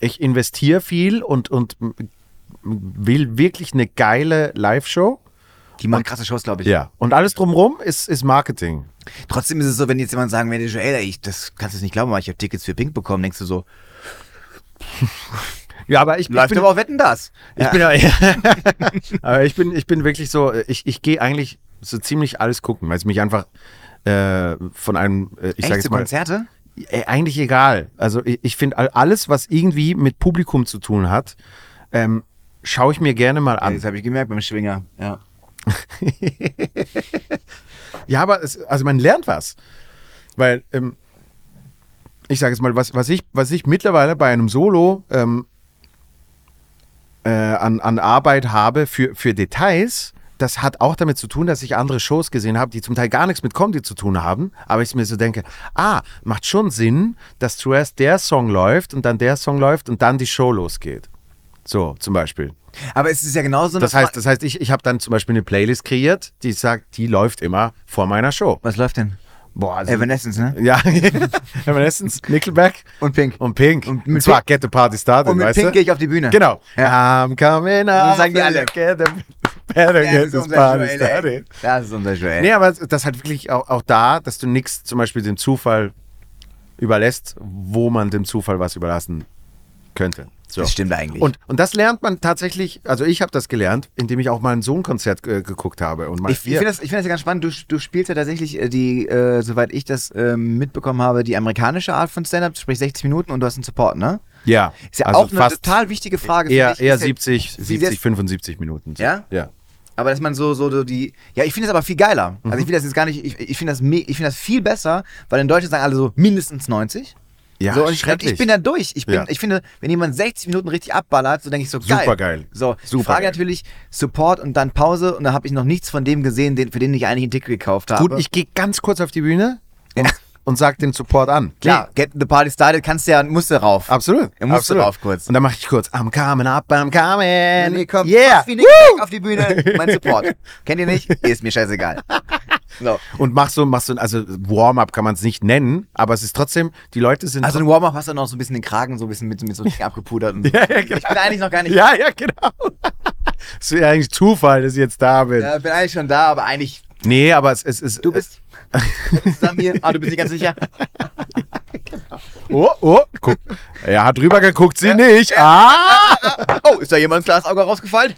[SPEAKER 2] ich investiere viel und, und m- m- will wirklich eine geile Live-Show.
[SPEAKER 1] die machen krasse Shows, glaube ich.
[SPEAKER 2] Ja. Und alles drumrum ist, ist Marketing.
[SPEAKER 1] Trotzdem ist es so, wenn jetzt jemand sagen würde, Joel, ey, ich, das kannst du nicht glauben, aber ich habe Tickets für Pink bekommen, denkst du so,
[SPEAKER 2] Ja, aber ich, ich
[SPEAKER 1] läuft
[SPEAKER 2] bin
[SPEAKER 1] aber auch Wetten, das.
[SPEAKER 2] Ich bin ja, aber ich bin, ich bin wirklich so, ich, ich gehe eigentlich so ziemlich alles gucken, weil es mich einfach äh, von einem, äh, ich
[SPEAKER 1] Echt, so
[SPEAKER 2] sage jetzt mal,
[SPEAKER 1] Konzerte?
[SPEAKER 2] äh, eigentlich egal. Also ich, ich finde all- alles, was irgendwie mit Publikum zu tun hat, ähm, schaue ich mir gerne mal
[SPEAKER 1] Ja,
[SPEAKER 2] an.
[SPEAKER 1] das habe ich gemerkt beim Schwinger. Ja.
[SPEAKER 2] Ja, aber es, also man lernt was. Weil, ähm, ich sage jetzt mal, was, was, ich, was ich mittlerweile bei einem Solo ähm, äh, an, an Arbeit habe für, für Details, das hat auch damit zu tun, dass ich andere Shows gesehen habe, die zum Teil gar nichts mit Comedy zu tun haben, aber ich mir so denke, ah, macht schon Sinn, dass zuerst der Song läuft und dann der Song läuft und dann die Show losgeht. So, zum Beispiel.
[SPEAKER 1] Aber es ist ja genauso eine
[SPEAKER 2] Das heißt, das heißt ich, ich habe dann zum Beispiel eine Playlist kreiert, die sagt, die läuft immer vor meiner Show.
[SPEAKER 1] Was läuft denn?
[SPEAKER 2] Boah, also,
[SPEAKER 1] Evanescence, ne?
[SPEAKER 2] ja, Evanescence, Nickelback
[SPEAKER 1] Und Pink.
[SPEAKER 2] und Pink.
[SPEAKER 1] Und
[SPEAKER 2] Und,
[SPEAKER 1] mit
[SPEAKER 2] zwar Get the Party Started,
[SPEAKER 1] Und mit
[SPEAKER 2] weißt
[SPEAKER 1] Pink gehe
[SPEAKER 2] du?
[SPEAKER 1] ich auf die Bühne.
[SPEAKER 2] Genau.
[SPEAKER 1] Ja.
[SPEAKER 2] I'm coming out.
[SPEAKER 1] sagen die alle.
[SPEAKER 2] Get the, better
[SPEAKER 1] Das
[SPEAKER 2] get
[SPEAKER 1] ist
[SPEAKER 2] this
[SPEAKER 1] unser
[SPEAKER 2] party
[SPEAKER 1] Joel, ey.
[SPEAKER 2] started.
[SPEAKER 1] Das ist unser Joel.
[SPEAKER 2] ne? Nee, aber das hat wirklich auch, auch da, dass du nichts zum Beispiel dem Zufall überlässt, wo man dem Zufall was überlassen könnte. So.
[SPEAKER 1] Das stimmt eigentlich.
[SPEAKER 2] Und, und das lernt man tatsächlich, also ich habe das gelernt, indem ich auch mal ein Sohnkonzert äh, geguckt habe. Und mal
[SPEAKER 1] Ich, ich finde das, ich find das ja ganz spannend. Du, du spielst ja tatsächlich äh, die, äh, soweit ich das ähm, mitbekommen habe, die amerikanische Art von Stand-Up, sprich 60 Minuten und du hast einen Support, ne?
[SPEAKER 2] ja,
[SPEAKER 1] Ist ja
[SPEAKER 2] also
[SPEAKER 1] auch eine
[SPEAKER 2] fast
[SPEAKER 1] total wichtige Frage.
[SPEAKER 2] eher,
[SPEAKER 1] finde ich.
[SPEAKER 2] eher
[SPEAKER 1] Ist ja-
[SPEAKER 2] 70,
[SPEAKER 1] wie
[SPEAKER 2] 70,
[SPEAKER 1] das-
[SPEAKER 2] 75 Minuten. So.
[SPEAKER 1] Ja?
[SPEAKER 2] Ja.
[SPEAKER 1] Aber dass man so, so, so die. Ja, ich finde das aber viel geiler.
[SPEAKER 2] Mhm.
[SPEAKER 1] Also ich finde das jetzt gar nicht, ich, ich finde das, me- ich finde das viel besser, weil in Deutschland sagen alle so mindestens 90.
[SPEAKER 2] Ja,
[SPEAKER 1] so, und ich,
[SPEAKER 2] schrecklich.
[SPEAKER 1] ich bin da durch. Ich, bin,
[SPEAKER 2] Ja.
[SPEAKER 1] ich finde, wenn jemand 60 Minuten richtig abballert, so denke ich so, geil.
[SPEAKER 2] Supergeil.
[SPEAKER 1] So,
[SPEAKER 2] Supergeil.
[SPEAKER 1] Super Frage natürlich, Support und dann Pause und dann habe ich noch nichts von dem gesehen, den, für den ich eigentlich ein Ticket gekauft habe.
[SPEAKER 2] Gut, ich gehe ganz kurz auf die Bühne und, und sag den Support an.
[SPEAKER 1] Klar, get the party started, kannst du ja, musst du rauf.
[SPEAKER 2] Absolut.
[SPEAKER 1] Er musste
[SPEAKER 2] absolut.
[SPEAKER 1] drauf kurz.
[SPEAKER 2] Und dann mache ich kurz, I'm coming up, I'm coming.
[SPEAKER 1] Nee, kommt
[SPEAKER 2] yeah.
[SPEAKER 1] yeah. wie Nick Clegg auf die Bühne, mein Support. Kennt ihr nicht? Ist mir scheißegal. So.
[SPEAKER 2] Und mach so, mach so, ein- also Warm-up kann man es nicht nennen, aber es ist trotzdem, die Leute sind.
[SPEAKER 1] Also ein Warm-Up hast du noch so ein bisschen den Kragen so ein bisschen mit, mit so Ding abgepudert. Und so.
[SPEAKER 2] Ja, ja, genau.
[SPEAKER 1] Ich bin eigentlich noch gar nicht,
[SPEAKER 2] ja, ja, genau. Es ist ja eigentlich Zufall, dass ich jetzt da bin.
[SPEAKER 1] ja. bin eigentlich schon da, aber eigentlich,
[SPEAKER 2] Nee, aber es, es ist.
[SPEAKER 1] du bist zusammen hier. Ah, du bist nicht ganz sicher.
[SPEAKER 2] Oh, oh, guck. Er hat drüber geguckt, sie nicht. Ah!
[SPEAKER 1] Oh, ist da jemand ins Glasauge rausgefallen?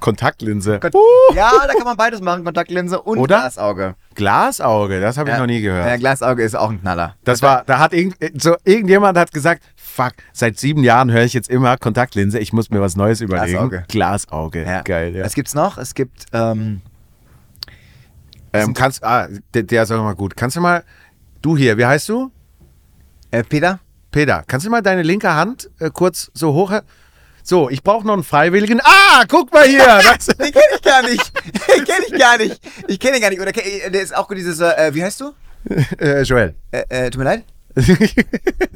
[SPEAKER 2] Kontaktlinse.
[SPEAKER 1] Gott.
[SPEAKER 2] Uh,
[SPEAKER 1] Ja, da kann man beides machen, Kontaktlinse und
[SPEAKER 2] Oder?
[SPEAKER 1] Glasauge.
[SPEAKER 2] Glasauge, das habe ich noch nie gehört.
[SPEAKER 1] Ja, Glasauge ist auch ein Knaller.
[SPEAKER 2] Das war, da hat irgend, so, irgendjemand hat gesagt, fuck, seit sieben Jahren höre ich jetzt immer Kontaktlinse, ich muss mir was Neues überlegen.
[SPEAKER 1] Glasauge.
[SPEAKER 2] Glasauge.
[SPEAKER 1] Ja.
[SPEAKER 2] Geil, ja.
[SPEAKER 1] Was gibt's noch? Es gibt, ähm,
[SPEAKER 2] Ähm, kannst, ah, der, der ist auch immer gut. Kannst du mal, du hier, wie heißt du?
[SPEAKER 1] äh, Peter?
[SPEAKER 2] Peter, kannst du mal deine linke Hand äh, kurz so hoch... So, ich brauche noch einen Freiwilligen. Ah, guck mal hier. Das,
[SPEAKER 1] Den kenne ich gar nicht. Den kenne ich gar nicht. Ich kenne ihn gar nicht. Oder ke- der ist auch gut dieses, äh, wie heißt du?
[SPEAKER 2] äh, Joel.
[SPEAKER 1] Äh, äh, tut mir leid.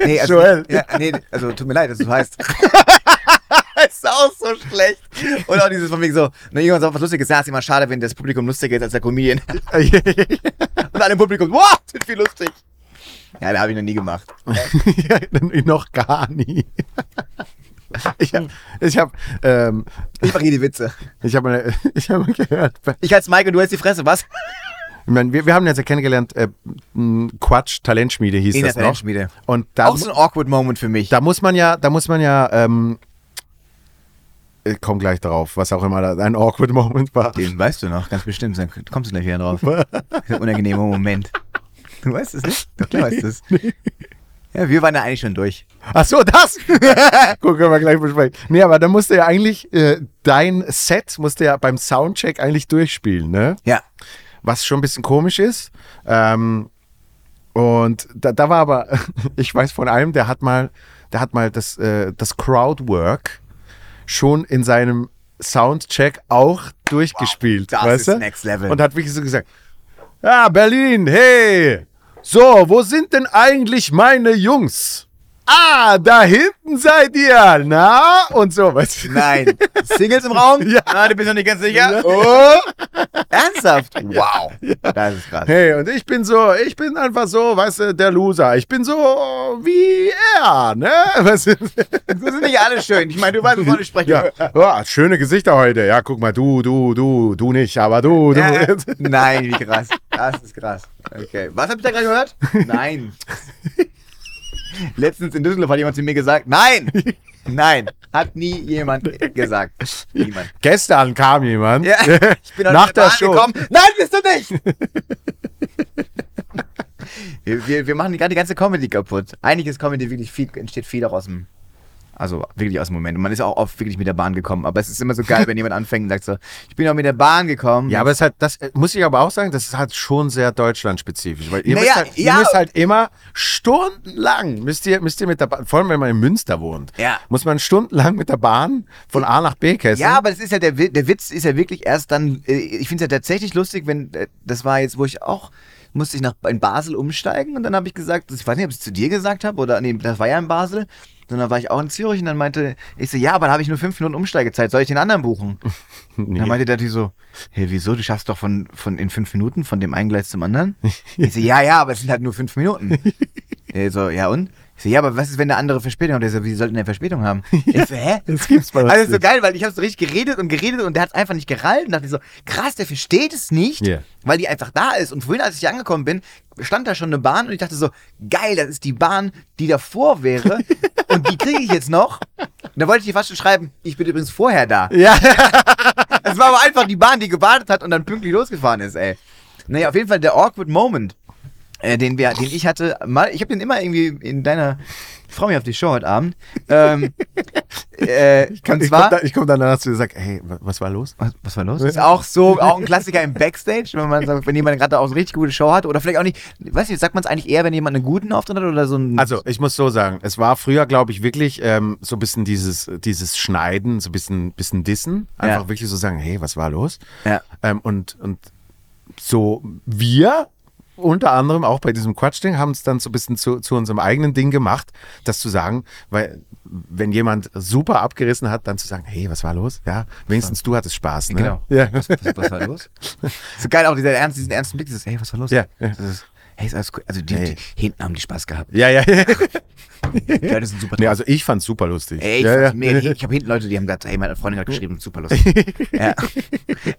[SPEAKER 1] Nee, also,
[SPEAKER 2] Joel.
[SPEAKER 1] Ja, nee, also tut mir leid, dass du heißt. ist auch so schlecht. Und auch dieses von wegen so, ne, irgendwann sagt was Lustiges, ja, ist immer schade, wenn das Publikum lustiger ist als der Comedian. Und alle im Publikum, wow, sind viel lustig. Ja, da habe ich noch nie gemacht.
[SPEAKER 2] Ja, noch gar nie. Ich habe ich hab, ähm,
[SPEAKER 1] Ich mache hier die Witze.
[SPEAKER 2] ich hab mal, ich hab mal gehört, bei-
[SPEAKER 1] Ich als Mike und du hältst die Fresse, was?
[SPEAKER 2] Ich meine, wir, wir haben jetzt ja kennengelernt, äh, m, Quatsch, Talentschmiede hieß
[SPEAKER 1] In der
[SPEAKER 2] das noch.
[SPEAKER 1] Talentschmiede.
[SPEAKER 2] Und da,
[SPEAKER 1] Auch so ein awkward Moment für mich.
[SPEAKER 2] da muss man ja, da muss man ja, ähm, ich komm gleich drauf, was auch immer da ein awkward Moment war.
[SPEAKER 1] Den weißt du noch, ganz bestimmt. Dann kommst du gleich wieder drauf. Dieser unangenehme Moment. Du weißt es nicht? Du klar weißt es. Ja, wir waren da eigentlich schon durch.
[SPEAKER 2] Ach so, das! Guck, können wir gleich besprechen. Nee, aber da musste ja eigentlich, äh, dein Set musste ja beim Soundcheck eigentlich durchspielen, ne?
[SPEAKER 1] Ja.
[SPEAKER 2] was schon ein bisschen komisch ist. Ähm, und da, da war aber, ich weiß von einem, der hat mal, der hat mal das, äh, das Crowdwork schon in seinem Soundcheck auch durchgespielt.
[SPEAKER 1] Wow, das
[SPEAKER 2] weißt
[SPEAKER 1] ist
[SPEAKER 2] du?
[SPEAKER 1] next level.
[SPEAKER 2] Und hat wirklich so gesagt: Ja, Berlin, hey! So, wo sind denn eigentlich meine Jungs? Ah, da hinten seid ihr, na? Und so, weißt du?
[SPEAKER 1] Nein. Singles im Raum?
[SPEAKER 2] Ja.
[SPEAKER 1] Nein, du bist noch nicht ganz sicher.
[SPEAKER 2] Oh!
[SPEAKER 1] Ernsthaft? Wow. Das ist krass.
[SPEAKER 2] Hey, und ich bin so, ich bin einfach so, weißt du, der Loser. Ich bin so wie er, ne? Weißt du?
[SPEAKER 1] Das sind nicht alle schön. Ich meine, du weißt, wovon ich spreche. Äh,
[SPEAKER 2] Ja, ja, schöne Gesichter heute. Ja, guck mal, du, du, du, du nicht, aber du, du.
[SPEAKER 1] Ja. äh, Nein, wie krass. Das ist krass. Okay. Was habt ihr da gerade gehört? Nein. Letztens in Düsseldorf hat jemand zu mir gesagt, nein. Nein. Hat nie jemand gesagt. Niemand.
[SPEAKER 2] Gestern kam jemand.
[SPEAKER 1] Ja, ich bin heute
[SPEAKER 2] Nach
[SPEAKER 1] mit der
[SPEAKER 2] der
[SPEAKER 1] Bahn
[SPEAKER 2] Show.
[SPEAKER 1] gekommen. Nein, bist du nicht! wir, wir, wir machen die, die ganze Comedy kaputt. Eigentlich ist Comedy wirklich viel, entsteht viel auch aus dem. Also wirklich aus dem Moment. Und man ist auch oft wirklich mit der Bahn gekommen. Aber es ist immer so geil, wenn jemand anfängt und sagt so, ich bin auch mit der Bahn gekommen.
[SPEAKER 2] Ja, aber es hat, das äh, muss ich aber auch sagen, das ist halt schon sehr deutschlandspezifisch. Weil ihr,
[SPEAKER 1] Naja,
[SPEAKER 2] müsst, halt, ihr
[SPEAKER 1] ja.
[SPEAKER 2] müsst halt immer stundenlang, müsst ihr, müsst ihr mit der Bahn, vor allem wenn man in Münster wohnt,
[SPEAKER 1] Ja.
[SPEAKER 2] muss man stundenlang mit der Bahn von A nach B kesseln.
[SPEAKER 1] Ja, aber das ist ja der, Wi- der Witz ist ja wirklich erst dann, äh, ich finde es ja tatsächlich lustig, wenn, äh, das war jetzt, wo ich auch, musste ich nach, in Basel umsteigen und dann habe ich gesagt, ich weiß nicht, ob ich es zu dir gesagt habe oder, nee, das war ja in Basel, sondern war ich auch in Zürich und dann meinte, ich so, ja, aber da habe ich nur fünf Minuten Umsteigezeit, soll ich den anderen buchen?
[SPEAKER 2] Nee.
[SPEAKER 1] Dann meinte der Typ so, hey, wieso, du schaffst doch von, von in fünf Minuten von dem einen Gleis zum anderen? Ich so, ja, ja, aber es sind halt nur fünf Minuten. Der so, ja und? Ich so, ja, aber was ist, wenn der andere Verspätung hat? Der so, wie sollten der Verspätung haben? Ich so, hä?
[SPEAKER 2] Das gibt's bei uns
[SPEAKER 1] Also so
[SPEAKER 2] nicht.
[SPEAKER 1] geil, weil ich habe so richtig geredet und geredet und der hat es einfach nicht gerallt und dachte so, krass, der versteht es nicht,
[SPEAKER 2] Ja.
[SPEAKER 1] weil die einfach da ist. Und vorhin, als ich hier angekommen bin, stand da schon eine Bahn und ich dachte so, geil, das ist die Bahn, die davor wäre und die kriege ich jetzt noch. Und da wollte ich dir fast schon schreiben, ich bin übrigens vorher da.
[SPEAKER 2] Ja.
[SPEAKER 1] Es war aber einfach die Bahn, die gewartet hat und dann pünktlich losgefahren ist, ey. Naja, auf jeden Fall der awkward Moment, äh, den, wir, den ich hatte. Mal, ich habe den immer irgendwie in deiner. Ich freue mich auf die Show heute Abend. Ähm, äh, und
[SPEAKER 2] Ich komme
[SPEAKER 1] zwar.
[SPEAKER 2] dann, komm dann danach zu dir und sage, hey, wa- was war los?
[SPEAKER 1] Was, was war los? Ist auch so, auch ein Klassiker im Backstage, wenn man sagt, wenn jemand gerade auch eine richtig gute Show hatte oder vielleicht auch nicht, weiß nicht, sagt man es eigentlich eher, wenn jemand einen guten Auftritt hat oder so ein.
[SPEAKER 2] Also, ich muss so sagen, es war früher, glaube ich, wirklich ähm, so ein bisschen dieses, dieses Schneiden, so ein bisschen, bisschen Dissen. Einfach
[SPEAKER 1] Ja.
[SPEAKER 2] wirklich so sagen, hey, was war los?
[SPEAKER 1] Ja.
[SPEAKER 2] Ähm, und, und so wir unter anderem auch bei diesem Quatschding haben es dann so ein bisschen zu, zu unserem eigenen Ding gemacht, das zu sagen, weil wenn jemand super abgerissen hat, dann zu sagen, hey, was war los? Ja, wenigstens du hattest Spaß. Ne?
[SPEAKER 1] Genau.
[SPEAKER 2] Ja.
[SPEAKER 1] Was, was, was war los? so geil auch dieser ernst, diesen ernsten Blick, dieses, hey, was war los?
[SPEAKER 2] Ja.
[SPEAKER 1] Das ist, hey, ist alles cool. Also die,
[SPEAKER 2] Hey.
[SPEAKER 1] die hinten haben die Spaß gehabt.
[SPEAKER 2] Ja, ja, ja.
[SPEAKER 1] Die Leute sind super
[SPEAKER 2] Nee,
[SPEAKER 1] drauf.
[SPEAKER 2] also ich fand's super lustig.
[SPEAKER 1] Ey, ich,
[SPEAKER 2] ja,
[SPEAKER 1] ja,
[SPEAKER 2] ja.
[SPEAKER 1] Mega, ich habe hinten Leute, die haben gesagt, hey, meine Freundin hat geschrieben, super lustig. ja.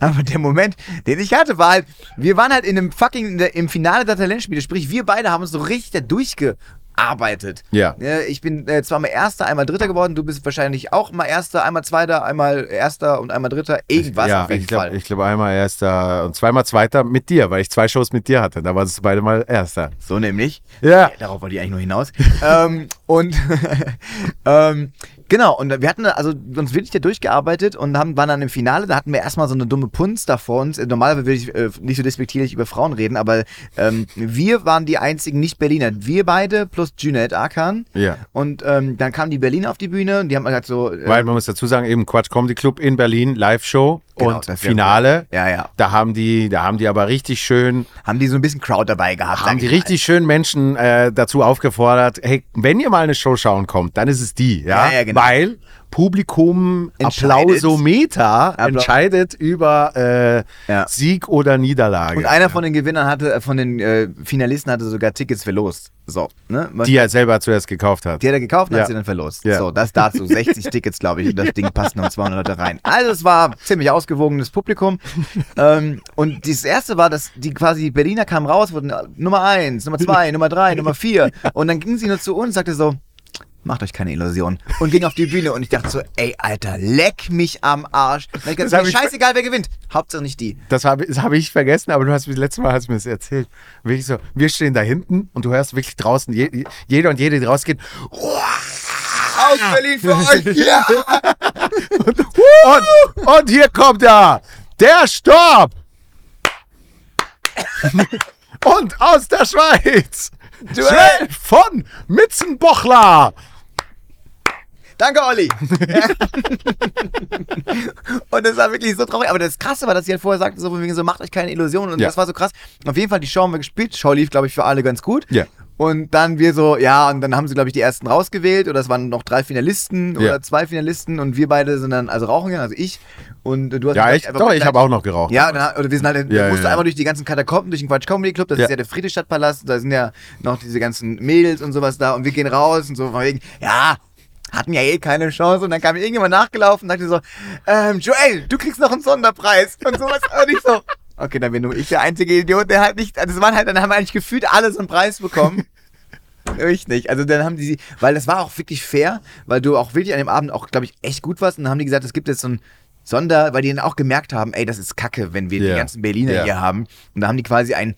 [SPEAKER 1] Aber der Moment, den ich hatte, war halt, wir waren halt in einem fucking, in der, im Finale der Talentspiele, sprich, wir beide haben uns so richtig da durchgearbeitet.
[SPEAKER 2] Ja.
[SPEAKER 1] Äh, Ich bin äh, zweimal Erster, einmal Dritter geworden, du bist wahrscheinlich auch mal Erster, einmal Zweiter, einmal Erster und einmal Dritter, irgendwas
[SPEAKER 2] ja,
[SPEAKER 1] auf jeden
[SPEAKER 2] ich glaub-
[SPEAKER 1] Fall.
[SPEAKER 2] Ich glaube, einmal erster und zweimal zweiter mit dir, weil ich zwei Shows mit dir hatte. Da war es beide mal erster.
[SPEAKER 1] so nämlich.
[SPEAKER 2] Ja.
[SPEAKER 1] Ja, Darauf wollte ich eigentlich nur hinaus. ähm, und ähm, genau, und wir hatten also uns wirklich da durchgearbeitet und haben, waren dann im Finale, da hatten wir erstmal so eine dumme Punz da vor uns. Äh, Normalerweise will ich äh, nicht so despektierlich über Frauen reden, aber ähm, wir waren die einzigen Nicht-Berliner. Wir beide plus Junaid Akan.
[SPEAKER 2] Ja.
[SPEAKER 1] Und ähm, dann kamen die Berliner auf die Bühne und die haben gesagt so... Äh,
[SPEAKER 2] Weil man muss dazu sagen, eben Quatsch Comedy Club in Berlin, Live-Show
[SPEAKER 1] Genau,
[SPEAKER 2] und
[SPEAKER 1] das wär
[SPEAKER 2] Finale.
[SPEAKER 1] cool. Ja, ja.
[SPEAKER 2] Da haben die, da haben die aber richtig schön,
[SPEAKER 1] haben die so ein bisschen Crowd dabei gehabt.
[SPEAKER 2] haben
[SPEAKER 1] sag
[SPEAKER 2] die
[SPEAKER 1] ich mal.
[SPEAKER 2] richtig schön Menschen äh, dazu aufgefordert, hey, wenn ihr mal eine Show schauen kommt, dann ist es die, ja,
[SPEAKER 1] Ja, ja, genau.
[SPEAKER 2] weil Publikum
[SPEAKER 1] Entscheidet.
[SPEAKER 2] Applausometer
[SPEAKER 1] Applau-
[SPEAKER 2] entscheidet über äh,
[SPEAKER 1] Ja.
[SPEAKER 2] Sieg oder Niederlage.
[SPEAKER 1] Und einer von den Gewinnern hatte, äh, von den äh, Finalisten hatte sogar Tickets verlost. So, ne? Was-
[SPEAKER 2] die er selber zuerst gekauft hat.
[SPEAKER 1] Die hat er gekauft und
[SPEAKER 2] Ja.
[SPEAKER 1] hat sie dann verlost.
[SPEAKER 2] Ja.
[SPEAKER 1] So, das dazu. 60 Tickets, glaube ich. Und das Ding passten noch 200 Leute rein. Also es war ziemlich ausgewogenes Publikum. ähm, und das Erste war, dass die quasi die Berliner kamen raus, wurden Nummer 1, Nummer 2, Nummer 3, Nummer 4. Und dann ging sie nur zu uns und sagte so, macht euch keine Illusionen. Und ging auf die Bühne und ich dachte so, ey, Alter, leck mich am Arsch. Und ich dachte,
[SPEAKER 2] Das
[SPEAKER 1] mir
[SPEAKER 2] hab ich-
[SPEAKER 1] scheißegal, wer gewinnt. Hauptsache nicht die.
[SPEAKER 2] Das habe das hab ich vergessen, aber du hast mir das letzte Mal hast du mir das erzählt. Wirklich so, wir stehen da hinten und du hörst wirklich draußen, je, jeder und jede, die rausgehen.
[SPEAKER 1] Aus Berlin für euch. Ja.
[SPEAKER 2] Und, und hier kommt er, der Storb. und aus der Schweiz, Joel von Mitzenbochler.
[SPEAKER 1] Danke, Olli. Ja. und das war wirklich so traurig. Aber das Krasse war, dass sie halt vorher sagten, so von wegen so, macht euch keine Illusionen. Und
[SPEAKER 2] Ja.
[SPEAKER 1] das war so krass. Auf jeden Fall, die Show haben wir gespielt. Show lief, glaube ich, für alle ganz gut.
[SPEAKER 2] Ja.
[SPEAKER 1] Und dann wir so, ja, und dann haben sie, glaube ich, die ersten rausgewählt. Oder es waren noch drei Finalisten
[SPEAKER 2] Ja.
[SPEAKER 1] oder zwei Finalisten. Und wir beide sind dann also rauchen gegangen, also ich. Und du hast
[SPEAKER 2] Ja,
[SPEAKER 1] glaub
[SPEAKER 2] ich, doch, ich habe auch noch geraucht.
[SPEAKER 1] ja, dann, oder wir sind halt,
[SPEAKER 2] Ja,
[SPEAKER 1] musst du
[SPEAKER 2] ja, ja.
[SPEAKER 1] einmal durch die ganzen Katakomben, durch den Quatsch Comedy Club, das
[SPEAKER 2] Ja.
[SPEAKER 1] ist ja der Friedrichstadtpalast, da sind ja noch diese ganzen Mädels und sowas da und wir gehen raus und so von wegen, ja, hatten ja eh keine Chance und dann kam irgendjemand nachgelaufen und dachte so, ähm, Joel, du kriegst noch einen Sonderpreis und sowas und ich so, okay, dann bin nur ich der einzige Idiot, der halt nicht, das waren halt, dann haben eigentlich gefühlt alle so einen Preis bekommen. Ich nicht. Also dann haben die, weil das war auch wirklich fair, weil du auch wirklich an dem Abend auch, glaube ich, echt gut warst. Und dann haben die gesagt, es gibt jetzt so ein Sonder, weil die dann auch gemerkt haben, ey, das ist kacke, wenn wir
[SPEAKER 2] Ja.
[SPEAKER 1] die ganzen Berliner
[SPEAKER 2] Ja.
[SPEAKER 1] hier haben. Und da haben die quasi einen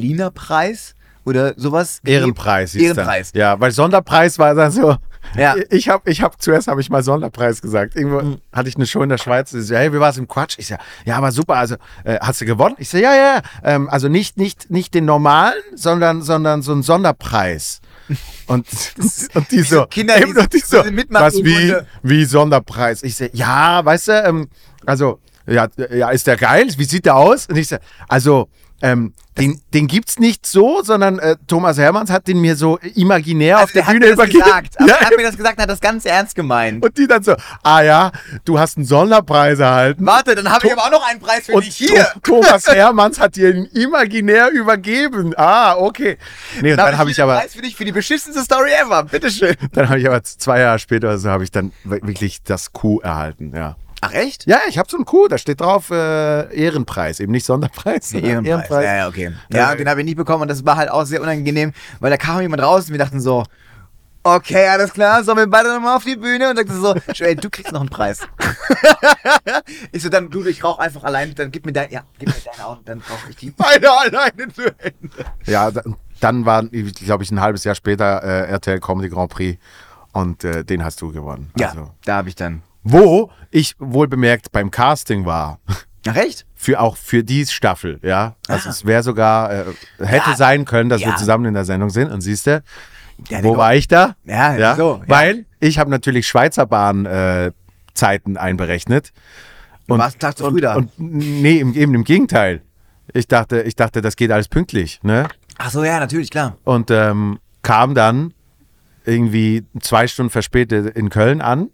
[SPEAKER 1] Nicht-Berliner-Preis oder sowas. gegeben.
[SPEAKER 2] Ehrenpreis hieß
[SPEAKER 1] Ehrenpreis.
[SPEAKER 2] Dann. Ja, weil Sonderpreis war dann so.
[SPEAKER 1] Ja.
[SPEAKER 2] Ich habe ich hab, zuerst habe ich mal Sonderpreis gesagt. Irgendwo hatte ich eine Show in der Schweiz. Sie so, hey, wie war es im Quatsch? Ich sag, ja, aber super. Also, äh, hast du gewonnen? Ich so, ja, ja, ja. Ähm, also nicht, nicht, nicht den normalen, sondern, sondern so einen Sonderpreis. Und, und die so,
[SPEAKER 1] Kinder, die
[SPEAKER 2] eben noch die
[SPEAKER 1] so-
[SPEAKER 2] so,
[SPEAKER 1] diese Mitmachung-
[SPEAKER 2] was wie,
[SPEAKER 1] Runde.
[SPEAKER 2] wie Sonderpreis. Ich so, ja, weißt du, ähm, also, ja, ja, ist der geil? Wie sieht der aus? Und ich so, also, ähm, den, den gibt's nicht so, sondern äh, Thomas Hermanns hat den mir so imaginär
[SPEAKER 1] Also
[SPEAKER 2] auf der
[SPEAKER 1] der hat
[SPEAKER 2] Bühne
[SPEAKER 1] mir das
[SPEAKER 2] übergeben.
[SPEAKER 1] gesagt. Aber
[SPEAKER 2] Ja,
[SPEAKER 1] er hat mir das gesagt, er hat das ganz ernst gemeint.
[SPEAKER 2] und die dann so, ah ja, du hast einen Sonderpreis erhalten.
[SPEAKER 1] Warte, dann habe ich aber auch noch einen Preis für
[SPEAKER 2] Und
[SPEAKER 1] dich hier.
[SPEAKER 2] Tho- Thomas Hermanns hat dir ihn imaginär übergeben. Ah, okay. Nee, und dann habe ich
[SPEAKER 1] hier den
[SPEAKER 2] aber,
[SPEAKER 1] Preis für dich für die beschissenste Story ever. Bitteschön.
[SPEAKER 2] dann habe ich aber zwei Jahre später oder so habe ich dann wir- wirklich das Q erhalten, ja.
[SPEAKER 1] Ach echt?
[SPEAKER 2] Ja, ich habe so einen Q, da steht drauf äh, Ehrenpreis, eben nicht Sonderpreis. sondern
[SPEAKER 1] Ehrenpreis. Ja, ja, okay. Ja,
[SPEAKER 5] Äh,
[SPEAKER 2] Ja.
[SPEAKER 1] und den habe ich nicht bekommen und das war halt auch sehr unangenehm, weil da kam jemand raus und wir dachten so, okay, alles klar, sollen wir beide nochmal auf die Bühne? Und sagte so, Joel, du kriegst noch einen Preis. ich so, dann, du, ich rauch einfach allein, dann gib mir dein, ja, gib mir deine Augen, dann rauch ich die.
[SPEAKER 5] Beide alleine zu Ende.
[SPEAKER 2] Ja, da- dann war, glaube ich, ein halbes Jahr später äh, RTL Comedy Grand Prix und äh, den hast du gewonnen.
[SPEAKER 1] Ja,
[SPEAKER 2] Also,
[SPEAKER 1] da habe ich dann.
[SPEAKER 2] wo ich wohl bemerkt beim Casting war.
[SPEAKER 1] Ach, echt?
[SPEAKER 2] Für auch für die Staffel, ja. Also es wäre sogar, äh, hätte
[SPEAKER 1] Ah. Ja.
[SPEAKER 2] sein können, dass wir
[SPEAKER 1] Ja.
[SPEAKER 2] zusammen in der Sendung sind. Und siehst du,
[SPEAKER 1] Ja,
[SPEAKER 2] wo
[SPEAKER 1] Nico.
[SPEAKER 2] war ich da?
[SPEAKER 1] Ja, so, ja.
[SPEAKER 2] Weil ich habe natürlich Schweizer Bahn äh, Zeiten einberechnet.
[SPEAKER 1] Du warst einen Tag zu früh da.
[SPEAKER 2] Und nee, im, eben im Gegenteil. Ich dachte, ich dachte, das geht alles pünktlich, ne?
[SPEAKER 1] Ach so, ja, natürlich, klar.
[SPEAKER 2] Und ähm, kam dann irgendwie zwei Stunden verspätet in Köln an.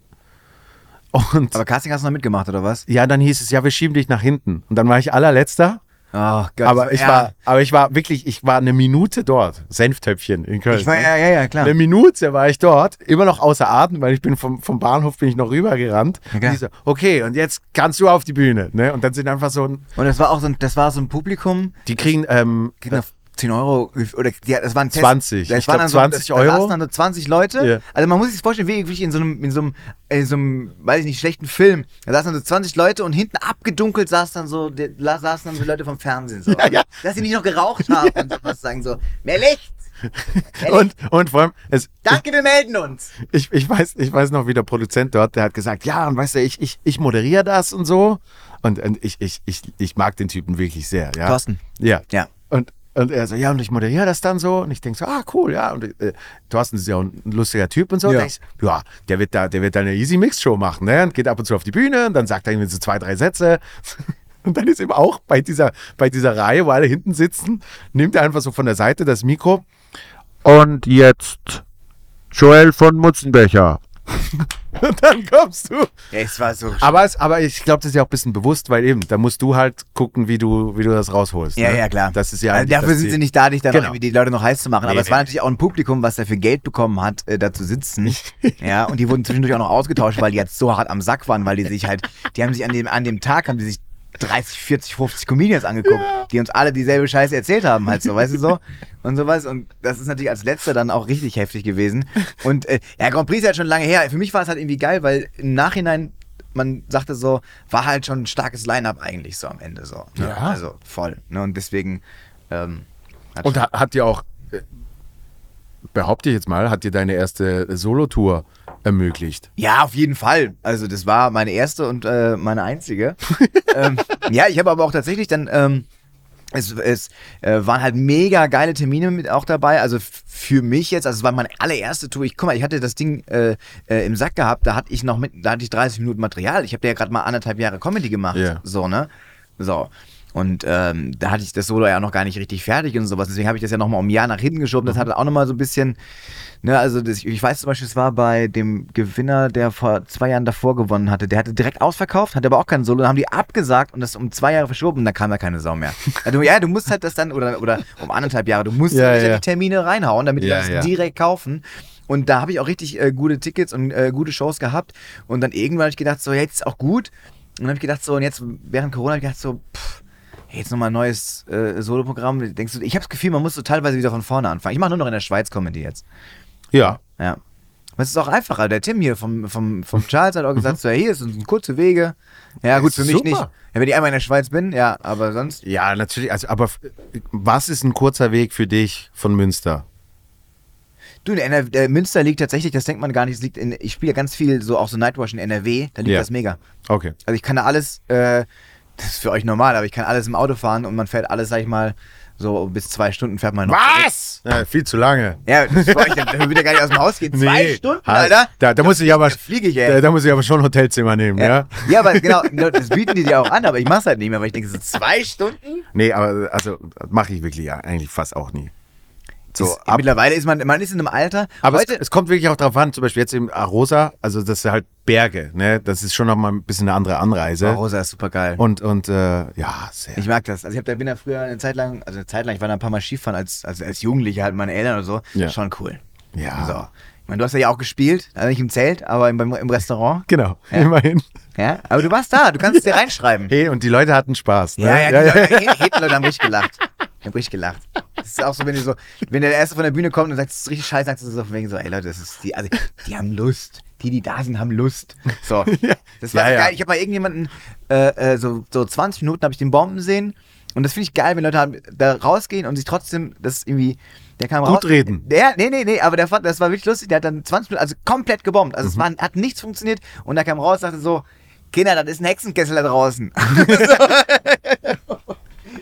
[SPEAKER 2] Und
[SPEAKER 1] Aber Casting hast du noch mitgemacht, oder was?
[SPEAKER 2] ja, dann hieß es, ja, wir schieben dich nach hinten. Und dann war ich allerletzter.
[SPEAKER 1] Oh Gott.
[SPEAKER 2] aber ich
[SPEAKER 1] ja.
[SPEAKER 2] war, aber ich war wirklich, ich war eine Minute dort. Senftöpfchen in Köln.
[SPEAKER 1] Ich war,
[SPEAKER 2] ne?
[SPEAKER 1] ja, ja, ja, klar.
[SPEAKER 2] Eine Minute war ich dort, immer noch außer Atem, weil ich bin vom, vom Bahnhof bin ich noch rübergerannt.
[SPEAKER 1] Ja, klar.
[SPEAKER 2] Und die so, okay, und jetzt kannst du auf die Bühne. Ne? Und dann sind einfach so, ein-
[SPEAKER 1] Und das war auch so ein, das war so ein Publikum,
[SPEAKER 2] die kriegen, ähm,
[SPEAKER 1] kriegen auf 10 Euro oder ja, das waren
[SPEAKER 2] 20,
[SPEAKER 1] Das
[SPEAKER 2] ich
[SPEAKER 1] waren
[SPEAKER 2] glaub,
[SPEAKER 1] dann so,
[SPEAKER 2] 20
[SPEAKER 1] das, Da
[SPEAKER 2] Euro.
[SPEAKER 1] saßen dann so 20 Leute.
[SPEAKER 2] Ja.
[SPEAKER 1] Also man muss sich vorstellen, wie wirklich in so einem, in so einem, in so einem, weiß ich nicht, schlechten Film. Da saßen dann so 20 Leute und hinten abgedunkelt saß dann so, der- la- saßen dann so Leute vom Fernsehen so.
[SPEAKER 2] ja.
[SPEAKER 1] Dass sie nicht noch geraucht haben und sowas sagen so, mehr Licht! Mehr Licht.
[SPEAKER 2] und, und vor allem, es,
[SPEAKER 1] Danke, wir melden uns!
[SPEAKER 2] ich, ich, weiß, ich weiß noch, wie der Produzent dort, der hat gesagt, ja, und weißt du, ich, ich, ich moderiere das und so. Und, und ich, ich, ich, ich mag den Typen wirklich sehr. Ja.
[SPEAKER 1] Thorsten.
[SPEAKER 2] Ja.
[SPEAKER 1] Ja.
[SPEAKER 2] Und, und er so, ja, und ich moderiere das dann so. Und ich denke so, ah, cool, ja. Und äh, Thorsten ist ja auch ein lustiger Typ und so.
[SPEAKER 1] Ja.
[SPEAKER 2] Ja, ja der, wird da, der wird da eine Easy-Mix-Show machen, ne? Und geht ab und zu auf die Bühne und dann sagt er irgendwie so zwei, drei Sätze. Und dann ist eben auch bei dieser, bei dieser Reihe, wo alle hinten sitzen, nimmt er einfach so von der Seite das Mikro. Und jetzt Joel von Mutzenbecher. und dann kommst du.
[SPEAKER 1] Ja, es war so.
[SPEAKER 2] Aber, es, aber ich glaube, das ist ja auch ein bisschen bewusst, weil eben, da musst du halt gucken, wie du, wie du das rausholst.
[SPEAKER 1] Ja,
[SPEAKER 2] ne?
[SPEAKER 1] ja, klar.
[SPEAKER 2] Das ist ja
[SPEAKER 1] also
[SPEAKER 2] eigentlich
[SPEAKER 1] dafür
[SPEAKER 2] das
[SPEAKER 1] sind sie
[SPEAKER 2] Ziel.
[SPEAKER 1] nicht da, dich dann
[SPEAKER 2] Genau.
[SPEAKER 1] noch irgendwie die Leute noch heiß zu machen. Aber
[SPEAKER 2] Nee,
[SPEAKER 1] es war
[SPEAKER 2] nee.
[SPEAKER 1] natürlich auch ein Publikum, was dafür Geld bekommen hat, äh, da zu sitzen. ja, und die wurden zwischendurch auch noch ausgetauscht, weil die jetzt so hart am Sack waren, weil die sich halt, die haben sich an dem, an dem Tag, haben die sich 30, 40, 50 Comedians angeguckt, die uns alle dieselbe Scheiße erzählt haben, halt so, weißt du so? Und sowas. Und das ist natürlich als letzter dann auch richtig heftig gewesen. Und äh, ja, Grand Prix ist halt schon lange her. Für mich war es halt irgendwie geil, weil im Nachhinein, man sagte so, war halt schon ein starkes Line-Up eigentlich so am Ende so. Ne?
[SPEAKER 2] Ja.
[SPEAKER 1] Also voll. Ne? Und deswegen. Ähm, hat
[SPEAKER 2] Und ha- hat dir auch, äh, behaupte ich jetzt mal, hat dir deine erste Solotour ermöglicht.
[SPEAKER 1] ja, auf jeden Fall. Also das war meine erste und äh, meine einzige. ähm, ja, ich habe aber auch tatsächlich dann. Ähm, es, es äh, waren halt mega geile Termine mit auch dabei. Also f- für mich jetzt, also es war meine allererste Tour. Ich guck mal, ich hatte das Ding äh, äh, im Sack gehabt. Da hatte ich noch mit, da hatte ich 30 Minuten Material. Ich habe ja gerade mal anderthalb Jahre Comedy gemacht.
[SPEAKER 2] Ja.
[SPEAKER 1] So ne, so. Und ähm, da hatte ich das Solo ja noch gar nicht richtig fertig und sowas. Deswegen habe ich das ja nochmal um ein Jahr nach hinten geschoben.
[SPEAKER 2] Mhm.
[SPEAKER 1] Das hatte auch nochmal so ein bisschen, ne, also das, ich weiß zum Beispiel, es war bei dem Gewinner, der vor zwei Jahren davor gewonnen hatte. Der hatte direkt ausverkauft, hatte aber auch kein Solo. Dann haben die abgesagt und das um zwei Jahre verschoben. Dann kam da keine Sau mehr. Also, ja, du musst halt das dann, oder, oder um anderthalb Jahre, du musst
[SPEAKER 2] Ja,
[SPEAKER 1] ja,
[SPEAKER 2] ja.
[SPEAKER 1] die Termine reinhauen, damit die
[SPEAKER 2] Ja,
[SPEAKER 1] das
[SPEAKER 2] ja.
[SPEAKER 1] direkt kaufen. Und da habe ich auch richtig äh, gute Tickets und äh, gute Shows gehabt. Und dann irgendwann habe ich gedacht, so, jetzt ist auch gut. Und dann habe ich gedacht, so, und jetzt während Corona habe ich gedacht, so, pff, hey, jetzt nochmal ein neues äh, Soloprogramm. Denkst du, ich habe das Gefühl, man muss so teilweise wieder von vorne anfangen. Ich mache nur noch in der Schweiz Comedy jetzt.
[SPEAKER 2] Ja.
[SPEAKER 1] Ja. Aber es ist auch einfacher. Der Tim hier vom, vom, vom Charles hat auch gesagt, so, ja, hier sind kurze Wege. Ja, gut, für mich
[SPEAKER 2] Mhm. Super.
[SPEAKER 1] nicht. Ja, wenn ich einmal in der Schweiz bin, ja, aber sonst.
[SPEAKER 2] Ja, natürlich. Also, aber f- was ist ein kurzer Weg für dich von Münster?
[SPEAKER 1] Du, in NRW, äh, Münster liegt tatsächlich, das denkt man gar nicht, es liegt in, ich spiele ja ganz viel so auch so Nightwatch in NRW, da liegt
[SPEAKER 2] Ja.
[SPEAKER 1] das mega.
[SPEAKER 2] Okay.
[SPEAKER 1] Also ich kann da alles, äh, das ist für euch normal, aber ich kann alles im Auto fahren und man fährt alles, sag ich mal, so bis zwei Stunden fährt man noch.
[SPEAKER 2] Was? Ja, viel zu lange.
[SPEAKER 1] Ja, das ist für euch, dann würde ja gar nicht aus dem Haus gehen. Zwei
[SPEAKER 2] Nee.
[SPEAKER 1] Stunden,
[SPEAKER 2] Halt.
[SPEAKER 1] Alter?
[SPEAKER 2] Da, da, muss ich aber,
[SPEAKER 1] fliege ich, ey.
[SPEAKER 2] da, da muss ich aber schon ein Hotelzimmer nehmen, ja?
[SPEAKER 1] Ja. ja, aber genau, genau, das bieten die dir auch an, aber ich mach's halt nicht mehr, weil ich denke, so zwei Stunden?
[SPEAKER 2] Nee, aber also mache ich wirklich ja, eigentlich fast auch nie. So,
[SPEAKER 1] ist, mittlerweile ist man, man ist in einem Alter.
[SPEAKER 2] Aber
[SPEAKER 1] heute,
[SPEAKER 2] es, es kommt wirklich auch drauf an, zum Beispiel jetzt im Arosa, also das sind halt Berge, ne? Das ist schon nochmal ein bisschen eine andere Anreise.
[SPEAKER 1] oh, Rosa ist super geil.
[SPEAKER 2] Und, und äh, ja, sehr.
[SPEAKER 1] Ich mag das. Also ich hab da bin da früher eine Zeit lang, also eine Zeit lang, ich war da ein paar Mal Skifahren als, also als Jugendlicher halt meine Eltern oder so.
[SPEAKER 2] Ja.
[SPEAKER 1] Schon cool.
[SPEAKER 2] ja.
[SPEAKER 1] So. Ich meine, du hast ja hier auch gespielt, also nicht im Zelt, aber im, im Restaurant.
[SPEAKER 2] Genau,
[SPEAKER 1] Ja.
[SPEAKER 2] immerhin.
[SPEAKER 1] Ja, aber du warst da, du kannst es dir reinschreiben.
[SPEAKER 2] Hey, und die Leute hatten Spaß, ne?
[SPEAKER 1] genau. Ja, ja, ja, ja. Hitler haben richtig gelacht. Ich habe richtig gelacht. Das ist auch so, wenn du so, wenn der Erste von der Bühne kommt und sagt, es ist richtig scheiße, sagst du so von wegen so, ey Leute, das ist die, also die haben Lust. Die, die da sind, haben Lust. So. Das war
[SPEAKER 2] Ja, ja.
[SPEAKER 1] geil. Ich habe mal irgendjemanden, äh, äh, so, so 20 Minuten habe ich den Bomben sehen. Und das finde ich geil, wenn Leute haben, da rausgehen und sich trotzdem, das irgendwie, der kam
[SPEAKER 2] Gut
[SPEAKER 1] raus.
[SPEAKER 2] reden.
[SPEAKER 1] Der, nee, nee, nee, aber der fand, das war wirklich lustig. Der hat dann 20 Minuten, also komplett gebombt. Also es
[SPEAKER 2] Mhm.
[SPEAKER 1] war, hat nichts funktioniert. Und da kam raus und sagte so, Kinder, das ist ein Hexenkessel da draußen.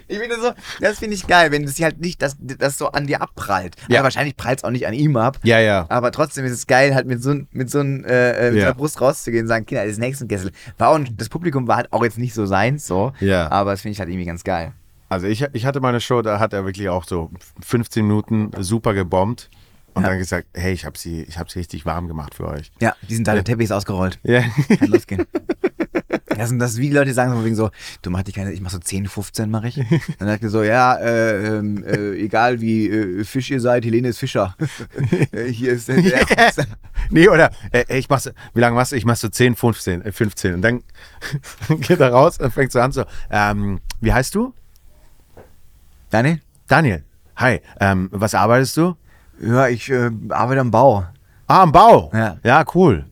[SPEAKER 1] Ich finde so, das finde ich geil, wenn das halt nicht, dass das so an dir abprallt.
[SPEAKER 2] Ja.
[SPEAKER 1] Ja. Aber wahrscheinlich prallt es auch nicht an ihm ab.
[SPEAKER 2] Ja, ja.
[SPEAKER 1] Aber trotzdem ist es geil, halt mit so mit so einem, äh, äh, mit
[SPEAKER 2] Ja.
[SPEAKER 1] so einer Brust rauszugehen und sagen, Kinder, das ist Hexenkessel. War auch, das Publikum war halt auch jetzt nicht so seins, so.
[SPEAKER 2] Ja.
[SPEAKER 1] Aber das finde ich halt irgendwie ganz geil.
[SPEAKER 2] Also ich, ich hatte meine Show, da hat er wirklich auch so 15 Minuten super gebombt und dann gesagt, hey, ich habe sie, ich hab sie richtig warm gemacht für euch.
[SPEAKER 1] Ja, die sind da der Teppich ist ausgerollt.
[SPEAKER 2] Ja.
[SPEAKER 1] Kann losgehen. Das sind das ist wie die Leute die sagen so von wegen so, du mach dich keine, ich mach so 10, 15 mache ich. Dann sagt er so, ja, äh, ähm, äh, egal wie äh, Fisch ihr seid, Helene ist Fischer. Äh, Hier ist der, der
[SPEAKER 2] Nee, oder äh, ey, ich mach's, wie lange machst du? Ich mach so 10, 15, äh, 15. Und dann geht er raus und fängt so an so, ähm, wie heißt du?
[SPEAKER 1] Daniel?
[SPEAKER 2] Daniel. Hi, ähm, was arbeitest du?
[SPEAKER 1] Ja, ich äh, arbeite am Bau.
[SPEAKER 2] Ah, am Bau.
[SPEAKER 1] Ja.
[SPEAKER 2] ja cool.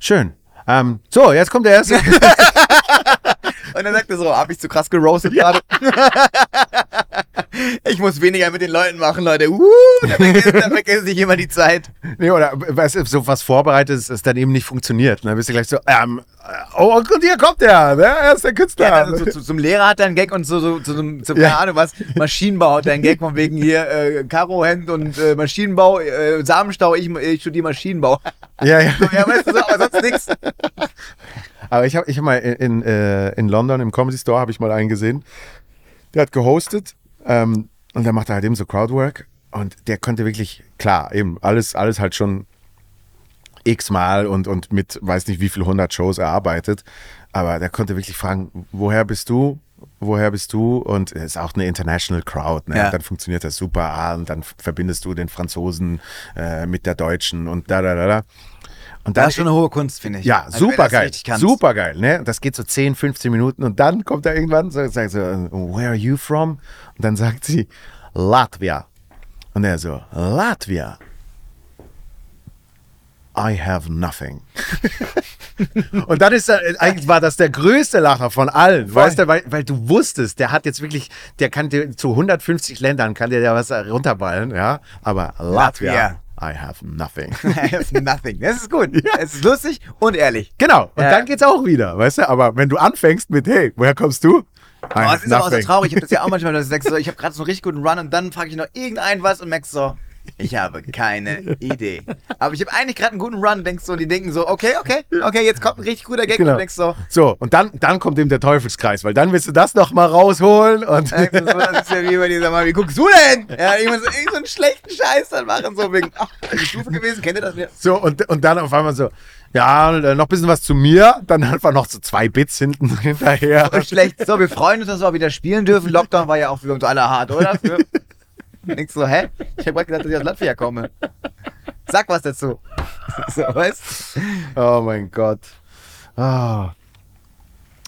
[SPEAKER 2] Schön. Ähm, so, jetzt kommt der erste.
[SPEAKER 1] Und dann sagt er so, hab ich zu krass gerostet gerade. ich muss weniger mit den Leuten machen, Leute. Uh, da vergisst, da vergisst sich immer die Zeit.
[SPEAKER 2] Nee, oder weißt du, so was vorbereitet ist, das dann eben nicht funktioniert. Und dann bist du gleich so, ähm, oh, und hier kommt der, ne? er ist der Künstler.
[SPEAKER 1] Ja, also so, zu- zum Lehrer hat er einen Gag und so, so, zu zum, zum
[SPEAKER 2] Ja.
[SPEAKER 1] keine Ahnung was, Maschinenbau hat er einen Gag von wegen hier äh, Karohemd und äh, Maschinenbau, äh, Samenstau, ich, ich studiere Maschinenbau.
[SPEAKER 2] ja, ja.
[SPEAKER 1] So, ja, weißt du, so, aber sonst nichts.
[SPEAKER 2] Aber ich habe ich hab mal in, in, äh, in London im Comedy Store habe ich mal einen gesehen. Der hat gehostet ähm, und der macht halt eben so Crowdwork und der konnte wirklich klar eben alles alles halt schon x mal und und mit weiß nicht wie viel hundert Shows erarbeitet, aber der konnte wirklich fragen, woher bist du? Woher bist du? Und es ist auch eine international Crowd. Ne?
[SPEAKER 1] Ja.
[SPEAKER 2] Dann funktioniert das super. Ah, und dann verbindest du den Franzosen äh, mit der Deutschen und da, da, da, da. Und
[SPEAKER 1] Das
[SPEAKER 2] dann
[SPEAKER 1] ist schon eine hohe Kunst, finde ich.
[SPEAKER 2] ja,
[SPEAKER 1] Also, wenn
[SPEAKER 2] super
[SPEAKER 1] du das
[SPEAKER 2] geil.
[SPEAKER 1] richtig kannst.
[SPEAKER 2] Super geil, ne? Das geht so 10, 15 Minuten und dann kommt er irgendwann so, sagt so, where are you from? Und dann sagt sie, Latvia. Und er so, Latvia. I have nothing. und dann ist er, äh, eigentlich war das der größte Lacher von allen, weißt du, weil, weil du wusstest, der hat jetzt wirklich, der kann dir zu 150 Ländern, kann dir da was runterballen, ja? Aber Latvia,
[SPEAKER 1] Latvia.
[SPEAKER 2] I have nothing.
[SPEAKER 1] I have nothing. Das ist gut. Es ist lustig und ehrlich.
[SPEAKER 2] Genau, und
[SPEAKER 1] Ja.
[SPEAKER 2] dann geht's auch wieder, weißt du? Aber wenn du anfängst mit, hey, woher kommst du? I
[SPEAKER 1] Oh,
[SPEAKER 2] have
[SPEAKER 1] es ist aber auch so
[SPEAKER 2] nothing.
[SPEAKER 1] traurig. Ich habe das ja auch manchmal, dass du sagst, so, ich habe gerade so einen richtig guten Run und dann frage ich noch irgendeinen was und merkst so, ich habe keine Idee. Aber ich habe eigentlich gerade einen guten Run und denkst so, die denken so, okay, okay, okay, jetzt kommt ein richtig guter Gag und
[SPEAKER 2] Genau.
[SPEAKER 1] du denkst so,
[SPEAKER 2] So, und dann, dann kommt eben der Teufelskreis, weil dann willst du das nochmal rausholen und.
[SPEAKER 1] äh, so, das ist ja wie bei dieser Mami, wie guckst du denn? Ja, ich muss irgend so einen schlechten Scheiß dann machen, so wegen, ach, die Stufe gewesen, kennt ihr das? Ja.
[SPEAKER 2] So, und, und dann auf einmal so, ja, äh, noch ein bisschen was zu mir, dann einfach noch so zwei Bits hinten hinterher.
[SPEAKER 1] So Äh, schlecht. So, wir freuen uns, dass wir auch wieder spielen dürfen. Lockdown war ja auch für uns alle hart, oder? Für Denkst so, hä? Ich habe gerade gedacht, dass ich aus Latvia komme. Sag was dazu. So, weißt
[SPEAKER 2] Oh mein Gott. Ah.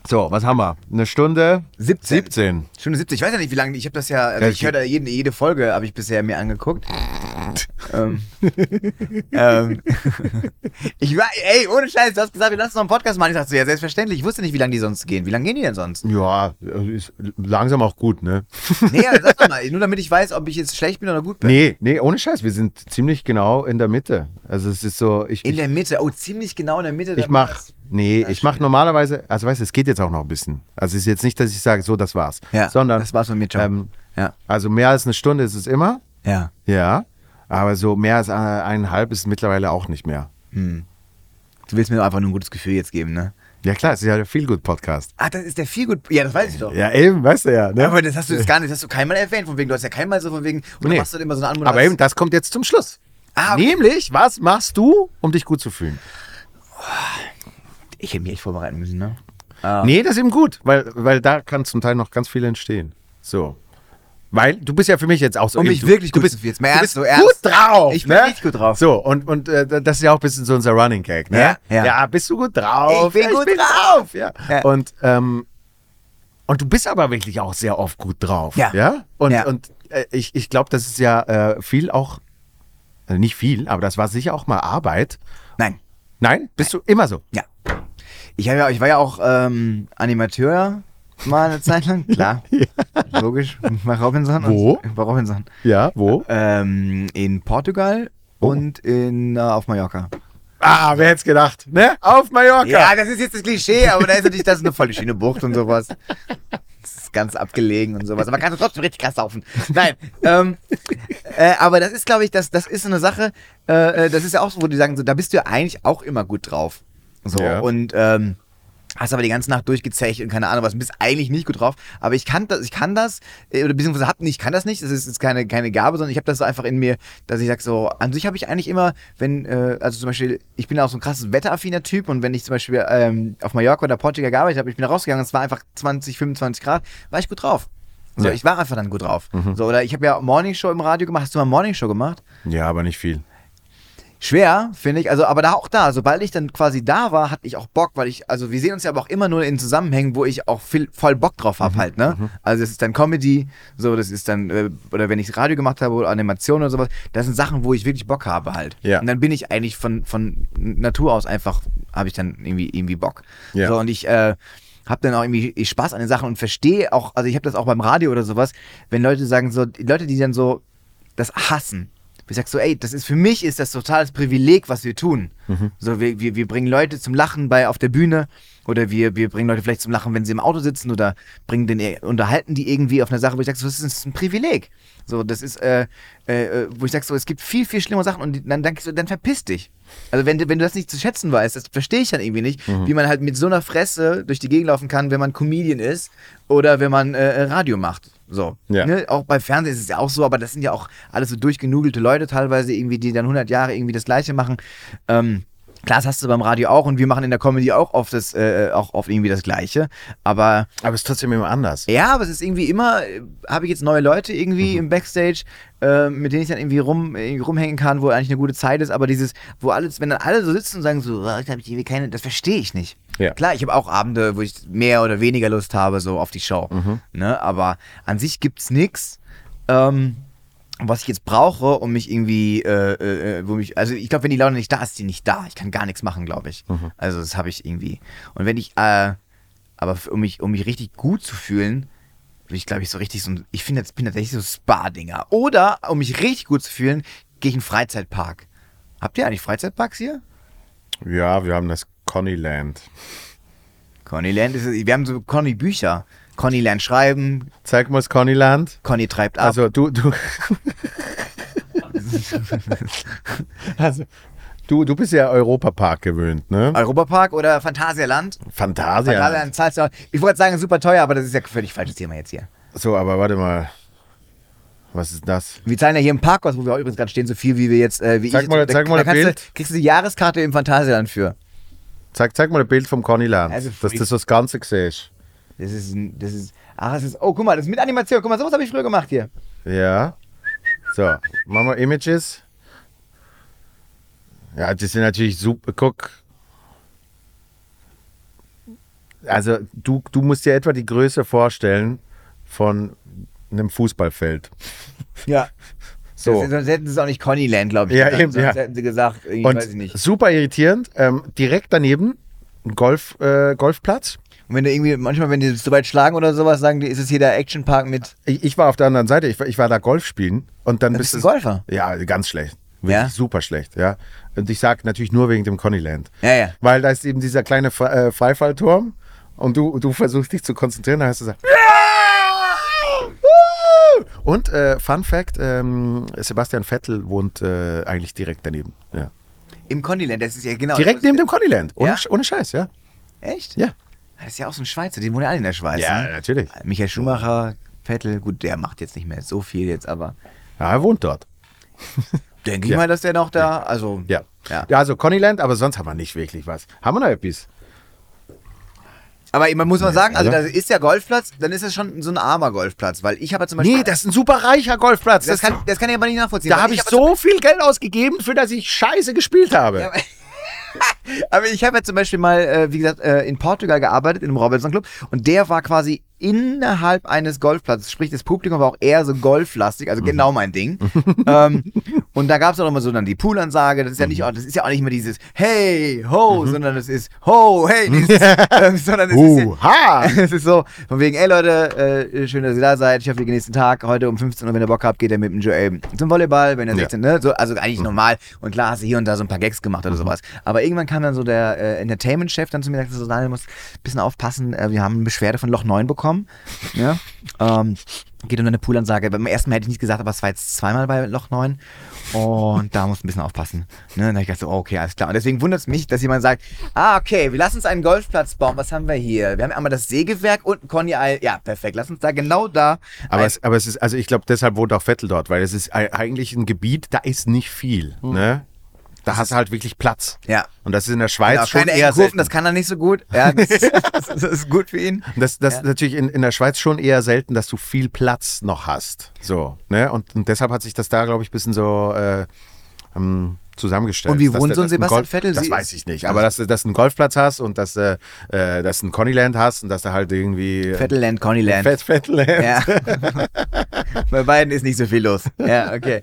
[SPEAKER 2] So, was haben wir? Eine Stunde?
[SPEAKER 1] 17.
[SPEAKER 2] 17.
[SPEAKER 1] Stunde 70, ich weiß ja nicht, wie lange. Ich habe das ja, also
[SPEAKER 2] Ja,
[SPEAKER 1] ich höre da jede, jede Folge, habe ich bisher mir angeguckt. ähm, ähm, ich war, ey, ohne Scheiß, du hast gesagt, wir lassen noch einen Podcast machen. Ich dachte so, ja, selbstverständlich. Ich wusste nicht, wie lange die sonst gehen. Wie lange gehen die denn sonst?
[SPEAKER 2] Ja, ist langsam auch gut, ne?
[SPEAKER 1] Nee, aber sag doch mal, nur damit ich weiß, ob ich jetzt schlecht bin oder gut bin.
[SPEAKER 2] Nee, nee, ohne Scheiß, wir sind ziemlich genau in der Mitte. Also es ist so, ich,
[SPEAKER 1] In der Mitte, oh, ziemlich genau in der Mitte.
[SPEAKER 2] ich
[SPEAKER 1] da-
[SPEAKER 2] mach, nee, ich mach
[SPEAKER 1] schwierig.
[SPEAKER 2] normalerweise, also weißt du, es geht jetzt auch noch ein bisschen. Also es ist jetzt nicht, dass ich sage, so, das war's.
[SPEAKER 1] Ja,
[SPEAKER 2] sondern,
[SPEAKER 1] das war's mit mir, ciao.
[SPEAKER 2] Ähm,
[SPEAKER 1] Ja,
[SPEAKER 2] also mehr als eine Stunde ist es immer,
[SPEAKER 1] ja.
[SPEAKER 2] ja, aber so mehr als äh, eineinhalb ist es mittlerweile auch nicht mehr.
[SPEAKER 1] Du willst mir einfach nur ein gutes Gefühl jetzt geben, ne?
[SPEAKER 2] Ja klar, es ist ja der Feel-Good-Podcast.
[SPEAKER 1] Ach, das ist der viel gut. Ja, das weiß ich doch.
[SPEAKER 2] Ja eben, weißt du ja. Ne?
[SPEAKER 1] Aber das hast du jetzt gar nicht, das hast du keinmal erwähnt, von wegen, du hast ja keinmal so von wegen, und dann
[SPEAKER 2] Nee.
[SPEAKER 1] machst du dann immer so eine Anmoderation.
[SPEAKER 2] aber eben, das kommt jetzt zum Schluss.
[SPEAKER 1] Ah, okay.
[SPEAKER 2] Nämlich, was machst du, um dich gut zu fühlen?
[SPEAKER 1] Ich hätte mich echt vorbereiten müssen, ne?
[SPEAKER 2] Nee, das ist eben gut, weil, weil da kann zum Teil noch ganz viel entstehen. So. Weil du bist ja für mich jetzt auch so.
[SPEAKER 1] Um
[SPEAKER 2] eben,
[SPEAKER 1] mich
[SPEAKER 2] du,
[SPEAKER 1] wirklich
[SPEAKER 2] du
[SPEAKER 1] gut
[SPEAKER 2] bist,
[SPEAKER 1] zu fühlen. Jetzt mal ernst,
[SPEAKER 2] du
[SPEAKER 1] so
[SPEAKER 2] bist
[SPEAKER 1] ernst.
[SPEAKER 2] gut drauf.
[SPEAKER 1] Ich bin
[SPEAKER 2] ne?
[SPEAKER 1] richtig gut drauf.
[SPEAKER 2] So, und, und äh, das ist ja auch ein bisschen so unser Running Gag, ne?
[SPEAKER 1] Ja, ja.
[SPEAKER 2] bist du gut drauf?
[SPEAKER 1] Ich bin
[SPEAKER 2] ja,
[SPEAKER 1] gut
[SPEAKER 2] drauf. Ja.
[SPEAKER 1] Ja.
[SPEAKER 2] Und, ähm, und du bist aber wirklich auch sehr oft gut drauf.
[SPEAKER 1] Ja.
[SPEAKER 2] Und,
[SPEAKER 1] Ja.
[SPEAKER 2] und äh, ich, ich glaube, das ist ja äh, viel auch, also nicht viel, aber das war sicher auch mal Arbeit.
[SPEAKER 1] Nein.
[SPEAKER 2] Nein? Bist du immer so?
[SPEAKER 1] Ja. Ich, hab ja, ich war ja auch ähm, Animateur mal eine Zeit lang. Klar. Logisch. Bei Robinson.
[SPEAKER 2] Wo?
[SPEAKER 1] Und, bei Robinson.
[SPEAKER 2] Ja, wo?
[SPEAKER 1] Ähm, in Portugal
[SPEAKER 2] Oh.
[SPEAKER 1] und in, äh, auf Mallorca.
[SPEAKER 2] Ah, wer hätte es gedacht? Ne? Auf Mallorca.
[SPEAKER 1] Ja, das ist jetzt das Klischee, aber da ist natürlich das ist eine volle schöne Bucht und sowas. Das ist ganz abgelegen und sowas. Aber kannst du trotzdem richtig krass saufen. Nein. Ähm, äh, aber das ist, glaube ich, das, das ist so eine Sache, äh, äh, das ist ja auch so, wo die sagen, so, da bist du ja eigentlich auch immer gut drauf. So.
[SPEAKER 2] Ja.
[SPEAKER 1] Und ähm, hast aber die ganze Nacht durchgezecht und keine Ahnung was, und bist eigentlich nicht gut drauf. Aber ich kann das, ich kann das, äh, oder beziehungsweise hab nicht, kann das nicht. Das ist, ist keine, keine Gabe, sondern ich habe das so einfach in mir, dass ich sag so, an sich habe ich eigentlich immer, wenn, äh, also zum Beispiel, ich bin auch so ein krasses wetteraffiner Typ und wenn ich zum Beispiel ähm, auf Mallorca oder Portugal gearbeitet habe, ich bin da rausgegangen, es war einfach 20, 25 Grad, war ich gut drauf. So,
[SPEAKER 2] Ja. Mhm.
[SPEAKER 1] ich war einfach dann gut drauf. So, oder ich habe ja Morning Show im Radio gemacht. Hast du mal Morning Show gemacht?
[SPEAKER 2] ja, aber nicht viel.
[SPEAKER 1] Schwer, finde ich. Also, aber da auch da, sobald ich dann quasi da war, hatte ich auch Bock, weil ich, also wir sehen uns ja aber auch immer nur in Zusammenhängen, wo ich auch viel, voll Bock drauf habe halt, ne? Also das ist dann Comedy, so, das ist dann, äh, oder wenn ich Radio gemacht habe oder Animation oder sowas, das sind Sachen, wo ich wirklich Bock habe halt.
[SPEAKER 2] Ja.
[SPEAKER 1] Und dann bin ich eigentlich von, von Natur aus einfach, habe ich dann irgendwie, irgendwie Bock.
[SPEAKER 2] Ja.
[SPEAKER 1] So, und ich, äh, hab dann auch irgendwie Spaß an den Sachen und verstehe auch, also ich habe das auch beim Radio oder sowas, wenn Leute sagen so, die Leute, die dann so das hassen. Ich sag so, ey, das ist für mich ist das totales Privileg, was wir tun. So, wir, wir, wir bringen Leute zum Lachen bei auf der Bühne oder wir, wir bringen Leute vielleicht zum Lachen, wenn sie im Auto sitzen oder bringen den unterhalten die irgendwie auf einer Sache, wo ich sag so, das ist ein Privileg. So, das ist, äh, äh, äh, wo ich sag so, es gibt viel, viel schlimmere Sachen und die- dann denkst du, dann verpiss dich. Also wenn, du- wenn du das nicht zu schätzen weißt, das verstehe ich dann irgendwie nicht, wie man halt mit so einer Fresse durch die Gegend laufen kann, wenn man Comedian ist oder wenn man äh, Radio macht. So.
[SPEAKER 2] Ja.
[SPEAKER 1] Ne? Auch bei Fernsehen ist es ja auch so, aber das sind ja auch alles so durchgenugelte Leute teilweise, irgendwie, die dann 100 Jahre irgendwie das Gleiche machen. Ähm, klar, das hast du beim Radio auch und wir machen in der Comedy auch oft, das, äh, auch oft irgendwie das Gleiche. Aber
[SPEAKER 2] Aber es ist trotzdem immer anders.
[SPEAKER 1] ja, aber es ist irgendwie immer, äh, habe ich jetzt neue Leute irgendwie im Backstage, äh, mit denen ich dann irgendwie, rum, irgendwie rumhängen kann, wo eigentlich eine gute Zeit ist, aber dieses, wo alles, wenn dann alle so sitzen und sagen so, "Ah, ich habe irgendwie keine, das verstehe ich nicht.
[SPEAKER 2] Ja.
[SPEAKER 1] Klar, ich habe auch Abende, wo ich mehr oder weniger Lust habe, so auf die Show. Ne? Aber an sich gibt's nix. Ähm, was ich jetzt brauche, um mich irgendwie, äh, äh, wo mich, also ich glaube, wenn die Laune nicht da ist, ist die nicht da. Ich kann gar nichts machen, glaube ich. Also das habe ich irgendwie. Und wenn ich, äh, aber f- um mich, um mich richtig gut zu fühlen, bin ich, glaube ich, so richtig so ein, ich finde, jetzt bin tatsächlich so Spa-Dinger. Oder, um mich richtig gut zu fühlen, gehe ich in einen Freizeitpark. Habt ihr eigentlich Freizeitparks hier?
[SPEAKER 2] Ja, wir haben das Connyland.
[SPEAKER 1] Connyland ist, wir haben so Conny-Bücher. Conny lernt schreiben,
[SPEAKER 2] Zeig mal das Connyland.
[SPEAKER 1] Conny treibt ab.
[SPEAKER 2] Also du, du. also du, du bist ja Europapark gewöhnt, ne?
[SPEAKER 1] Europapark oder Phantasialand?
[SPEAKER 2] Fantasia.
[SPEAKER 1] Phantasialand zahlst du, auch- ich wollte sagen, super teuer, aber das ist ja völlig falsches Thema jetzt hier.
[SPEAKER 2] So, aber warte mal. Was ist das?
[SPEAKER 1] Wir zahlen ja hier im Parkhaus, wo wir auch übrigens gerade stehen, so viel wie wir jetzt, äh, wie
[SPEAKER 2] Zeig
[SPEAKER 1] ich.
[SPEAKER 2] mal-
[SPEAKER 1] jetzt,
[SPEAKER 2] zeig mal das
[SPEAKER 1] kannst Du,
[SPEAKER 2] Bild.
[SPEAKER 1] kriegst du die Jahreskarte im Phantasialand für.
[SPEAKER 2] Zeig, zeig mal ein Bild vom Connyland,
[SPEAKER 1] Also,
[SPEAKER 2] dass
[SPEAKER 1] Freak.
[SPEAKER 2] du so das Ganze siehst.
[SPEAKER 1] Das ist, ein- das ist, ach, das ist, oh, guck mal, das ist mit Animation, guck mal, sowas habe ich früher gemacht hier.
[SPEAKER 2] Ja. So, machen wir Images. Ja, das sind natürlich super. Guck. Also, du, du musst dir etwa die Größe vorstellen von einem Fußballfeld.
[SPEAKER 1] Ja. So.
[SPEAKER 2] So.
[SPEAKER 1] Das, sonst hätten sie es auch nicht Connyland, glaube ich.
[SPEAKER 2] Ja,
[SPEAKER 1] gesagt.
[SPEAKER 2] eben,
[SPEAKER 1] sonst
[SPEAKER 2] ja.
[SPEAKER 1] hätten sie gesagt, irgendwie,
[SPEAKER 2] Und
[SPEAKER 1] weiß ich nicht.
[SPEAKER 2] super irritierend. Ähm, direkt daneben ein Golf, äh, Golfplatz.
[SPEAKER 1] Und wenn du irgendwie, manchmal, wenn die so weit schlagen oder sowas, sagen die, ist es hier der Actionpark mit.
[SPEAKER 2] Ich, ich war auf der anderen Seite. Ich, war- ich war da Golf spielen. Und dann
[SPEAKER 1] Dann
[SPEAKER 2] bist
[SPEAKER 1] bist du ein
[SPEAKER 2] du.
[SPEAKER 1] Golfer.
[SPEAKER 2] Ja, ganz schlecht. Wirklich
[SPEAKER 1] Ja?
[SPEAKER 2] super schlecht, ja. Und ich sag natürlich nur wegen dem Connyland.
[SPEAKER 1] Ja, ja.
[SPEAKER 2] Weil da ist eben dieser kleine Fre äh, Freifallturm und du, du versuchst dich zu konzentrieren, dann hast du gesagt. Und äh, Fun Fact: ähm, Sebastian Vettel wohnt äh, eigentlich direkt daneben. Ja.
[SPEAKER 1] Im Connyland, das ist ja genau.
[SPEAKER 2] Direkt
[SPEAKER 1] das-
[SPEAKER 2] neben dem Connyland. Ohne,
[SPEAKER 1] Ja?
[SPEAKER 2] Sch- ohne Scheiß, ja.
[SPEAKER 1] Echt?
[SPEAKER 2] Ja.
[SPEAKER 1] Das ist ja auch so ein Schweizer, die wohnen ja alle in der Schweiz. ne?
[SPEAKER 2] natürlich.
[SPEAKER 1] Michael Schumacher, Vettel, gut, der macht jetzt nicht mehr so viel jetzt, aber
[SPEAKER 2] Ja, er wohnt dort.
[SPEAKER 1] denke ich
[SPEAKER 2] Ja.
[SPEAKER 1] mal, dass der noch da, also
[SPEAKER 2] Ja.
[SPEAKER 1] Ja.
[SPEAKER 2] also Connyland, aber sonst haben wir nicht wirklich was. Haben wir noch etwas?
[SPEAKER 1] Aber man muss mal sagen, also da
[SPEAKER 2] oder?
[SPEAKER 1] ist der Golfplatz, dann ist das schon so ein armer Golfplatz, weil ich habe ja zum Beispiel.
[SPEAKER 2] Nee, das ist ein super reicher Golfplatz.
[SPEAKER 1] das,
[SPEAKER 2] Das
[SPEAKER 1] kann, das kann ich aber nicht nachvollziehen.
[SPEAKER 2] da
[SPEAKER 1] weil
[SPEAKER 2] habe ich
[SPEAKER 1] hab ja
[SPEAKER 2] so viel Geld ausgegeben, für das ich scheiße gespielt habe.
[SPEAKER 1] Ja, Aber ich habe ja zum Beispiel mal, äh, wie gesagt, äh, in Portugal gearbeitet, in einem Robinson Club. Und der war quasi innerhalb eines Golfplatzes. Sprich, das Publikum war auch eher so golflastig,
[SPEAKER 2] Mhm.
[SPEAKER 1] also genau mein Ding. ähm, und da gab es auch immer so dann die Poolansage. Das ist ja
[SPEAKER 2] Mhm.
[SPEAKER 1] nicht, auch- das ist ja auch nicht mehr dieses Hey, ho, sondern es ist Ho, hey, dieses, ähm, sondern es ist ja,
[SPEAKER 2] Uha!
[SPEAKER 1] es ist so, von wegen, ey Leute, äh, schön, dass ihr da seid. Ich hoffe, ihr genießt den Tag. Heute um 15 Uhr, wenn ihr Bock habt, geht ihr mit dem Joel zum Volleyball, wenn ihr 16, ne? So, also eigentlich normal. Und klar hast du hier und da so ein paar Gags gemacht oder sowas. Aber irgendwann kam dann so der äh, Entertainment-Chef dann zu mir und sagte so, Daniel, du musst ein bisschen aufpassen. Äh, wir haben eine Beschwerde von Loch 9 bekommen. ja? ähm, geht um deine Poolansage. Beim ersten Mal hätte ich nicht gesagt, aber es war jetzt zweimal bei Loch 9. Und da musst du ein bisschen aufpassen. Ne? Und dann hab ich gedacht, so, oh, okay, alles klar. Und deswegen wundert es mich, dass jemand sagt, ah, okay, wir lassen uns einen Golfplatz bauen. Was haben wir hier? Wir haben einmal das Sägewerk und ein Conny Isle. Ja, perfekt. Lass uns da genau da.
[SPEAKER 2] Aber
[SPEAKER 1] ein-
[SPEAKER 2] es, aber es ist, also ich glaube, deshalb wohnt auch Vettel dort, weil es ist ei- eigentlich ein Gebiet, da ist nicht viel. Ne? Da hast du halt wirklich Platz.
[SPEAKER 1] Hm. Ja.
[SPEAKER 2] Und das ist in der Schweiz
[SPEAKER 1] Genau,
[SPEAKER 2] schon
[SPEAKER 1] keine engen
[SPEAKER 2] eher
[SPEAKER 1] Kurven,
[SPEAKER 2] selten.
[SPEAKER 1] das kann er nicht so gut. Ja, das, das, das ist gut für ihn.
[SPEAKER 2] Und Das, das
[SPEAKER 1] Ja.
[SPEAKER 2] ist natürlich in, in der Schweiz schon eher selten, dass du viel Platz noch hast. So, ne? und, und deshalb hat sich das da, glaube ich, ein bisschen so äh, ähm, zusammengestellt.
[SPEAKER 1] Und wie
[SPEAKER 2] Dass
[SPEAKER 1] wohnt
[SPEAKER 2] du-
[SPEAKER 1] so ein
[SPEAKER 2] dass du einen
[SPEAKER 1] Sebastian
[SPEAKER 2] Golf-
[SPEAKER 1] Vettel?
[SPEAKER 2] Das
[SPEAKER 1] Sie-
[SPEAKER 2] weiß ich nicht. Aber dass, du- dass du einen Golfplatz hast und dass du äh, dass du ein Connyland hast und dass du halt irgendwie.
[SPEAKER 1] Vettelland, Connyland.
[SPEAKER 2] Fett, Vettel. äh,
[SPEAKER 1] Ja. Bei beiden ist nicht so viel los. Ja, okay.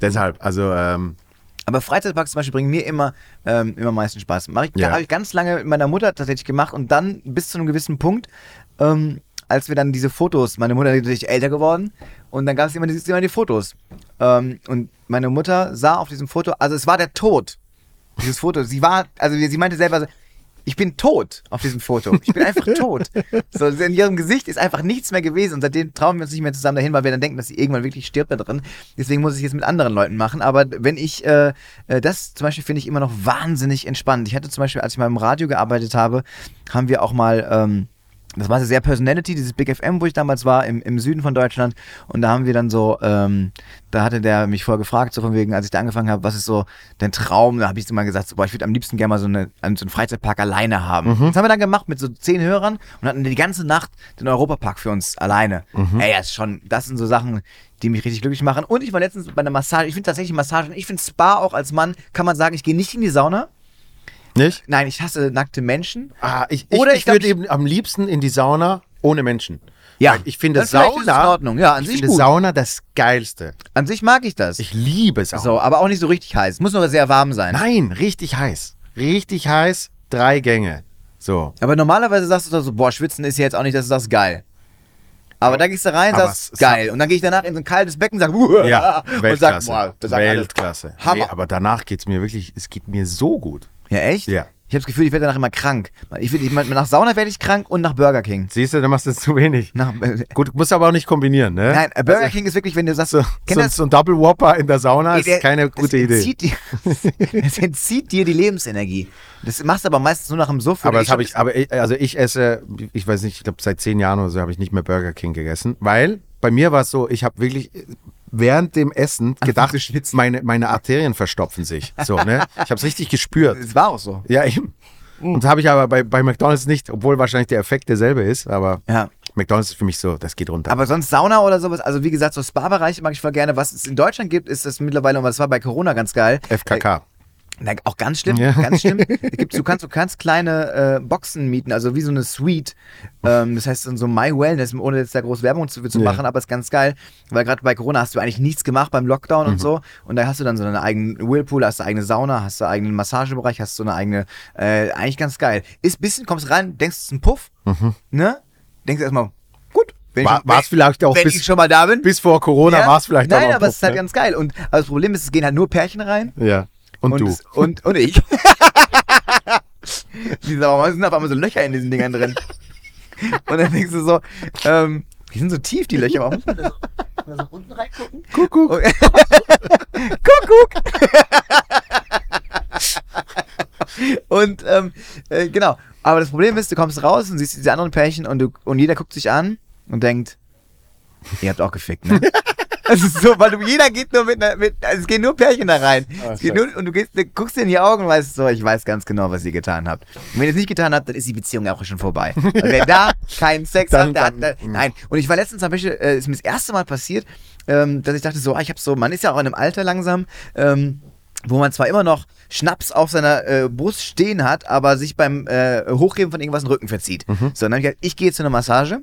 [SPEAKER 2] Deshalb, also ähm,
[SPEAKER 1] Aber Freizeitparks zum Beispiel bringen mir immer, ähm, immer am meisten Spaß. Mach ich,
[SPEAKER 2] Ja.
[SPEAKER 1] habe ich ganz lange mit meiner Mutter tatsächlich gemacht und dann bis zu einem gewissen Punkt, ähm, als wir dann diese Fotos, meine Mutter ist natürlich älter geworden und dann gab es immer, dieses- immer die Fotos. Ähm, und meine Mutter sah auf diesem Foto, also es war der Tod, dieses Foto. Sie war, also sie meinte selber, so, ich bin tot auf diesem Foto. Ich bin einfach tot. So, in ihrem Gesicht ist einfach nichts mehr gewesen. Und seitdem trauen wir uns nicht mehr zusammen dahin, weil wir dann denken, dass sie irgendwann wirklich stirbt da drin. Deswegen muss ich es jetzt mit anderen Leuten machen. Aber wenn ich, äh, äh, das zum Beispiel finde ich immer noch wahnsinnig entspannend. Ich hatte zum Beispiel, als ich mal im Radio gearbeitet habe, haben wir auch mal, ähm, das war sehr Personality, dieses Big FM, wo ich damals war, im, im Süden von Deutschland. Und da haben wir dann so, ähm, da hatte der mich vorher gefragt, so von wegen, als ich da angefangen habe, was ist so dein Traum? Da habe ich so mal gesagt, so, boah, ich würde am liebsten gerne mal so, eine, einen- so einen Freizeitpark alleine haben. Das haben wir dann gemacht mit so zehn Hörern und hatten die ganze Nacht den Europapark für uns alleine. Ey, das ist schon, das sind so Sachen, die mich richtig glücklich machen. Und ich war letztens bei einer Massage, ich finde tatsächlich Massagen, ich finde Spa auch als Mann, kann man sagen, ich gehe nicht in die Sauna.
[SPEAKER 2] nicht?
[SPEAKER 1] Nein, ich hasse nackte Menschen.
[SPEAKER 2] Ah, ich, ich,
[SPEAKER 1] Oder
[SPEAKER 2] ich,
[SPEAKER 1] ich glaub,
[SPEAKER 2] würde
[SPEAKER 1] ich-
[SPEAKER 2] eben am liebsten in die Sauna ohne Menschen.
[SPEAKER 1] Ja.
[SPEAKER 2] Weil ich finde
[SPEAKER 1] Dann vielleicht
[SPEAKER 2] Sauna.
[SPEAKER 1] ist es in Ordnung. Ja, an
[SPEAKER 2] ich
[SPEAKER 1] sich
[SPEAKER 2] finde
[SPEAKER 1] gut.
[SPEAKER 2] Sauna das Geilste.
[SPEAKER 1] An sich mag ich das.
[SPEAKER 2] Ich liebe Sauna.
[SPEAKER 1] So, aber auch nicht so richtig heiß. Muss nur sehr warm sein.
[SPEAKER 2] Nein, richtig heiß. Richtig heiß, drei Gänge. So.
[SPEAKER 1] Aber normalerweise sagst du doch so, boah, schwitzen ist ja jetzt auch nicht, dass du sagst, geil. Aber da gehst du rein,
[SPEAKER 2] Aber
[SPEAKER 1] sagst,
[SPEAKER 2] es-
[SPEAKER 1] geil. Und dann gehe ich danach in so ein kaltes Becken und sag, uah, und sag, boah, das sagt alles.
[SPEAKER 2] Weltklasse.
[SPEAKER 1] Hammer.
[SPEAKER 2] Nee, aber danach geht's mir wirklich, es geht mir so gut.
[SPEAKER 1] Ja, echt?
[SPEAKER 2] Ja.
[SPEAKER 1] Ich habe das Gefühl, ich werde danach immer krank. Ich werd, ich, mein, nach Sauna werde ich krank und nach Burger King.
[SPEAKER 2] Siehst du, du machst jetzt zu wenig.
[SPEAKER 1] Nach, äh,
[SPEAKER 2] Gut, musst aber auch nicht kombinieren, ne?
[SPEAKER 1] nein, äh, Burger King ist wirklich, wenn du sagst, so,
[SPEAKER 2] so, so ein Double Whopper in der Sauna ist
[SPEAKER 1] der-
[SPEAKER 2] keine
[SPEAKER 1] das
[SPEAKER 2] gute Idee.
[SPEAKER 1] entzieht Dir, es entzieht dir die Lebensenergie. Das machst du aber meistens nur nach dem Suff.
[SPEAKER 2] Aber
[SPEAKER 1] oder
[SPEAKER 2] das habe ich, aber ich, also ich esse, ich weiß nicht, ich glaube seit zehn Jahren oder so habe ich nicht mehr Burger King gegessen, weil bei mir war es so, ich habe wirklich während dem Essen gedacht,
[SPEAKER 1] zu schwitzen.
[SPEAKER 2] meine, meine Arterien verstopfen sich. So, ne? Ich habe es richtig gespürt.
[SPEAKER 1] Es war auch so.
[SPEAKER 2] Ja, eben.
[SPEAKER 1] Mm.
[SPEAKER 2] Und habe ich aber bei, bei McDonalds nicht, obwohl wahrscheinlich der Effekt derselbe ist, aber
[SPEAKER 1] Ja.
[SPEAKER 2] McDonalds ist für mich so, das geht runter.
[SPEAKER 1] Aber sonst Sauna oder sowas, also wie gesagt, so Spa-Bereiche mag ich voll gerne. Was es in Deutschland gibt, ist das mittlerweile, und das war bei Corona ganz geil. äh,
[SPEAKER 2] FKK.
[SPEAKER 1] Na, auch ganz schlimm,
[SPEAKER 2] Ja.
[SPEAKER 1] ganz schlimm. Es Gibt, du kannst so ganz kleine äh, Boxen mieten, also wie so eine Suite. Ähm, das heißt dann so My Wellness, ohne jetzt da groß Werbung zu, zu
[SPEAKER 2] Ja.
[SPEAKER 1] machen, aber ist ganz geil, weil gerade bei Corona hast du eigentlich nichts gemacht beim Lockdown
[SPEAKER 2] Mhm.
[SPEAKER 1] und so. Und da hast du dann so einen eigenen Whirlpool, hast du eigene Sauna, hast du eigenen Massagebereich, hast du eine eigene, äh, eigentlich ganz geil. Ist bisschen, kommst rein, denkst, es ist ein Puff,
[SPEAKER 2] Mhm.
[SPEAKER 1] ne? Denkst erstmal, gut. wenn ich-
[SPEAKER 2] War- war's vielleicht auch
[SPEAKER 1] wenn
[SPEAKER 2] bis-
[SPEAKER 1] ich schon mal da bin?
[SPEAKER 2] Bis vor Corona
[SPEAKER 1] Ja.
[SPEAKER 2] war es vielleicht
[SPEAKER 1] Nein,
[SPEAKER 2] auch noch
[SPEAKER 1] aber es
[SPEAKER 2] doof,
[SPEAKER 1] ist halt
[SPEAKER 2] ne?
[SPEAKER 1] ganz geil. Und aber das Problem ist, es gehen halt nur Pärchen rein.
[SPEAKER 2] Ja. Und, du.
[SPEAKER 1] es- und, und ich. Die sagen, warum sind auf einmal so Löcher in diesen Dingern drin? Und dann denkst du so, ähm, die sind so tief, die Löcher. Warum muss man da so, mal so unten reingucken?
[SPEAKER 2] Kuckuck.
[SPEAKER 1] Und- Kuckuck! und ähm, äh, genau. Aber das Problem ist, du kommst raus und siehst diese anderen Pärchen und, du, und jeder guckt sich an und denkt, ihr habt auch gefickt, ne? Es ist so, weil du, jeder geht nur mit, einer- mit also es gehen nur Pärchen da rein. es geht nur, und du gehst, du guckst dir in die Augen und weißt so, ich weiß ganz genau, was ihr getan habt. Und wenn ihr es nicht getan habt, dann ist die Beziehung auch schon vorbei. Also wer da keinen Sex
[SPEAKER 2] Dann-
[SPEAKER 1] hat, der hat,
[SPEAKER 2] dann-
[SPEAKER 1] der, nein. Und ich war letztens zum Beispiel, äh, ist mir das erste Mal passiert, ähm, dass ich dachte so, ah, ich habe so, man ist ja auch in einem Alter langsam, ähm, wo man zwar immer noch Schnaps auf seiner äh, Brust stehen hat, aber sich beim äh, Hochheben von irgendwas den Rücken verzieht. So, dann habe ich gesagt, ich gehe zu einer Massage.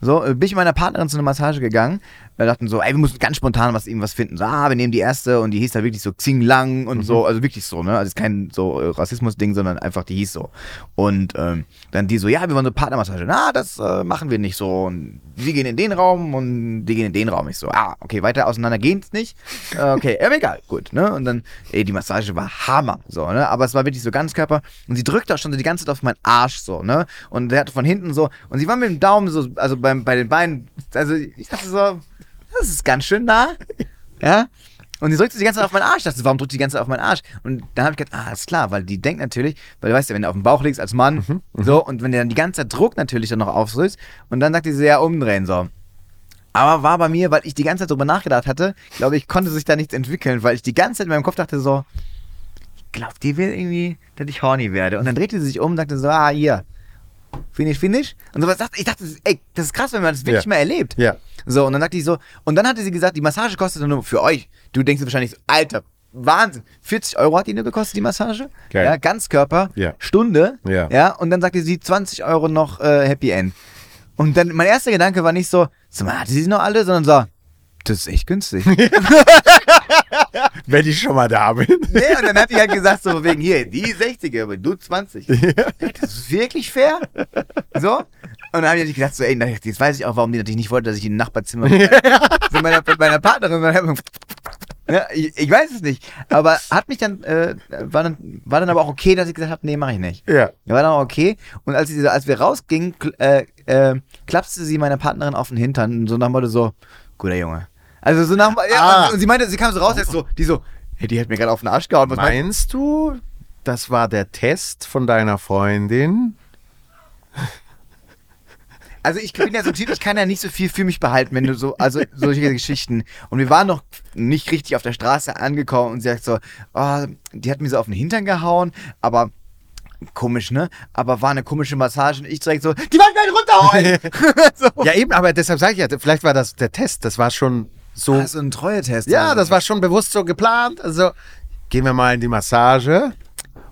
[SPEAKER 1] So, äh, bin ich mit meiner Partnerin zu einer Massage gegangen. Wir dachten so, ey, wir müssen ganz spontan was, irgendwas finden. So, ah, wir nehmen die erste und die hieß da wirklich so Xing Lang und so. Also wirklich so, ne? Also ist kein so äh, Rassismus-Ding, sondern einfach die hieß so. Und ähm, dann die so, ja, wir wollen so Partnermassage. Na, das äh, machen wir nicht so. Und die gehen in den Raum und die gehen in den Raum. Ich so, ah, okay, weiter auseinander gehen's nicht. Äh, okay, aber egal, gut, ne? Und dann, ey, die Massage war Hammer, so, ne? Aber es war wirklich so Ganzkörper. Und sie drückte auch schon so die ganze Zeit auf meinen Arsch, so, ne? Und der hatte von hinten so, und sie war mit dem Daumen so, also beim, bei den Beinen, also ich dachte so, das ist ganz schön nah, ja? Und sie drückte die ganze Zeit auf meinen Arsch. Ich dachte, warum drückt die die ganze Zeit auf meinen Arsch? Und dann habe ich gedacht, ah, alles klar, weil die denkt natürlich, weil du weißt ja, wenn du auf dem Bauch liegst als Mann,
[SPEAKER 2] Mhm,
[SPEAKER 1] so, und wenn der dann die ganze Zeit Druck natürlich dann noch aufdrückt, und dann sagt die so, ja, umdrehen, so. Aber war bei mir, weil ich die ganze Zeit drüber nachgedacht hatte, glaube ich, konnte sich da nichts entwickeln, weil ich die ganze Zeit in meinem Kopf dachte so, ich glaube, die will irgendwie, dass ich horny werde. Und dann drehte sie sich um und sagte so, ah, hier, finish, finish. Und sowas dachte ich, dachte, ey, das ist krass, wenn man das wirklich
[SPEAKER 2] Ja.
[SPEAKER 1] mal erlebt.
[SPEAKER 2] Ja.
[SPEAKER 1] So, und dann dachte ich so, und dann hatte sie gesagt, die Massage kostet nur für euch. Du denkst dir wahrscheinlich, so, Alter, Wahnsinn. 40 Euro hat die nur gekostet, die Massage.
[SPEAKER 2] Geil.
[SPEAKER 1] Ja, Ganzkörper,
[SPEAKER 2] Ja.
[SPEAKER 1] Stunde.
[SPEAKER 2] Ja.
[SPEAKER 1] ja. Und dann sagte sie, 20 Euro noch äh, Happy End. Und dann, mein erster Gedanke war nicht so, sag mal, hatte sie noch alle, sondern so, das ist echt günstig. nee,
[SPEAKER 2] Wenn ich schon mal da bin.
[SPEAKER 1] und dann hat die halt gesagt, so von wegen hier, die 60er, aber du 20. Das ist wirklich fair. So. Und dann habe ich natürlich gedacht, so, ey, na, jetzt weiß ich auch, warum die natürlich nicht wollte, dass ich im Nachbarzimmer mit meiner, mit meiner Partnerin. Ja, ne, ich, ich weiß es nicht. Aber hat mich dann, äh, war dann, war dann aber auch okay, dass ich gesagt habe, nee, mache ich nicht.
[SPEAKER 2] Ja.
[SPEAKER 1] War dann auch okay. Und als, ich, als wir rausgingen, kl äh, äh, klapste sie meiner Partnerin auf den Hintern und so nach dem Motto so, guter Junge. Also so nach dem- ja,
[SPEAKER 2] Ah.
[SPEAKER 1] und, und sie meinte, sie kam so raus, jetzt so, die so, hey, die hat mir gerade auf den Arsch gehauen. Was meinst
[SPEAKER 2] Meinst du, das war der Test von deiner Freundin?
[SPEAKER 1] Also ich bin ja so ein Typ, ich kann ja nicht so viel für mich behalten, wenn du so, also solche Geschichten. Und wir waren noch nicht richtig auf der Straße angekommen und sie sagt so, oh, die hat mir so auf den Hintern gehauen, aber komisch, ne? Aber war eine komische Massage und ich direkt so, die wollen gleich runterholen! so.
[SPEAKER 2] Ja, eben, aber deshalb sage ich ja, vielleicht war das der Test. Das war schon so.
[SPEAKER 1] Das ist ein Treue-Test. also.
[SPEAKER 2] ja, das war schon bewusst so geplant. Also gehen wir mal in die Massage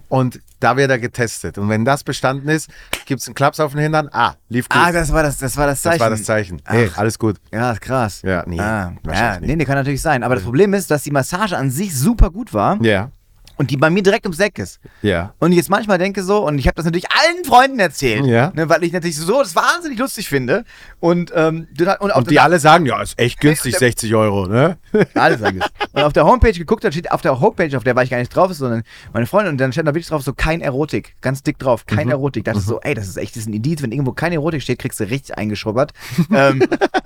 [SPEAKER 2] und da wird er getestet. Und wenn das bestanden ist, gibt es einen Klaps auf den Hintern. Ah, lief gut.
[SPEAKER 1] Ah, das war das, das war das Zeichen.
[SPEAKER 2] Das war das Zeichen. Hey,
[SPEAKER 1] Ach.
[SPEAKER 2] alles gut.
[SPEAKER 1] Ja, ist krass.
[SPEAKER 2] Ja, nee,
[SPEAKER 1] Ah, ja,
[SPEAKER 2] wahrscheinlich
[SPEAKER 1] nee, nee, kann natürlich sein. Aber das Problem ist, dass die Massage an sich super gut war
[SPEAKER 2] Ja,
[SPEAKER 1] und die bei mir direkt ums Eck ist.
[SPEAKER 2] ja.
[SPEAKER 1] Und ich jetzt manchmal denke so, und ich habe das natürlich allen Freunden erzählt,
[SPEAKER 2] Ja.
[SPEAKER 1] ne, weil ich natürlich so das wahnsinnig lustig finde. Und, ähm, total- und, auf
[SPEAKER 2] Und die alle sagen, ja, ist echt günstig, 60 Euro, ne?
[SPEAKER 1] der, alle sagen es. Und auf der Homepage geguckt, da steht auf der Homepage, auf der war ich gar nicht drauf, sondern meine Freundin, und dann stand da wirklich drauf, so kein Erotik, ganz dick drauf, kein
[SPEAKER 2] Mhm.
[SPEAKER 1] Erotik. Da dachte ich so, ey, das ist echt das ist ein Indiz, wenn irgendwo kein Erotik steht, kriegst du richtig eingeschubbert. ähm,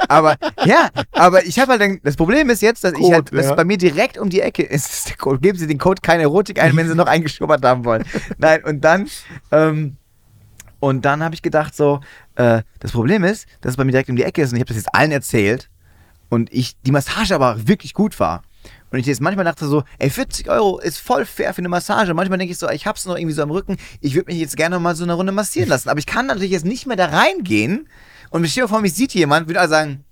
[SPEAKER 1] aber ja, aber ich habe halt dann, das Problem ist jetzt, dass ich
[SPEAKER 2] Code,
[SPEAKER 1] halt, dass
[SPEAKER 2] ja.
[SPEAKER 1] es bei mir direkt um die Ecke ist, Das ist der Code. Geben Sie den Code kein Erotik ein, wenn Sie noch eingeschubbert haben wollen. Nein, und dann, ähm, Und dann habe ich gedacht so, äh, das Problem ist, dass es bei mir direkt um die Ecke ist und ich habe das jetzt allen erzählt und ich die Massage aber wirklich gut war. Und ich jetzt manchmal dachte so, ey, 40 Euro ist voll fair für eine Massage. Manchmal denke ich so, ey, ich hab's noch irgendwie so am Rücken, ich würde mich jetzt gerne mal so eine Runde massieren lassen. Aber ich kann natürlich jetzt nicht mehr da reingehen und ich stehe vor mich sieht jemand, würde er sagen,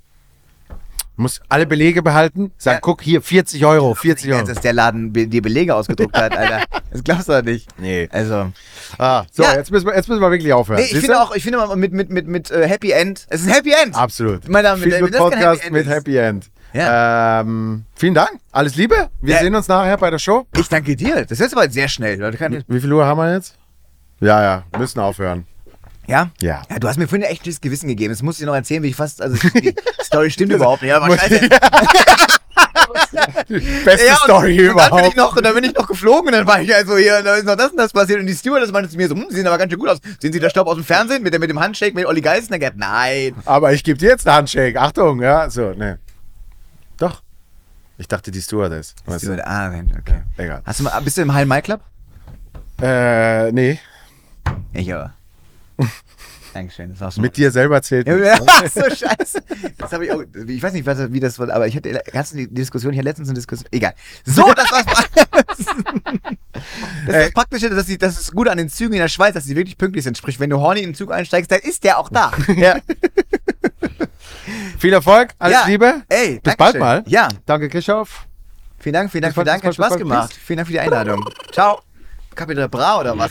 [SPEAKER 2] Muss alle Belege behalten, sagen,
[SPEAKER 1] Ja.
[SPEAKER 2] guck hier, 40 Euro, 40 Euro.
[SPEAKER 1] dass der Laden be- dir Belege ausgedruckt hat, Alter. Das glaubst du doch nicht.
[SPEAKER 2] Nee.
[SPEAKER 1] Also.
[SPEAKER 2] Ah, so,
[SPEAKER 1] Ja.
[SPEAKER 2] jetzt, müssen wir, jetzt müssen wir wirklich aufhören.
[SPEAKER 1] Nee, ich
[SPEAKER 2] Siehst
[SPEAKER 1] finde
[SPEAKER 2] du?
[SPEAKER 1] auch, ich finde mal mit, mit, mit, mit äh, Happy End. Es ist ein Happy End.
[SPEAKER 2] Absolut.
[SPEAKER 1] Meine Damen und
[SPEAKER 2] Viel
[SPEAKER 1] Herren,
[SPEAKER 2] Glück
[SPEAKER 1] wenn das kein
[SPEAKER 2] Podcast
[SPEAKER 1] Happy End
[SPEAKER 2] mit
[SPEAKER 1] ist.
[SPEAKER 2] Happy End.
[SPEAKER 1] Ja.
[SPEAKER 2] Ähm, vielen Dank. Alles Liebe. Wir
[SPEAKER 1] Ja.
[SPEAKER 2] sehen uns nachher bei der Show.
[SPEAKER 1] Ich danke dir. Das ist aber sehr schnell. Leute. Kann-
[SPEAKER 2] Wie viel Uhr haben wir jetzt? Ja, ja, müssen aufhören.
[SPEAKER 1] Ja?
[SPEAKER 2] Ja.
[SPEAKER 1] Ja, du hast mir vorhin echt ein schlechtes Gewissen gegeben. Das muss ich dir noch erzählen, wie ich fast. Also, die Story stimmt überhaupt nicht. Aber scheiße.
[SPEAKER 2] Beste
[SPEAKER 1] Ja, und-
[SPEAKER 2] Story
[SPEAKER 1] und dann bin, ich
[SPEAKER 2] überhaupt.
[SPEAKER 1] noch, und dann bin ich noch geflogen und dann war ich also hier, und da ist noch das und das passiert. Und die Stewardess meinte zu mir so, hm, sie sehen aber ganz schön gut aus. Sehen Sie der Staub aus dem Fernsehen mit, der, mit dem Handshake mit Olli Geissner? gehabt? Nein.
[SPEAKER 2] Aber ich gebe dir jetzt einen Handshake. Achtung, ja, so, ne. Doch. Ich dachte, die Stewardess. Weißt du?
[SPEAKER 1] ah, nein, okay.
[SPEAKER 2] Egal.
[SPEAKER 1] Hast du mal, bist du im High Mike Club?
[SPEAKER 2] Äh, nee.
[SPEAKER 1] Ich aber. Dankeschön, das war's.
[SPEAKER 2] Mit dir selber zählt. nicht.
[SPEAKER 1] Ja, ach so scheiße. Das habe ich auch, ich weiß nicht, was, wie das war, aber ich hatte ganz eine Diskussion, ich hatte letztens eine Diskussion. Egal. So, das war's. Das ist das Praktische, dass sie, das ist gut an den Zügen in der Schweiz, dass sie wirklich pünktlich sind. Sprich, wenn du horny in den Zug einsteigst, dann ist der auch da.
[SPEAKER 2] Ja. Viel Erfolg, alles
[SPEAKER 1] Ja.
[SPEAKER 2] Liebe.
[SPEAKER 1] Ey,
[SPEAKER 2] Bis bald
[SPEAKER 1] Dankeschön.
[SPEAKER 2] mal.
[SPEAKER 1] Ja.
[SPEAKER 2] Danke, Christoph.
[SPEAKER 1] Vielen Dank, vielen Dank,
[SPEAKER 2] Das war-
[SPEAKER 1] vielen Dank. Hat
[SPEAKER 2] das war-
[SPEAKER 1] Spaß
[SPEAKER 2] das war-
[SPEAKER 1] gemacht. Vielen Dank für die Einladung. Ciao. Capita Bra oder was?